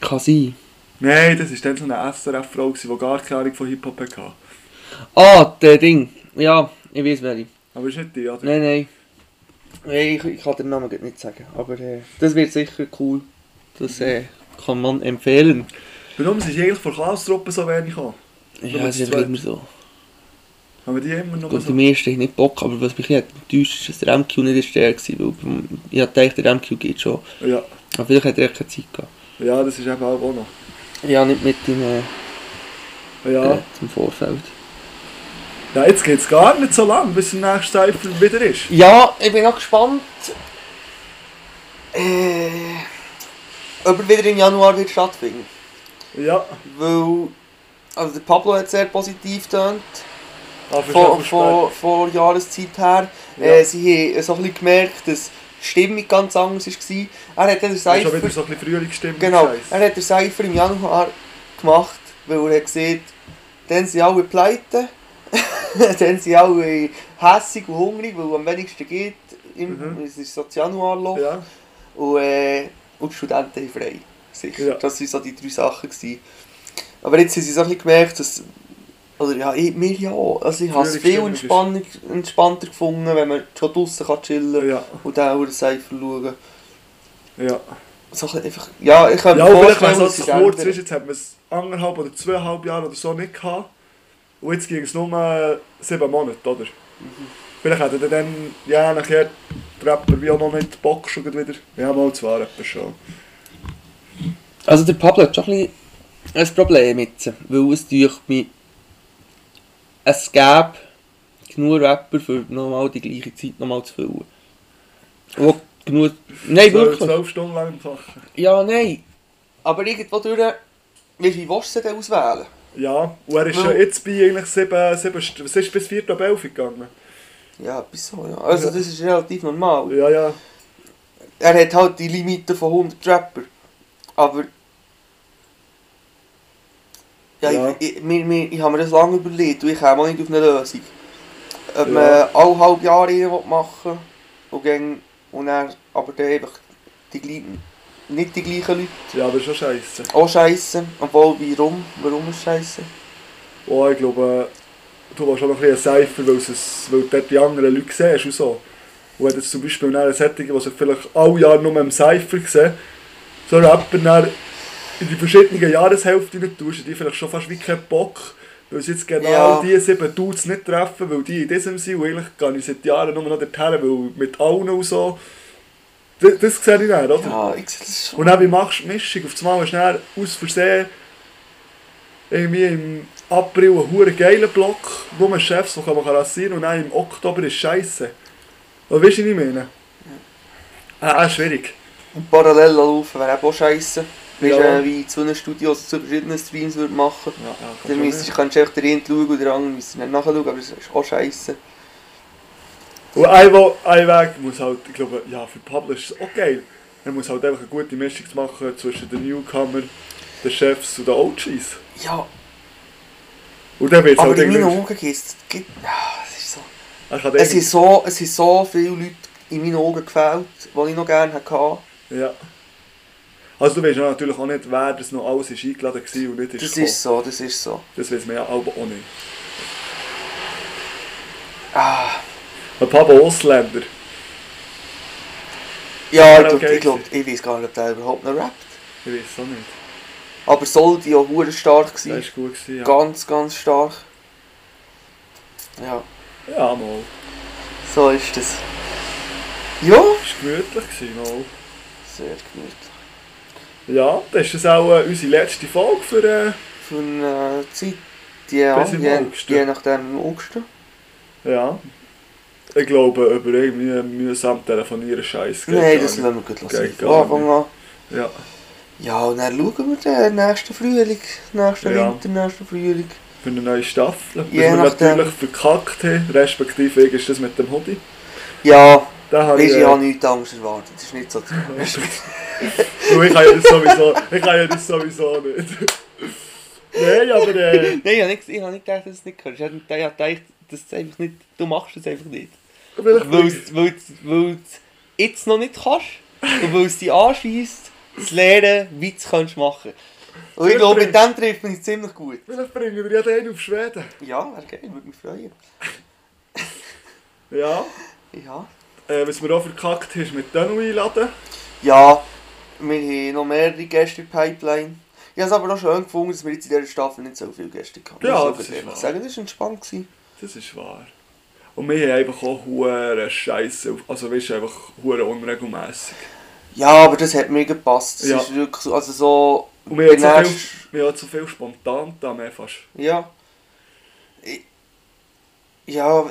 Speaker 5: Kann sein.
Speaker 4: Nein, das war dann so eine SRF-Frau, gewesen, die gar keine Ahnung von Hip-Hop hatte.
Speaker 5: Ah, der Ding. Ja, ich weiß welche.
Speaker 4: Aber ist nicht die, oder?
Speaker 5: Nein, nein. Nein, ich, ich kann den Namen grad nicht sagen. Aber äh, das wird sicher cool. Das äh, kann man empfehlen.
Speaker 4: Warum sind eigentlich von Klaus-Truppen so wenig an?
Speaker 5: Ja,
Speaker 4: Nummer
Speaker 5: das ist
Speaker 4: zwei.
Speaker 5: einfach immer so.
Speaker 4: Haben wir die immer noch
Speaker 5: Gut,
Speaker 4: so?
Speaker 5: beim ersten hatte ich nicht Bock, aber was mich ein bisschen enttäuscht ist, dass der MQ nicht der Stärke war. weil beim- Ich dachte, der MQ geht schon.
Speaker 4: Ja.
Speaker 5: Aber Ah, vielleicht hat er echt keine Zeit gehabt.
Speaker 4: ja, das ist eben auch noch.
Speaker 5: Ja, nicht mit dem, äh,
Speaker 4: Ja.
Speaker 5: äh, zum Vorfeld.
Speaker 4: ja, jetzt geht es gar nicht so lange, bis der nächste Cypher wieder ist.
Speaker 5: Ja, ich bin auch gespannt. Äh, ob er wieder im Januar wird stattfinden.
Speaker 4: Ja,
Speaker 5: Weil, also der Pablo hat sehr positiv getönt.
Speaker 4: aber
Speaker 5: Von,
Speaker 4: schon
Speaker 5: von, von Jahreszeit her.
Speaker 4: Ja.
Speaker 5: Äh, sie haben so ein bisschen gemerkt, dass die Stimmung ganz anders war. Er hat dann den
Speaker 4: spät. Schon wieder
Speaker 5: Cypher...
Speaker 4: so ein bisschen Frühlingsstimmung.
Speaker 5: Genau,
Speaker 4: Scheiss.
Speaker 5: er hat den Cypher im Januar gemacht, weil er hat gesagt, dann sind alle pleite, dann sind alle hässig und hungrig, weil am wenigsten geht, im,
Speaker 4: Mhm.
Speaker 5: es ist so das Januarloch,
Speaker 4: Ja,
Speaker 5: und, äh, und die Studenten haben frei. Sicher.
Speaker 4: Ja.
Speaker 5: Das waren so die drei Sachen. Gewesen. Aber jetzt haben sie so ein bisschen gemerkt, dass... Oder ja, ich, mir ja auch. Also ich habe es viel
Speaker 4: Frühlingsstimmung ist-
Speaker 5: entspannender, entspannter gefunden, wenn man schon draußen kann chillen
Speaker 4: ja,
Speaker 5: und dann den Cypher schauen.
Speaker 4: ja.
Speaker 5: So ein bisschen einfach... Ja, ich kann
Speaker 4: Ja, und vielleicht
Speaker 5: vorstellen,
Speaker 4: wäre
Speaker 5: dass
Speaker 4: es auch
Speaker 5: sie
Speaker 4: zu kurz,
Speaker 5: ändern.
Speaker 4: ist, jetzt haben wir es anderthalb oder zweieinhalb Jahre oder so nicht gehabt. Und jetzt ging es nur äh, sieben Monate, oder?
Speaker 5: Mhm.
Speaker 4: Vielleicht hätten dann, ja, nachher die Rapper wie auch noch nicht Bock schon wieder. Ja, mal zwei Rapper schon.
Speaker 5: Also der Pablo hat schon ein bisschen ein Problem jetzt, weil es durch mich, es gäbe genug Rapper für nochmal die gleiche Zeit nochmal zu füllen. Wo genug, nein wirklich,
Speaker 4: Zwölf Stunden lang im Fach.
Speaker 5: ja nein, aber irgendwo durch, wie viel willst du denn auswählen?
Speaker 4: Ja, und er ist schon jetzt bei eigentlich sieben, sieben St- was ist bis 4. ab 11 gegangen?
Speaker 5: Ja, etwas so, ja. Also das ist relativ normal.
Speaker 4: Ja, ja.
Speaker 5: Er hat halt die Limite von 100 Rapper. Aber. Ja,
Speaker 4: Ja.
Speaker 5: Ich, ich, mir, mir, ich habe mir das lange dus überlegt und ich komme auch nicht auf eine Lösung. Ob
Speaker 4: Ja.
Speaker 5: man alle halbe Jahre einen machen will und, gäng- und dann, aber dann einfach die gleichen, nicht die oh, gleichen Leute
Speaker 4: Ja, aber schon scheiße.
Speaker 5: auch scheiße. Obwohl, warum? Warum ist scheiße?
Speaker 4: Oh, ich glaube, du warst auch noch ein bisschen ein Cypher, weil, es, weil du dort die anderen Leute siehst und so. Und wenn jetzt zum Beispiel einen Sättigen, die sie vielleicht alle Jahre nur im Cypher sehen, so einen Rapper dann in die verschiedenen Jahreshälften rein tust, die vielleicht schon fast wie keinen Bock, weil sie jetzt genau
Speaker 5: Ja.
Speaker 4: die sieben Dudes nicht treffen, weil die in diesem sind und eigentlich gehe ich seit Jahren nur noch dorthin, weil mit allen und so. Das, das sehe ich dann, oder?
Speaker 5: Ja, ich sehe das schon.
Speaker 4: Und dann wie machst du die Mischung. Auf einmal hast du dann aus Versehen irgendwie im April einen hure geilen Block, wo man Chefs noch kann rasieren und dann im Oktober ist scheiße. Weißt du, was ich meine? Ah, ah, schwierig.
Speaker 5: Und parallel laufen wäre eben auch scheiße. Weißt du,
Speaker 4: Ja.
Speaker 5: wenn wie zwei Studios zu verschiedenen Streams würde machen
Speaker 4: Ja, ja,
Speaker 5: Dann müsstest, kannst du einfach den einen schauen und den anderen müsstest du nicht nachschauen, aber das ist auch scheiße.
Speaker 4: Und ein, Wo- ein Weg muss halt, ich glaube, ja, für Pablo ist es auch geil. Er muss halt einfach eine gute Mischung machen zwischen den Newcomer, den Chefs und den OGs.
Speaker 5: Ja,
Speaker 4: Und dann wird es
Speaker 5: aber
Speaker 4: halt
Speaker 5: in meinen
Speaker 4: irgendwie...
Speaker 5: Augen gibt es... Ah, es ist so...
Speaker 4: Er kann
Speaker 5: Es sind
Speaker 4: irgendwie-
Speaker 5: so, es sind so viele Leute in meinen Augen gefällt, die ich noch gerne hätte.
Speaker 4: Ja. Also du weißt ja natürlich auch nicht, wer das noch alles ist eingeladen war und nicht ist
Speaker 5: Das
Speaker 4: gekommen.
Speaker 5: ist so, das ist so.
Speaker 4: Das weiß man ja aber auch nicht. Ah. Ein paar Ausländer. Ja,
Speaker 5: Ja, ich glaube,
Speaker 4: okay.
Speaker 5: ich, glaub, ich weiß gar nicht, ob der überhaupt noch rappt.
Speaker 4: Ich weiß es auch nicht.
Speaker 5: Aber soll die auch hure stark sein.
Speaker 4: Das war gut. Gewesen, ja.
Speaker 5: Ganz, ganz stark. Ja,
Speaker 4: ja, mal.
Speaker 5: so ist das. Ja,
Speaker 4: Das war gemütlich. Gewesen, mal.
Speaker 5: sehr gemütlich.
Speaker 4: Ja, das ist auch äh, unsere letzte Folge für... Äh,
Speaker 5: Für eine äh, Zeit, ja,
Speaker 4: Bis im
Speaker 5: je,
Speaker 4: August.
Speaker 5: je nachdem im August.
Speaker 4: ja. Ich glaube, über irgendwie mühsam telefonieren Scheiß geht
Speaker 5: Nein,
Speaker 4: gar
Speaker 5: das
Speaker 4: nicht.
Speaker 5: lassen wir gut lassen.
Speaker 4: Geht
Speaker 5: Von
Speaker 4: gar
Speaker 5: Anfang an.
Speaker 4: Ja.
Speaker 5: Ja, und dann schauen wir den nächsten Frühling, nächsten
Speaker 4: Ja.
Speaker 5: Winter, nächsten Frühling.
Speaker 4: Für eine neue Staffel. Was
Speaker 5: Je
Speaker 4: wir
Speaker 5: nachdem.
Speaker 4: natürlich verkackt haben, respektive ich ist das mit dem Hoodie.
Speaker 5: Ja,
Speaker 4: Da habe ich,
Speaker 5: weißt du,
Speaker 4: äh,
Speaker 5: ich habe nichts anderes erwartet. Das ist nicht so tragisch.
Speaker 4: Du, ich kann ja das sowieso, ich kann ja das sowieso nicht. Nein, aber äh,
Speaker 5: Nein, ich habe nicht, ich habe nicht gedacht, dass du es nicht kannst. Ich habe ich habe gedacht, dass es einfach nicht, du machst es einfach nicht.
Speaker 4: vielleicht
Speaker 5: Weil es- weil es weil es jetzt noch nicht kannst und weil es dich anschießt, zu lernen, wie du es kannst machen Und ich glaube, mit dem trifft man es ziemlich gut.
Speaker 4: vielleicht bringen wir ja den auf Schweden.
Speaker 5: Ja, wäre geil, würde mich freuen.
Speaker 4: Ja.
Speaker 5: Ja.
Speaker 4: Äh, was wir auch verkackt haben, ist mit Danu einladen.
Speaker 5: Ja, wir haben noch mehrere Gäste in der Pipeline. Ich habe es aber auch schön gefunden, dass wir jetzt in dieser Staffel nicht so viele Gäste hatten.
Speaker 4: Ja, das
Speaker 5: Muss ich aber
Speaker 4: ist
Speaker 5: ehrlich
Speaker 4: wahr.
Speaker 5: sagen, das war entspannt. Gewesen.
Speaker 4: Das ist wahr. Und wir haben einfach auch hure Scheiße, also weißt du, einfach hure unregelmässig.
Speaker 5: Ja, aber das hat mir gepasst. Das
Speaker 4: Ja.
Speaker 5: ist wirklich so, also so...
Speaker 4: Und wir haben
Speaker 5: der
Speaker 4: zu
Speaker 5: nächste-
Speaker 4: viel, wir haben zu viel spontan da mehr fast.
Speaker 5: Ja. Ich- Ja...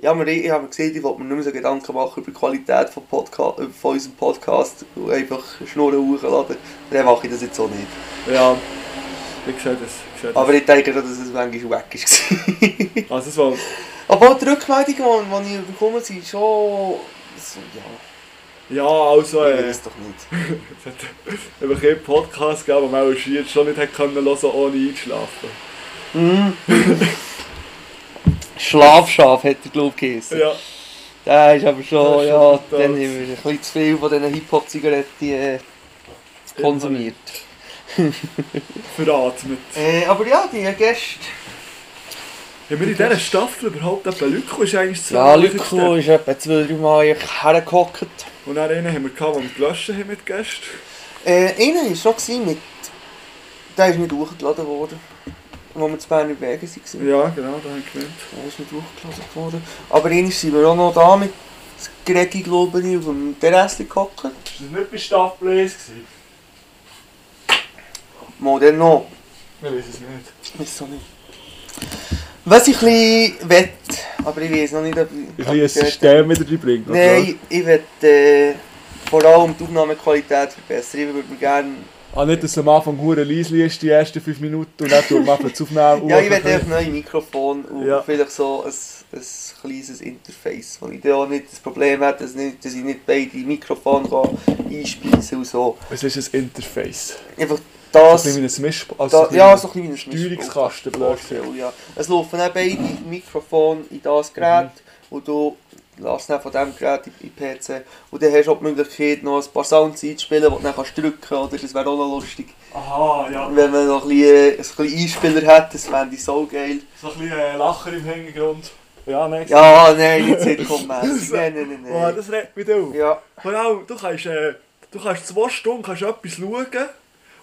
Speaker 5: Ja, aber ich, ich habe gesehen, ich wollte mir nicht mehr so Gedanken machen über die Qualität von, Podca äh, von unserem Podcast und einfach Schnurren hochladen. Dann mache ich das jetzt auch nicht.
Speaker 4: Ja. Ich sehe das. Ich sehe das.
Speaker 5: Aber ich denke, schon, dass es manchmal wack war.
Speaker 4: also es war,
Speaker 5: Obwohl die Rückmeldungen, die die ich bekomme, sind schon. So, ja,
Speaker 4: ja, also
Speaker 5: ich
Speaker 4: äh,
Speaker 5: weiß doch nicht.
Speaker 4: es hat einfach einen Podcast gegeben, den man auch schier schon nicht hätte können hören, ohne einzuschlafen.
Speaker 5: Schlafschaf hat er, glaube ich, geheißen.
Speaker 4: Ja.
Speaker 5: Der ist aber
Speaker 4: Das
Speaker 5: schon,
Speaker 4: ist
Speaker 5: ja,
Speaker 4: schon
Speaker 5: dann
Speaker 4: brutal.
Speaker 5: haben wir ein bisschen zu viel von diesen Hip-Hop-Zigaretten äh, konsumiert.
Speaker 4: veratmet.
Speaker 5: Äh, aber ja, die Gäste.
Speaker 4: Haben wir in dieser Staffel überhaupt etwa Lyko ist eigentlich zu
Speaker 5: Ja, Lyko ist etwa zwei, drei Mal hergehockt.
Speaker 4: Und dann einen haben wir gehabt, den wir gelöscht haben mit Gästen.
Speaker 5: Äh, einer war schon gewesen mit. Der ist nicht hochgeladen worden. Als wir zu Bern in Wegen waren.
Speaker 4: Ja, genau, da haben wir gemeint.
Speaker 5: Er ist nicht hochgeladen worden. Aber einmal sind wir auch noch da mit Gregi, glaube ich, auf dem Terrasse gehockt.
Speaker 4: Ist das nicht bei Staffel 1 gewesen?
Speaker 5: Moderno.
Speaker 4: Ich weiß es nicht.
Speaker 5: Ist so nicht. Was ich ein bisschen will, aber ich weiß noch nicht, ob
Speaker 4: Ich
Speaker 5: ich...
Speaker 4: will ein System wieder reinbringen.
Speaker 5: Nein, ich will äh, vor allem die Aufnahmequalität verbessern. Ich würde mir gerne...
Speaker 4: Ah, nicht, dass am Anfang hure leise ist, die ersten 5 Minuten und dann tut man einfach zu aufnehmen.
Speaker 5: Ja, ich will einfach neue Mikrofon und
Speaker 4: Ja.
Speaker 5: vielleicht so ein, ein kleines Interface, wo ich da auch nicht das Problem hätte, dass, nicht, dass ich nicht beide Mikrofone kann einspeisen und so.
Speaker 4: Es ist ein Interface.
Speaker 5: Einfach
Speaker 4: Das ist
Speaker 5: das...
Speaker 4: ein bisschen wie ein Misch... Also
Speaker 5: Da,
Speaker 4: ein
Speaker 5: ja, so
Speaker 4: bisschen
Speaker 5: ein kleines
Speaker 4: Steuerungskasten, blöd gesagt.
Speaker 5: Vorstell, ja. Es laufen auch beide Mikrofone in das
Speaker 4: Mhm.
Speaker 5: Gerät und du lässt dann von diesem Gerät in in den PC. Und dann hast du auch die Möglichkeit, noch ein paar Sounds einzuspielen, die du dann kannst drücken kannst. Oder das wäre auch noch lustig.
Speaker 4: Aha, ja.
Speaker 5: Wenn man noch ein bisschen, ein bisschen Einspieler hat, das fände ich so geil.
Speaker 4: So ein bisschen äh, Lacher im Hintergrund. Ja, nein.
Speaker 5: Ja, nein, jetzt nicht kommerzig. Nein, nein, nein.
Speaker 4: Oh,
Speaker 5: nein.
Speaker 4: das regt mich auf.
Speaker 5: Ja,
Speaker 4: Vor allem, du kannst, äh, du kannst zwei Stunden kannst etwas schauen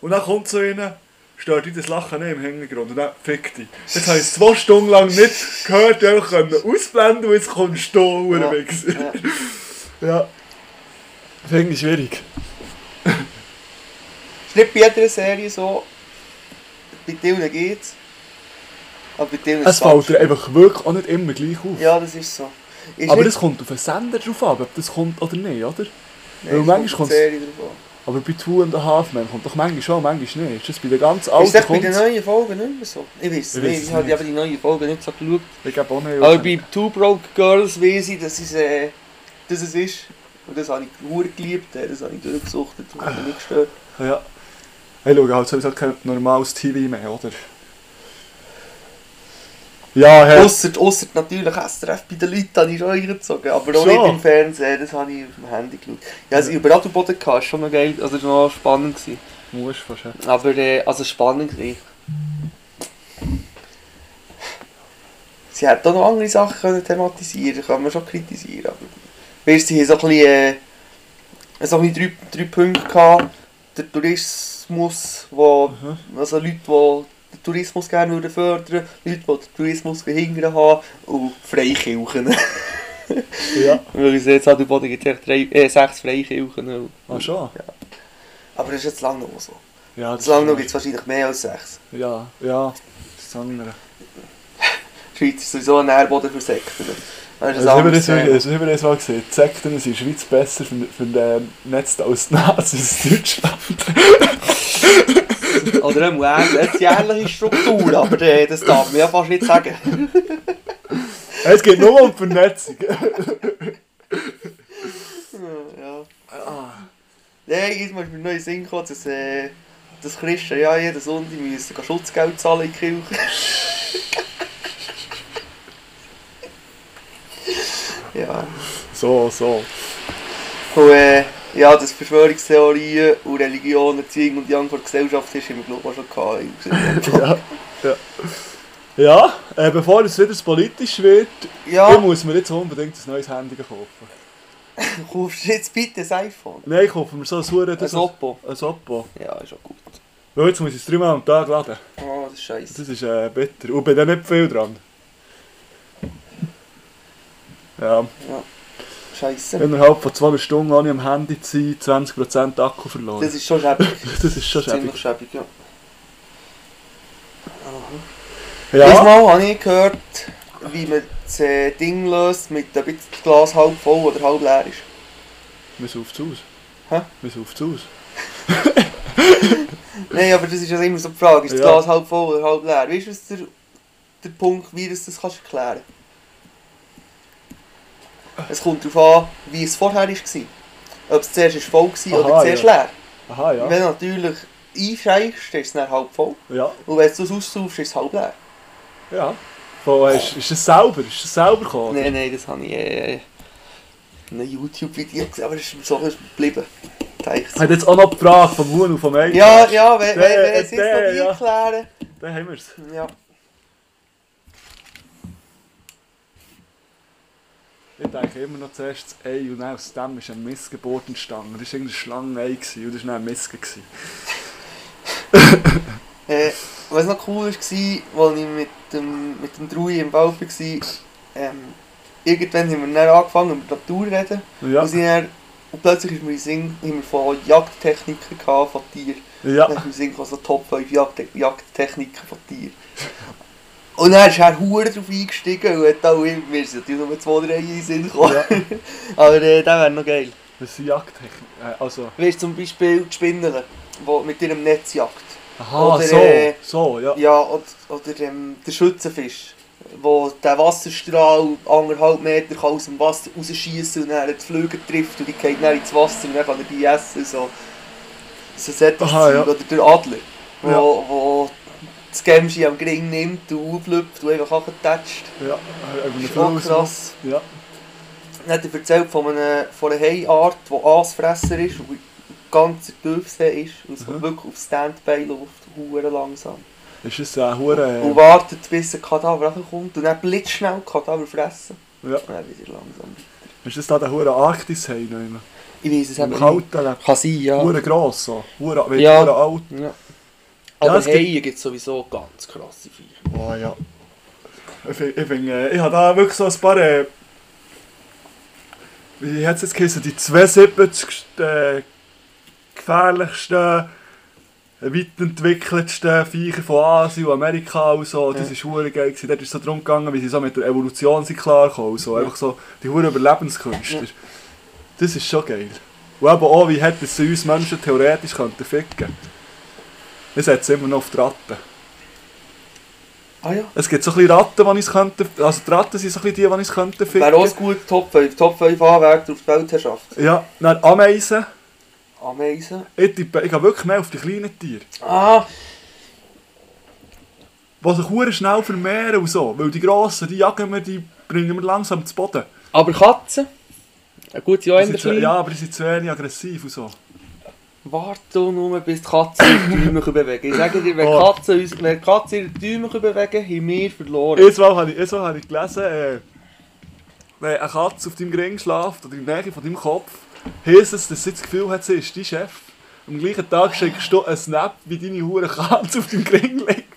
Speaker 4: und dann kommt so einer, stört dich das Lachen nicht im Hintergrund und dann fickt dich. Jetzt habe ich es zwei Stunden lang nicht gehört, ich konnte ausblenden und jetzt kommst du da,
Speaker 5: Ja,
Speaker 4: Wichser.
Speaker 5: ja.
Speaker 4: Ja. Finde ich schwierig.
Speaker 5: ist nicht bei jeder Serie so. Bei Tillen geht's. Aber bei Tillen
Speaker 4: Es fällt dir einfach wirklich auch nicht immer gleich auf.
Speaker 5: Ja, das ist so. Ist
Speaker 4: Aber
Speaker 5: nicht-
Speaker 4: das kommt auf den Sender drauf an, ob das kommt oder nicht, oder?
Speaker 5: nein,
Speaker 4: weil
Speaker 5: es
Speaker 4: manchmal
Speaker 5: kommt
Speaker 4: kommt's-
Speaker 5: auf die Serie drauf an.
Speaker 4: Aber bei Two and a Half Man kommt doch manchmal schon, manchmal nicht. Ist das bei den ganz
Speaker 5: Ist
Speaker 4: alten
Speaker 5: das bei den
Speaker 4: kommt
Speaker 5: neuen Folgen nicht mehr so? Ich weiß
Speaker 4: Ich
Speaker 5: es
Speaker 4: weiss
Speaker 5: nicht,
Speaker 4: es
Speaker 5: ich habe
Speaker 4: nicht.
Speaker 5: eben die neuen Folgen nicht so geschaut.
Speaker 4: Ich glaube auch nicht.
Speaker 5: Aber bei Two Broke Girls weiss ich, dass es, äh, dass es ist. Und das habe ich gut geliebt, äh, das habe ich durchgesuchtet und mich nicht gestört.
Speaker 4: Ja. Ich schaue halt sowieso kein normales TV mehr, oder? Ja, hey.
Speaker 5: Ausser, ausser natürlich SRF bei den Leuten habe ich schon reingezogen, aber auch
Speaker 4: Schon?
Speaker 5: nicht im Fernsehen, das habe ich auf dem Handy geschaut. Ja, also über Autoboden war schon noch geil, also das war noch spannend. Gewesen.
Speaker 4: Musst fast. ja.
Speaker 5: Aber, äh, also spannend gewesen. Sie hätte auch noch andere Sachen können thematisieren können, man schon kritisieren. Aber weißt, sie haben so ein bisschen, äh, so ein bisschen drei, drei Punkte gehabt. Der Tourismus, wo,
Speaker 4: Mhm.
Speaker 5: also Leute, die den Tourismus gerne würden fördern würden, Leute, die den Tourismus behindern haben und Freikirchen.
Speaker 4: Ja.
Speaker 5: Weil ich sehe, jetzt hat der Boden gibt es echt drei- äh, sechs Freikirchen.
Speaker 4: Ah, schon? Ja,
Speaker 5: Aber das ist jetzt lange noch so.
Speaker 4: das
Speaker 5: So lange noch
Speaker 4: ist-
Speaker 5: gibt es wahrscheinlich mehr als sechs.
Speaker 4: Ja, ja. Das ist das andere.
Speaker 5: Die Schweiz ist sowieso ein Nährboden für Sekten. Das
Speaker 4: Das
Speaker 5: ist ein
Speaker 4: haben wir
Speaker 5: anderes
Speaker 4: das
Speaker 5: Thema.
Speaker 4: wirklich- das haben wir das mal gesehen. Die Sekten sind in der Schweiz besser für, für den Netz als die Nazis in Deutschland.
Speaker 5: Oder eine jährliche Struktur, aber äh, das darf man ja fast nicht sagen.
Speaker 4: Es geht nur um die Vernetzung.
Speaker 5: ja. Nein, jetzt muss mir neu in den Sinn gekommen, dass, äh, dass Christen ja jeden Sonntag müssen gehen Schutzgeld zahlen in die Kirche. ja.
Speaker 4: So, so.
Speaker 5: Und, äh, ja, dass Verschwörungstheorien und Religionen Zwingen und Yang vor der Gesellschaft ist, haben wir glaube ich auch schon gehabt.
Speaker 4: Ja. Ja, ja äh, bevor es wieder politisch wird,
Speaker 5: Ja.
Speaker 4: ich muss mir jetzt unbedingt ein neues Handy kaufen.
Speaker 5: Du kaufst jetzt bitte ein iPhone.
Speaker 4: Nein, ich hoffe, wir so ein Hure.
Speaker 5: Ein Oppo.
Speaker 4: Ein Oppo.
Speaker 5: Ja, ist auch gut.
Speaker 4: Weil jetzt muss ich es dreimal am Tag laden.
Speaker 5: Oh, das ist scheiße.
Speaker 4: Das ist äh, bitter. Und bin da nicht viel dran. Ja,
Speaker 5: Scheiße.
Speaker 4: innerhalb von zwei Stunden ohne am Handy zu sein, 20% Akku verloren.
Speaker 5: Das ist schon schäbig.
Speaker 4: Das, ist schon
Speaker 5: Ziemlich
Speaker 4: schäbig.
Speaker 5: schäbig, ja.
Speaker 4: Ja,
Speaker 5: Diesmal habe ich gehört, wie man das äh, Ding löst, mit ein bisschen das Glas halb voll oder halb leer ist.
Speaker 4: wir saufen zu Hause.
Speaker 5: Hä?
Speaker 4: Wir saufen zu Hause.
Speaker 5: Nein, aber das ist ja immer so die Frage, ist das
Speaker 4: Ja.
Speaker 5: Glas halb voll oder halb leer? Weißt du, was der, der Punkt, wie du das kannst erklären Es kommt darauf an, wie es vorher war. Ob es zuerst ist voll war
Speaker 4: Aha,
Speaker 5: oder zuerst
Speaker 4: ja.
Speaker 5: leer.
Speaker 4: Aha, ja.
Speaker 5: Wenn du natürlich einschränkst, ist es dann halb voll.
Speaker 4: Ja,
Speaker 5: Und wenn du es aussaufst, ist es halb leer.
Speaker 4: ja. Von, äh, ist, ist das sauber? Ist das sauber gekommen?
Speaker 5: Nein, nein, das habe ich äh, in einem YouTube-Video gesehen, aber das ist mir so ist mir geblieben. Denkt.
Speaker 4: Hat jetzt auch noch die Frage vom Huhn und vom Ei.
Speaker 5: Ja, ja, wenn
Speaker 4: Der, äh,
Speaker 5: wir es jetzt noch
Speaker 4: der, ja.
Speaker 5: einklären.
Speaker 4: Dann haben wir es.
Speaker 5: Ja.
Speaker 4: Ich denke immer noch zuerst das Ei und dann aus dem ist eine Missgeburt entstanden. Das war irgendein Schlangenei gewesen und das war dann ein Missge. gewesen.
Speaker 5: Äh, was noch cool war, als ich mit dem, mit dem Drui im Wald war, ähm, irgendwann haben wir dann angefangen, über die Natur zu reden.
Speaker 4: Ja.
Speaker 5: Und, sind dann, und plötzlich ist mir in den Sinn, haben wir von Jagdtechniken gehabt, von Tieren.
Speaker 4: Ja.
Speaker 5: Dann sind irgendwie so Top 5 Jagd Jagdtechniken von Tieren. Und dann ist er hure drauf eingestiegen und hat auch immer, mir sind natürlich nur zwei, drei in den Sinn gekommen.
Speaker 4: Ja.
Speaker 5: Aber äh, das wäre noch geil.
Speaker 4: Das sind Jagdtechnik. Äh, also.
Speaker 5: Weißt du, zum Beispiel die Spinnele, die mit ihrem Netz jagt.
Speaker 4: Aha,
Speaker 5: Oder,
Speaker 4: so.
Speaker 5: äh,
Speaker 4: so, ja.
Speaker 5: Ja, oder, oder ähm, der Schützenfisch, wo der Wasserstrahl anderthalb Meter kann aus dem Wasser rausschießen und dann die Flüge trifft und die geht dann ins Wasser und dann kann er die essen. So, so solches
Speaker 4: Aha,
Speaker 5: Zeug.
Speaker 4: ja.
Speaker 5: Oder der Adler, wo,
Speaker 4: Ja.
Speaker 5: wo das Gemschi am Gring nimmt und auflüpft und einfach angetatscht.
Speaker 4: Ja, äh, über
Speaker 5: Das
Speaker 4: eine
Speaker 5: ist auch
Speaker 4: Frau.
Speaker 5: krass.
Speaker 4: Ja.
Speaker 5: Dann hat er erzählt von einer, von einer Haiart, die Aasfresser ist und ganz Tiefsee ist und so
Speaker 4: Mhm.
Speaker 5: wirklich auf Standby läuft, hure langsam.
Speaker 4: Ist es ein Hure.
Speaker 5: Und wartet, bis ein Kadaver rauskommt und dann blitzschnell Kadaver fressen.
Speaker 4: Ja.
Speaker 5: Und dann wieder langsam.
Speaker 4: Ist das da der Hure Arktis-Hai? noch?
Speaker 5: Ich weiß es
Speaker 4: Im
Speaker 5: eben
Speaker 4: Kalten lebt.
Speaker 5: Kann sein, ja.
Speaker 4: Hure gross. So. Hure, wird
Speaker 5: Ja.
Speaker 4: hure alt.
Speaker 5: ja.
Speaker 4: Ja,
Speaker 5: Aber
Speaker 4: es gibt-
Speaker 5: Haie gibt es sowieso ganz krasse Viecher.
Speaker 4: Oh ja. Ich, find- ich, find, äh, ich habe da wirklich so ein paar. Äh, wie hat es jetzt geheißen? Die 72 äh, gefährlichsten, äh, weitentwickeltsten Viecher von Asien und Amerika und so. Das ist hure geil. gewesen. Dort ist es so darum gegangen, wie sie so mit der Evolution sind klargekommen und so. Einfach so die hure Überlebenskünste. Das ist schon geil. Und eben auch, wie hätte es uns Menschen theoretisch könnten ficken Es hat es immer noch auf die Ratten.
Speaker 5: Ah ja.
Speaker 4: Es gibt so ein bisschen Ratten, die uns könnten... Also die Ratten sind so ein bisschen die, die uns könnten ficken.
Speaker 5: Wäre auch ein guter Top 5. Top 5 Anwärter auf die Weltherrschaft.
Speaker 4: Ja, dann Ameisen.
Speaker 5: Ameisen.
Speaker 4: Ich, tippe, ich gehe wirklich mehr auf die kleinen Tiere.
Speaker 5: Ah,
Speaker 4: Die sich hure schnell vermehren und so. Weil die grossen, die jagen wir, die bringen wir langsam zu Boden.
Speaker 5: aber Katzen. Eine gute
Speaker 4: Die sind zu,
Speaker 5: Joenderfliege.
Speaker 4: ja,
Speaker 5: Ja.
Speaker 4: aber die sind zu wenig aggressiv und so.
Speaker 5: Warte doch nur, bis die Katzen ihre Däume können bewegen Ich sage dir, wenn die
Speaker 4: Oh.
Speaker 5: Katzen, uns- wenn die Katzen ihre Däume können bewegen haben wir verloren.
Speaker 4: Jetzt mal habe ich, jetzt mal habe ich gelesen, äh, wenn eine Katze auf deinem Ring schläft oder in der Nähe von deinem Kopf, heisst es, dass sie das Gefühl hat, sie ist dein Chef. Am gleichen Tag schickst du einen Snap, wie deine hure Katze auf deinem Ring liegt.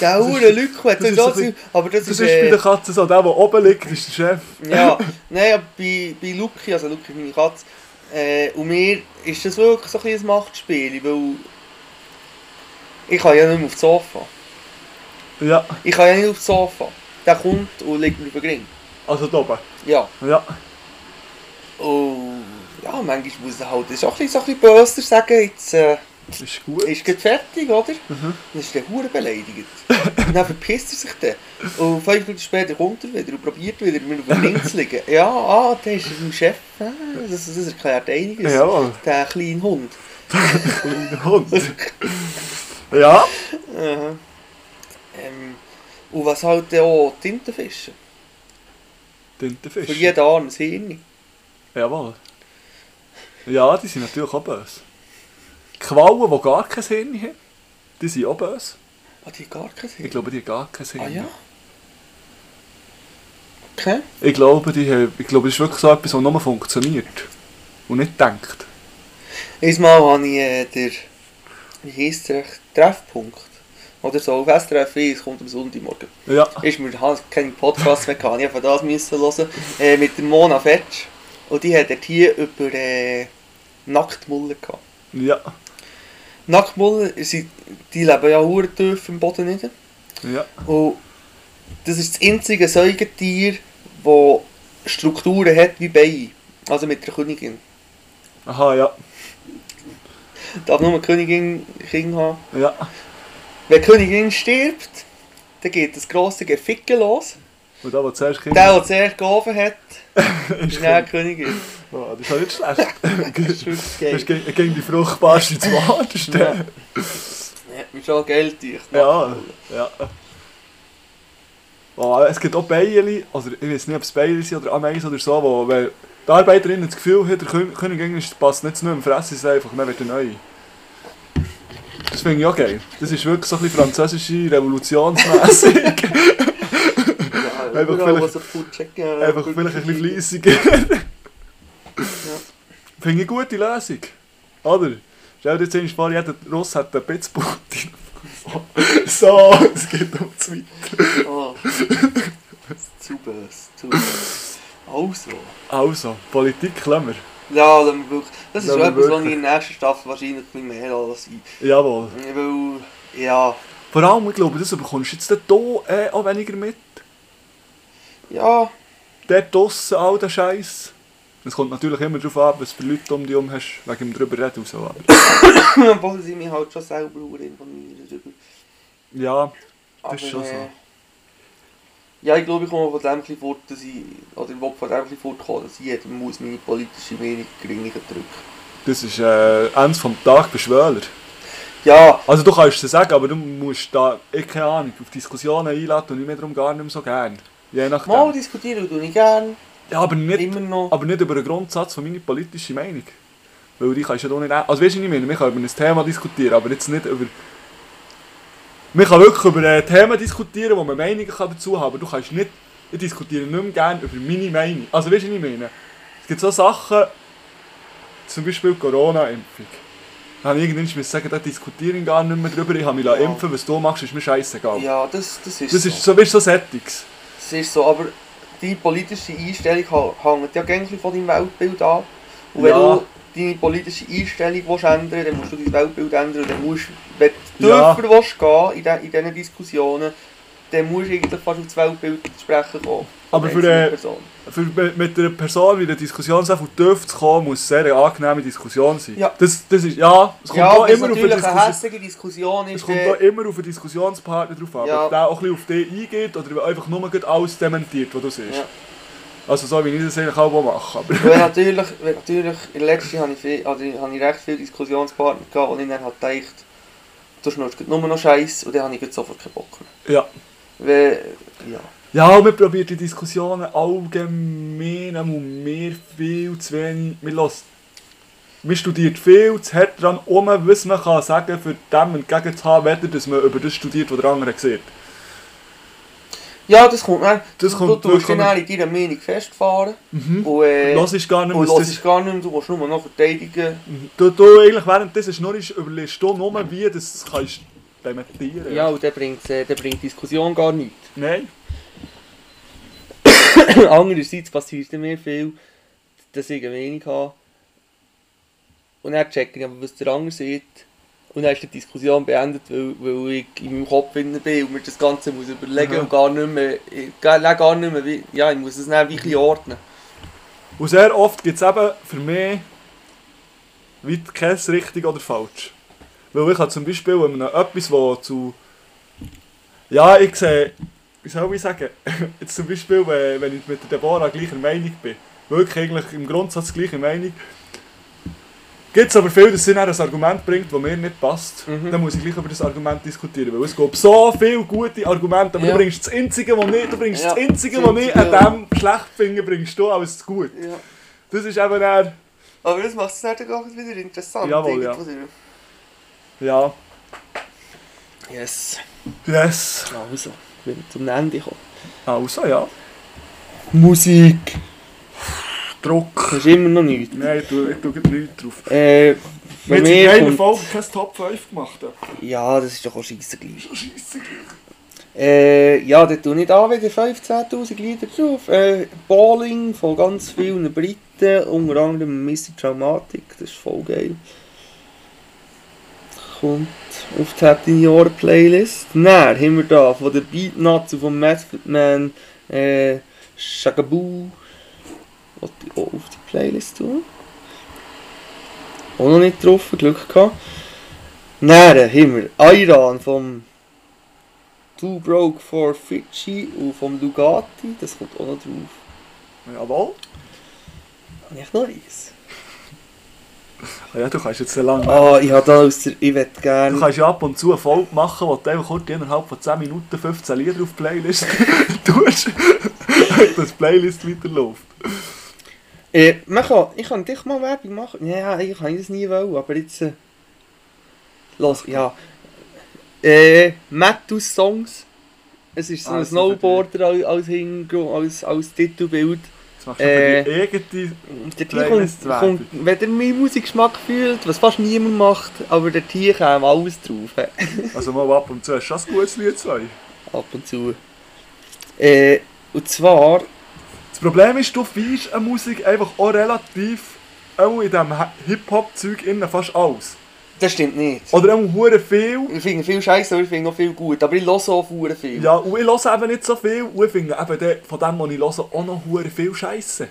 Speaker 5: Der Huren Lücke hat
Speaker 4: das ist so
Speaker 5: sowieso
Speaker 4: ein
Speaker 5: Zeug, aber das,
Speaker 4: Das ist
Speaker 5: ist... äh,
Speaker 4: bei der Katze so, der, der oben liegt, ist der Chef.
Speaker 5: Ja, nein, aber bei, bei Luki, also Luki ist meine Katze, äh, und mir ist das wirklich so ein, bisschen ein Machtspiel, weil ich kann ja nicht mehr aufs Sofa.
Speaker 4: Ja,
Speaker 5: Ich kann ja nicht aufs Sofa. Der kommt und legt mir über den Ring.
Speaker 4: also da oben.
Speaker 5: Ja.
Speaker 4: Ja,
Speaker 5: Und ja, manchmal muss er halt, das ist auch ein bisschen, so ein bisschen böser sagen, jetzt äh,
Speaker 4: ist gut.
Speaker 5: ist gerade fertig, oder? Dann ist der Hure beleidigt. Und dann verpisst er sich dann. Und fünf Oh, Minuten später kommt er wieder und probiert wieder, mir über den Ring zu legen. Ja, ah, der ist mein Chef. Ah, Das, das erklärt einiges.
Speaker 4: Jawohl,
Speaker 5: Der kleine Hund.
Speaker 4: der Hund. Ja,
Speaker 5: Aha. Ähm, und was oh, halt dann auch Tintenfische? Für
Speaker 4: Tintenfisch.
Speaker 5: jeden Arm ein Hirn.
Speaker 4: Jawohl. Ja, die sind natürlich auch böse. Quallen, die gar kein Hirn haben, die sind auch böse.
Speaker 5: Ah, die haben gar kein Hirn.
Speaker 4: Ich glaube, die haben gar kein Hirn.
Speaker 5: ah ja? Okay.
Speaker 4: Ich glaube, die haben, ich glaube, das ist wirklich so etwas, was nur funktioniert. Und nicht denkt.
Speaker 5: Einmal habe ich äh, der, wie heisst der, Treffpunkt. Oder so, auf SRF 1 kommt am Sonntagmorgen.
Speaker 4: Ja.
Speaker 5: Ist mir Hans keinen Podcast mehr gehabt, ich habe das müssen hören. Äh, mit der Mona Fetsch. Und die hat dort hier über äh, Nacktmullen gehabt.
Speaker 4: Ja.
Speaker 5: Nacktmullen, sie, die leben ja hure tief im Boden nicht.
Speaker 4: Ja.
Speaker 5: Und das ist das einzige Säugetier, das Strukturen hat wie Beine. Also mit der Königin.
Speaker 4: Aha, ja.
Speaker 5: Darf nur eine Königin Kinder haben.
Speaker 4: Ja.
Speaker 5: Wenn die Königin stirbt, dann geht das grosse Geficke los.
Speaker 4: Und da, was zuerst kommt,
Speaker 5: Der, der zuerst geholfen hat,
Speaker 4: ist
Speaker 5: ist dann die Königin.
Speaker 4: Oh, das ist ja nicht schlecht.
Speaker 5: Das ist wirklich
Speaker 4: Das ist
Speaker 5: geil.
Speaker 4: gegen gegen die fruchtbarste zu warten.
Speaker 5: Ja, ist schon Geld dich.
Speaker 4: Ja, ja. Oh, es gibt auch Beile, oder ich weiß nicht, ob es Beile sind oder Ameisen oder so, wo wenn die Arbeiterin das Gefühl hat, der Kön- König Englisch passt nicht zu einem, fressen sie einfach, dann wird er neu. Dus Das finde ich auch geil. Das ist wirklich so ein bisschen französische Revolutionsmäßig.
Speaker 5: Einfach
Speaker 4: vielleicht-
Speaker 5: vielleicht, checken,
Speaker 4: einfach vielleicht ein bisschen fleissiger. Finde ich eine gute Lösung. Oder? Stell dir jetzt einmal vor, jeder Russ hat einen Pitzputin. So, es geht um zwei.
Speaker 5: Oh. Zu böse, zu böse. Also,
Speaker 4: Also, Politik klemmer.
Speaker 5: Ja, lassen wir wirklich. Das ist
Speaker 4: Lassen
Speaker 5: schon
Speaker 4: wir
Speaker 5: etwas, was ich
Speaker 4: wirklich.
Speaker 5: in der nächsten Staffel wahrscheinlich ein bisschen mehr lasse.
Speaker 4: Jawohl.
Speaker 5: Weil, ja,
Speaker 4: Vor allem, ich glaube, das bekommst du jetzt dort auch, äh, auch weniger mit.
Speaker 5: ja,
Speaker 4: Dort draussen, all der Scheiß. Es kommt natürlich immer darauf an, was für Leute um dich herum hast, wegen dem drüber reden und so. Aber
Speaker 5: obwohl sie mich halt schon selber verdammt informieren darüber.
Speaker 4: ja,
Speaker 5: Aber,
Speaker 4: ist schon so.
Speaker 5: äh, Ja, ich glaube, ich komme von dem ein bisschen fort, dass ich, oder ich will von dem ein bisschen fortkommen, dass ich jedem muss meine politische Meinung geringer drücken.
Speaker 4: das ist äh, Ende vom Tag Beschwörer.
Speaker 5: Ja,
Speaker 4: Also du kannst es sagen, aber du musst da, ich keine Ahnung, auf Diskussionen einladen und ich mir darum gar nicht mehr so gern. Je nachdem.
Speaker 5: mal diskutieren tue ich gerne,
Speaker 4: ja, aber nicht,
Speaker 5: immer noch.
Speaker 4: aber nicht über den Grundsatz von meiner politischen Meinung. Weil die kannst du ja doch nicht... ein- Also weißt du, was ich meine, wir können über ein Thema diskutieren, aber jetzt nicht über... Man kann wirklich über äh, Themen diskutieren, wo man Meinungen kann dazu haben aber du kannst nicht... Ich diskutiere nicht mehr gerne über meine Meinung. Also weißt du, was ich meine? Es gibt so Sachen... Zum Beispiel Corona-Impfung. Da habe ich irgendwann müssen sagen, da diskutiere ich gar nicht mehr drüber, ich habe mich lassen
Speaker 5: Ja.
Speaker 4: impfen was du machst, ist mir scheißegal.
Speaker 5: Ja, das, das ist
Speaker 4: Oh. Das
Speaker 5: so.
Speaker 4: ist so, weißt du, so Settings.
Speaker 5: Das ist so, aber die politische Einstellung ha- hängt ja gängig von deinem Weltbild ab. Und wenn
Speaker 4: Ja.
Speaker 5: du deine politische Einstellung willst ändern willst, dann musst du dein Weltbild ändern. Und dann musst, wenn du
Speaker 4: Ja.
Speaker 5: tiefer willst gehen in, de, in diesen Diskussionen, dann musst du eigentlich fast auf das Weltbild zu sprechen kommen.
Speaker 4: Aber
Speaker 5: Von
Speaker 4: für,
Speaker 5: einzelnen
Speaker 4: äh,
Speaker 5: Personen.
Speaker 4: Für, mit, mit einer Person wie der Diskussion so viel tief zu kommen, muss sehr eine angenehme Diskussion sein.
Speaker 5: Ja.
Speaker 4: Das, das ist, ja, es kommt
Speaker 5: Ja,
Speaker 4: auch
Speaker 5: aber es
Speaker 4: immer auf eine
Speaker 5: natürlich eine
Speaker 4: Diskussion.
Speaker 5: hässliche Diskussion
Speaker 4: Es
Speaker 5: ist,
Speaker 4: kommt auch
Speaker 5: äh,
Speaker 4: immer auf den Diskussionspartner drauf an,
Speaker 5: Ja.
Speaker 4: ob der auch ein bisschen auf dich eingeht oder einfach nur gerade alles dementiert, was du siehst.
Speaker 5: Ja.
Speaker 4: Also so wie ich das eigentlich auch mache. Aber
Speaker 5: weil natürlich, weil natürlich, in letzter Jahr habe ich, viel, also habe ich recht viele Diskussionspartner gehabt, und ich dann halt gedacht, du schnurst gerade nur noch Scheiß und dann habe ich gerade sofort keinen Bock mehr.
Speaker 4: ja.
Speaker 5: Weil, ja.
Speaker 4: Ja, und wir probieren die Diskussionen allgemein und wir viel zu wenig. Wir lassen. Wir studieren viel zu hart dran um, was man kann sagen für dem entgegen zu haben, weder dass man über das studiert, was der andere sieht.
Speaker 5: Ja, das kommt dann.
Speaker 4: Das
Speaker 5: du,
Speaker 4: kommt-
Speaker 5: du tust
Speaker 4: das
Speaker 5: dann
Speaker 4: kommt-
Speaker 5: auch in deiner Meinung festfahren. Und, äh,
Speaker 4: Lass ich gar nicht
Speaker 5: und
Speaker 4: mehr.
Speaker 5: hörst
Speaker 4: was das- Mhm.
Speaker 5: es gar nicht mehr, du musst nur noch verteidigen.
Speaker 4: Du, du eigentlich währenddessen schnurrst, überlegst du nur, wie das kannst dementieren.
Speaker 5: Ja, und dann bringt, äh, dann bringt Diskussion gar nichts.
Speaker 4: Nein.
Speaker 5: Andererseits passiert mir viel, dass ich eine Meinung habe. Und dann checke ich aber, was der andere sieht. Und dann ist die Diskussion beendet, weil, weil ich in meinem Kopf drin bin und mir das Ganze muss überlegen
Speaker 4: Aha.
Speaker 5: und gar nicht mehr, ich, gar, gar nicht mehr, wie- ja, ich muss es dann wirklich
Speaker 4: Mhm.
Speaker 5: ordnen.
Speaker 4: Und sehr oft gibt es eben für mich weit kein richtig oder falsch. Weil ich habe zum Beispiel wenn einem etwas, wo zu. Ja, ich sehe. Wie soll ich sagen? Jetzt zum Beispiel, wenn wenn ich mit der Deborah gleicher Meinung bin. Wirklich eigentlich im Grundsatz gleicher Meinung. Gibt es aber viel, dass sie dann ein Argument bringt, das mir nicht passt.
Speaker 5: Mhm.
Speaker 4: Dann muss ich gleich über das Argument diskutieren. Weil es gibt so viele gute Argumente, aber
Speaker 5: Ja.
Speaker 4: du bringst das einzige, was nicht, du bringst das
Speaker 5: Ja,
Speaker 4: einzige,
Speaker 5: das
Speaker 4: was nicht
Speaker 5: Einzige,
Speaker 4: an dem schlecht finde, bringst du als gut. Das ist eben eher.
Speaker 5: Aber das macht es dann doch wieder interessant.
Speaker 4: Jawohl, ja.
Speaker 5: irgendwo.
Speaker 4: Ja.
Speaker 5: Yes.
Speaker 4: Yes.
Speaker 5: Also, wenn wir zum Ende kommen.
Speaker 4: Also, ja.
Speaker 5: Musik.
Speaker 4: Druck.
Speaker 5: Das ist immer noch nichts.
Speaker 4: Nein, ich tue, ich tue gerade nichts drauf.
Speaker 5: Äh,
Speaker 4: Wir
Speaker 5: bei
Speaker 4: haben in
Speaker 5: mir
Speaker 4: einer
Speaker 5: kommt-
Speaker 4: Folge kein Top 5 gemacht.
Speaker 5: Ja, das ist doch auch scheisse gleich.
Speaker 4: Scheisse.
Speaker 5: Äh, ja, da tue ich da wieder 15.000 Lieder drauf. Äh, Bowling von ganz vielen Briten, unter anderem Mr. Traumatic, das ist voll geil. Kommt auf die Happy New Year Playlist. Dann haben wir da von der Beatnuts und von Method Man äh, Shagaboo. Was ich auch auf die Playlist tun. Auch noch nicht getroffen, Glück gehabt. Dann haben wir Iran vom Two Broke for Fidschi und vom Lugatti, das kommt auch noch drauf.
Speaker 4: Jawohl.
Speaker 5: Habe ich noch eins?
Speaker 4: Ah Ja, du kannst jetzt so lange.
Speaker 5: Ah, ich habe da aus der... Ich möchte
Speaker 4: Ah, Du
Speaker 5: gerne...
Speaker 4: kannst ja ab und zu eine Folge machen, wo du einfach kurz innerhalb von 10 Minuten 15 Lieder auf die Playlist tust. Und das Playlist weiterläuft.
Speaker 5: Äh, man kann, ich kann dich mal Werbung machen. Ja, ich kann das nie wollen, aber jetzt... Äh, los, ja. Äh, Mattus Songs. Es ist so
Speaker 4: Ah,
Speaker 5: ein
Speaker 4: das ist noch für
Speaker 5: Snowboarder als, als Hintergrund, als, als Titelbild.
Speaker 4: Jetzt machst du
Speaker 5: Äh.
Speaker 4: für die eigene.
Speaker 5: Der Tier kommt,
Speaker 4: Playlist Werbung.
Speaker 5: kommt, wenn ihr meinen Musikgeschmack fühlt, was fast niemand macht, aber der Tier käme alles drauf. hä?
Speaker 4: Also mal ab und zu hast du schon ein gutes Lied zwei.
Speaker 5: ab und zu. Äh, und zwar,
Speaker 4: Das Problem ist, du findest eine Musik einfach auch relativ auch in diesem Hip-Hop-Zeug innen fast alles.
Speaker 5: Das stimmt nicht.
Speaker 4: Oder auch hure viel.
Speaker 5: Ich finde viel Scheiße, aber ich finde noch viel gut. Aber ich höre auch verdammt viel.
Speaker 4: Ja, und ich höre eben nicht so viel. Und ich finde eben dort, von dem, was ich höre, auch noch hure viel Scheiße.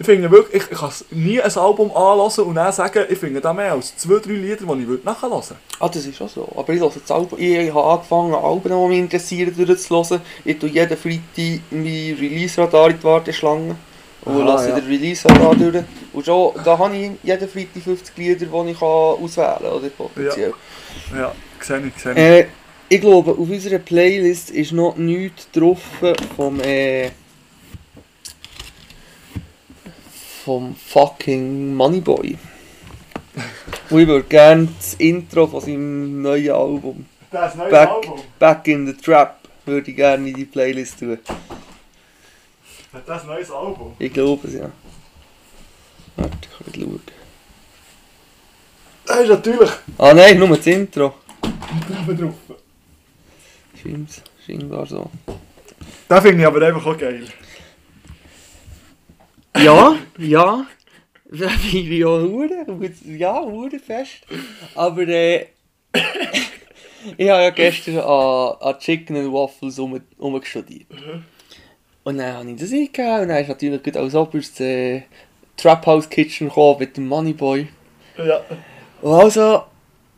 Speaker 4: Ich finde wirklich, ich, ich kann nie ein Album anhören und dann sagen, ich finde da mehr als zwei, drei Lieder, die ich würde nachhören würde.
Speaker 5: Ah, das ist auch so. Aber ich höre das Album. Ich habe angefangen, Alben, die mich interessieren, durchzuhören. Ich tue jeden Freitag mein Release-Radar in die Warteschlange. Und
Speaker 4: Aha,
Speaker 5: lasse
Speaker 4: ja.
Speaker 5: den Release-Radar durch. Und schon, da habe ich jeden Freitag 50 Lieder, die ich kann auswählen kann, oder potenziell.
Speaker 4: Ja, sehe ich, sehe ich.
Speaker 5: Äh, ich glaube, auf unserer Playlist ist noch nichts drauf vom, äh, vom fucking Moneyboy. Und ich würde gerne das Intro von seinem neuen Album,
Speaker 4: Das neue
Speaker 5: Back, Back in the Trap, würde ich gerne in die Playlist tun.
Speaker 4: Das neues Album.
Speaker 5: Ich glaube es, ja. Warte, ich kann nicht schauen.
Speaker 4: Das ist natürlich
Speaker 5: Ah nein, nur das Intro.
Speaker 4: drüber drauf.
Speaker 5: Scheint's- Scheinbar so.
Speaker 4: Das finde ich aber einfach auch geil.
Speaker 5: Ja, ja. Das finde ich auch hure, gut- ja, hure fest. Aber äh, ich habe ja gestern an, an Chicken and Waffles um, umgestudiert. Und dann habe ich das eingegeben und dann ist natürlich gut als oberstes äh, Trap House Kitchen gekommen mit dem Moneyboy.
Speaker 4: Ja.
Speaker 5: Und also,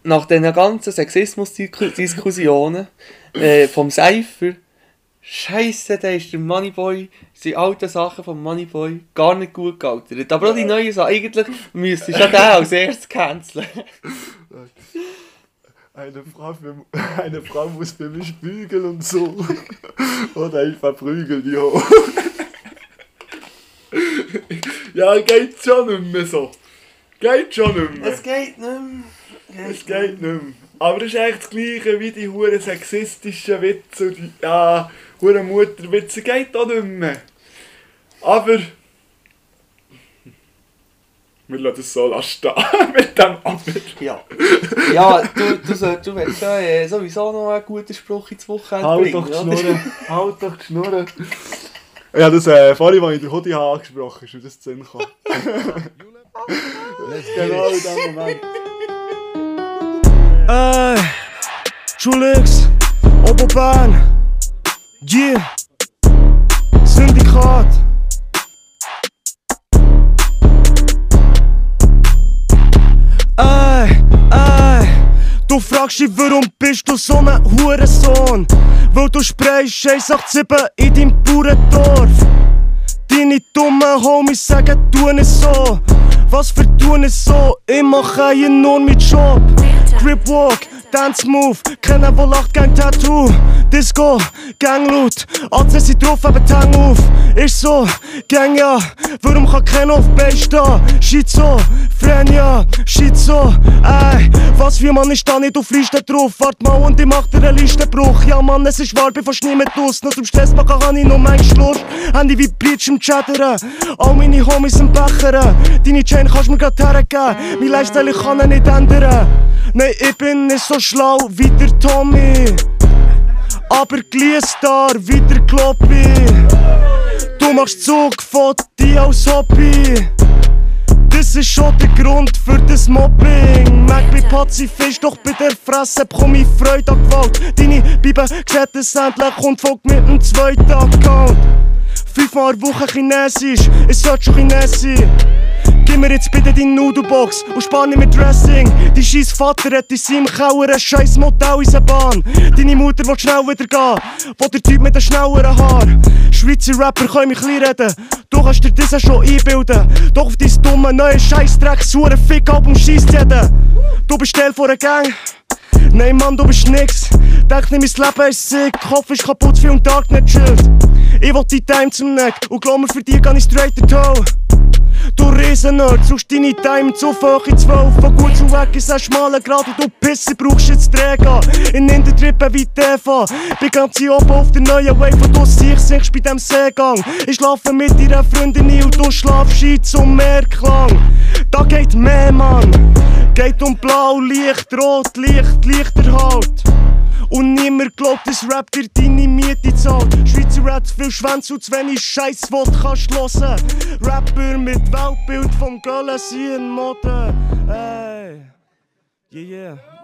Speaker 5: nach diesen ganzen Sexismus-Diskussionen äh, vom Seifer, Scheiße, da ist der Moneyboy, sind alte Sachen vom Moneyboy gar nicht gut gealtert. Aber auch die neuen Sachen, eigentlich müsste ich schon den als erstes canceln.
Speaker 4: Eine Frau, für, eine Frau muss für mich bügeln und so. Oder ich verprügel die auch. ja, geht schon nicht mehr so. Geht schon nicht mehr.
Speaker 5: Es geht nicht mehr.
Speaker 4: Es geht nicht mehr. Aber es ist eigentlich das gleiche wie die huren sexistischen Witze und die ja, huren Mutterwitze. Geht auch nicht mehr. Aber... Wir lassen es so lassen mit dem Aber.
Speaker 5: Ja, ja du, du, sollst- du willst ja äh, sowieso noch einen guten Spruch ins Wochenende
Speaker 4: Halt
Speaker 5: bringen.
Speaker 4: doch die
Speaker 5: oder?
Speaker 4: Schnurren. halt doch die Schnurren. Ja, das äh, vorhin, als ich den Hoodie habe, angesprochen ist, und das zu Sinn kam. genau in dem Moment.
Speaker 7: Ey, Schulix, Oberbahn, yeah, Syndikat. Ey, ey, du fragst dich, warum bist du so ein Hurensohn? Weil du sprayst 187 in deinem Bauerndorf. Deine dummen Homies sagen, tun es so. Was für tun es so? Ich mache ja nur meinen Job. Grip Walk, Dance Move, kennen wohl 8 Gang Tattoo. Disco, Gang Loot, Atze sind drauf, eben die Hänge auf. Ist so, Gang ja, warum kann keiner auf Bein stehen? Schizo, Frenia, Schizo, ey. Was für Mann ist da nicht auf Liste drauf? Wart mal und ich mach dir einen Listenbruch. Ja Mann, es ist wahr, bin fast niemand aus. Nur zum Stressbacken kann ich nur manchmal Lust. Handy wie Bleach im Chatteren. All meine Homies im Becheren. Deine Chain kannst mir grad hergeben. Mein Lifestyle ich kann ihn nicht ändern. Nein, ich bin nicht so schlau wie der Tommy. Aber Gliestar wie der Kloppi. Du machst Zug von dir als Hobby. Das ist schon der Grund für das Mobbing. Mag bei Pazifist, doch bei der Fresse bekomme ich Freude an Gewalt. Deine Bibel sieht es endlich und folgt mit dem zweiten Account. Fünfmal in der Woche Chinesisch, es sollte schon Chines sein. Gib mir jetzt bitte die Nudelbox und spann nicht mit Dressing. Dein scheiß Vater hat in seinem Keller ein scheiß Motel in der Bahn. Deine Mutter will schnell wieder gehen, wo der Typ mit den schnelleren Haar. Schweizer Rapper können mich reden. Du kannst dir das schon einbilden. Doch auf dein dumme neue Scheißdreck suchen Fick-Album scheisst jeden. Du bist Teil von einer Gang. Nein, Mann, du bist nix. Denk nicht, mein Leben ist sick. Kopf ist kaputt, viel und Tag nicht chillt. Ich will die Time zum Neck und glaub mir, für dich kann ich straight to toe. Du Riesennerd, suchst deine Time zu hoch in 12. Von gut zu weg ist ein schmaler Grad und du Pisse brauchst jetzt Träger. In den Trippen wie Teva. Bin ganz hier oben auf der neuen Wave und du siehst siehst bei dem Seegang. Ich schlafe mit deiner Freundin ein und du schlafst ein zum Meerklang. Da geht mehr, Mann. Geht um Blau, Licht, Rot, Licht, Lichter halt. Und niemand glaubt, dass Rap dir deine Miete zahlt. Schweizer Rap viel Schwänze und zu wenig Scheiß, wo du kannst hören. Rapper mit Weltbild vom Göllen sind in Mode. Ey, yeah, yeah.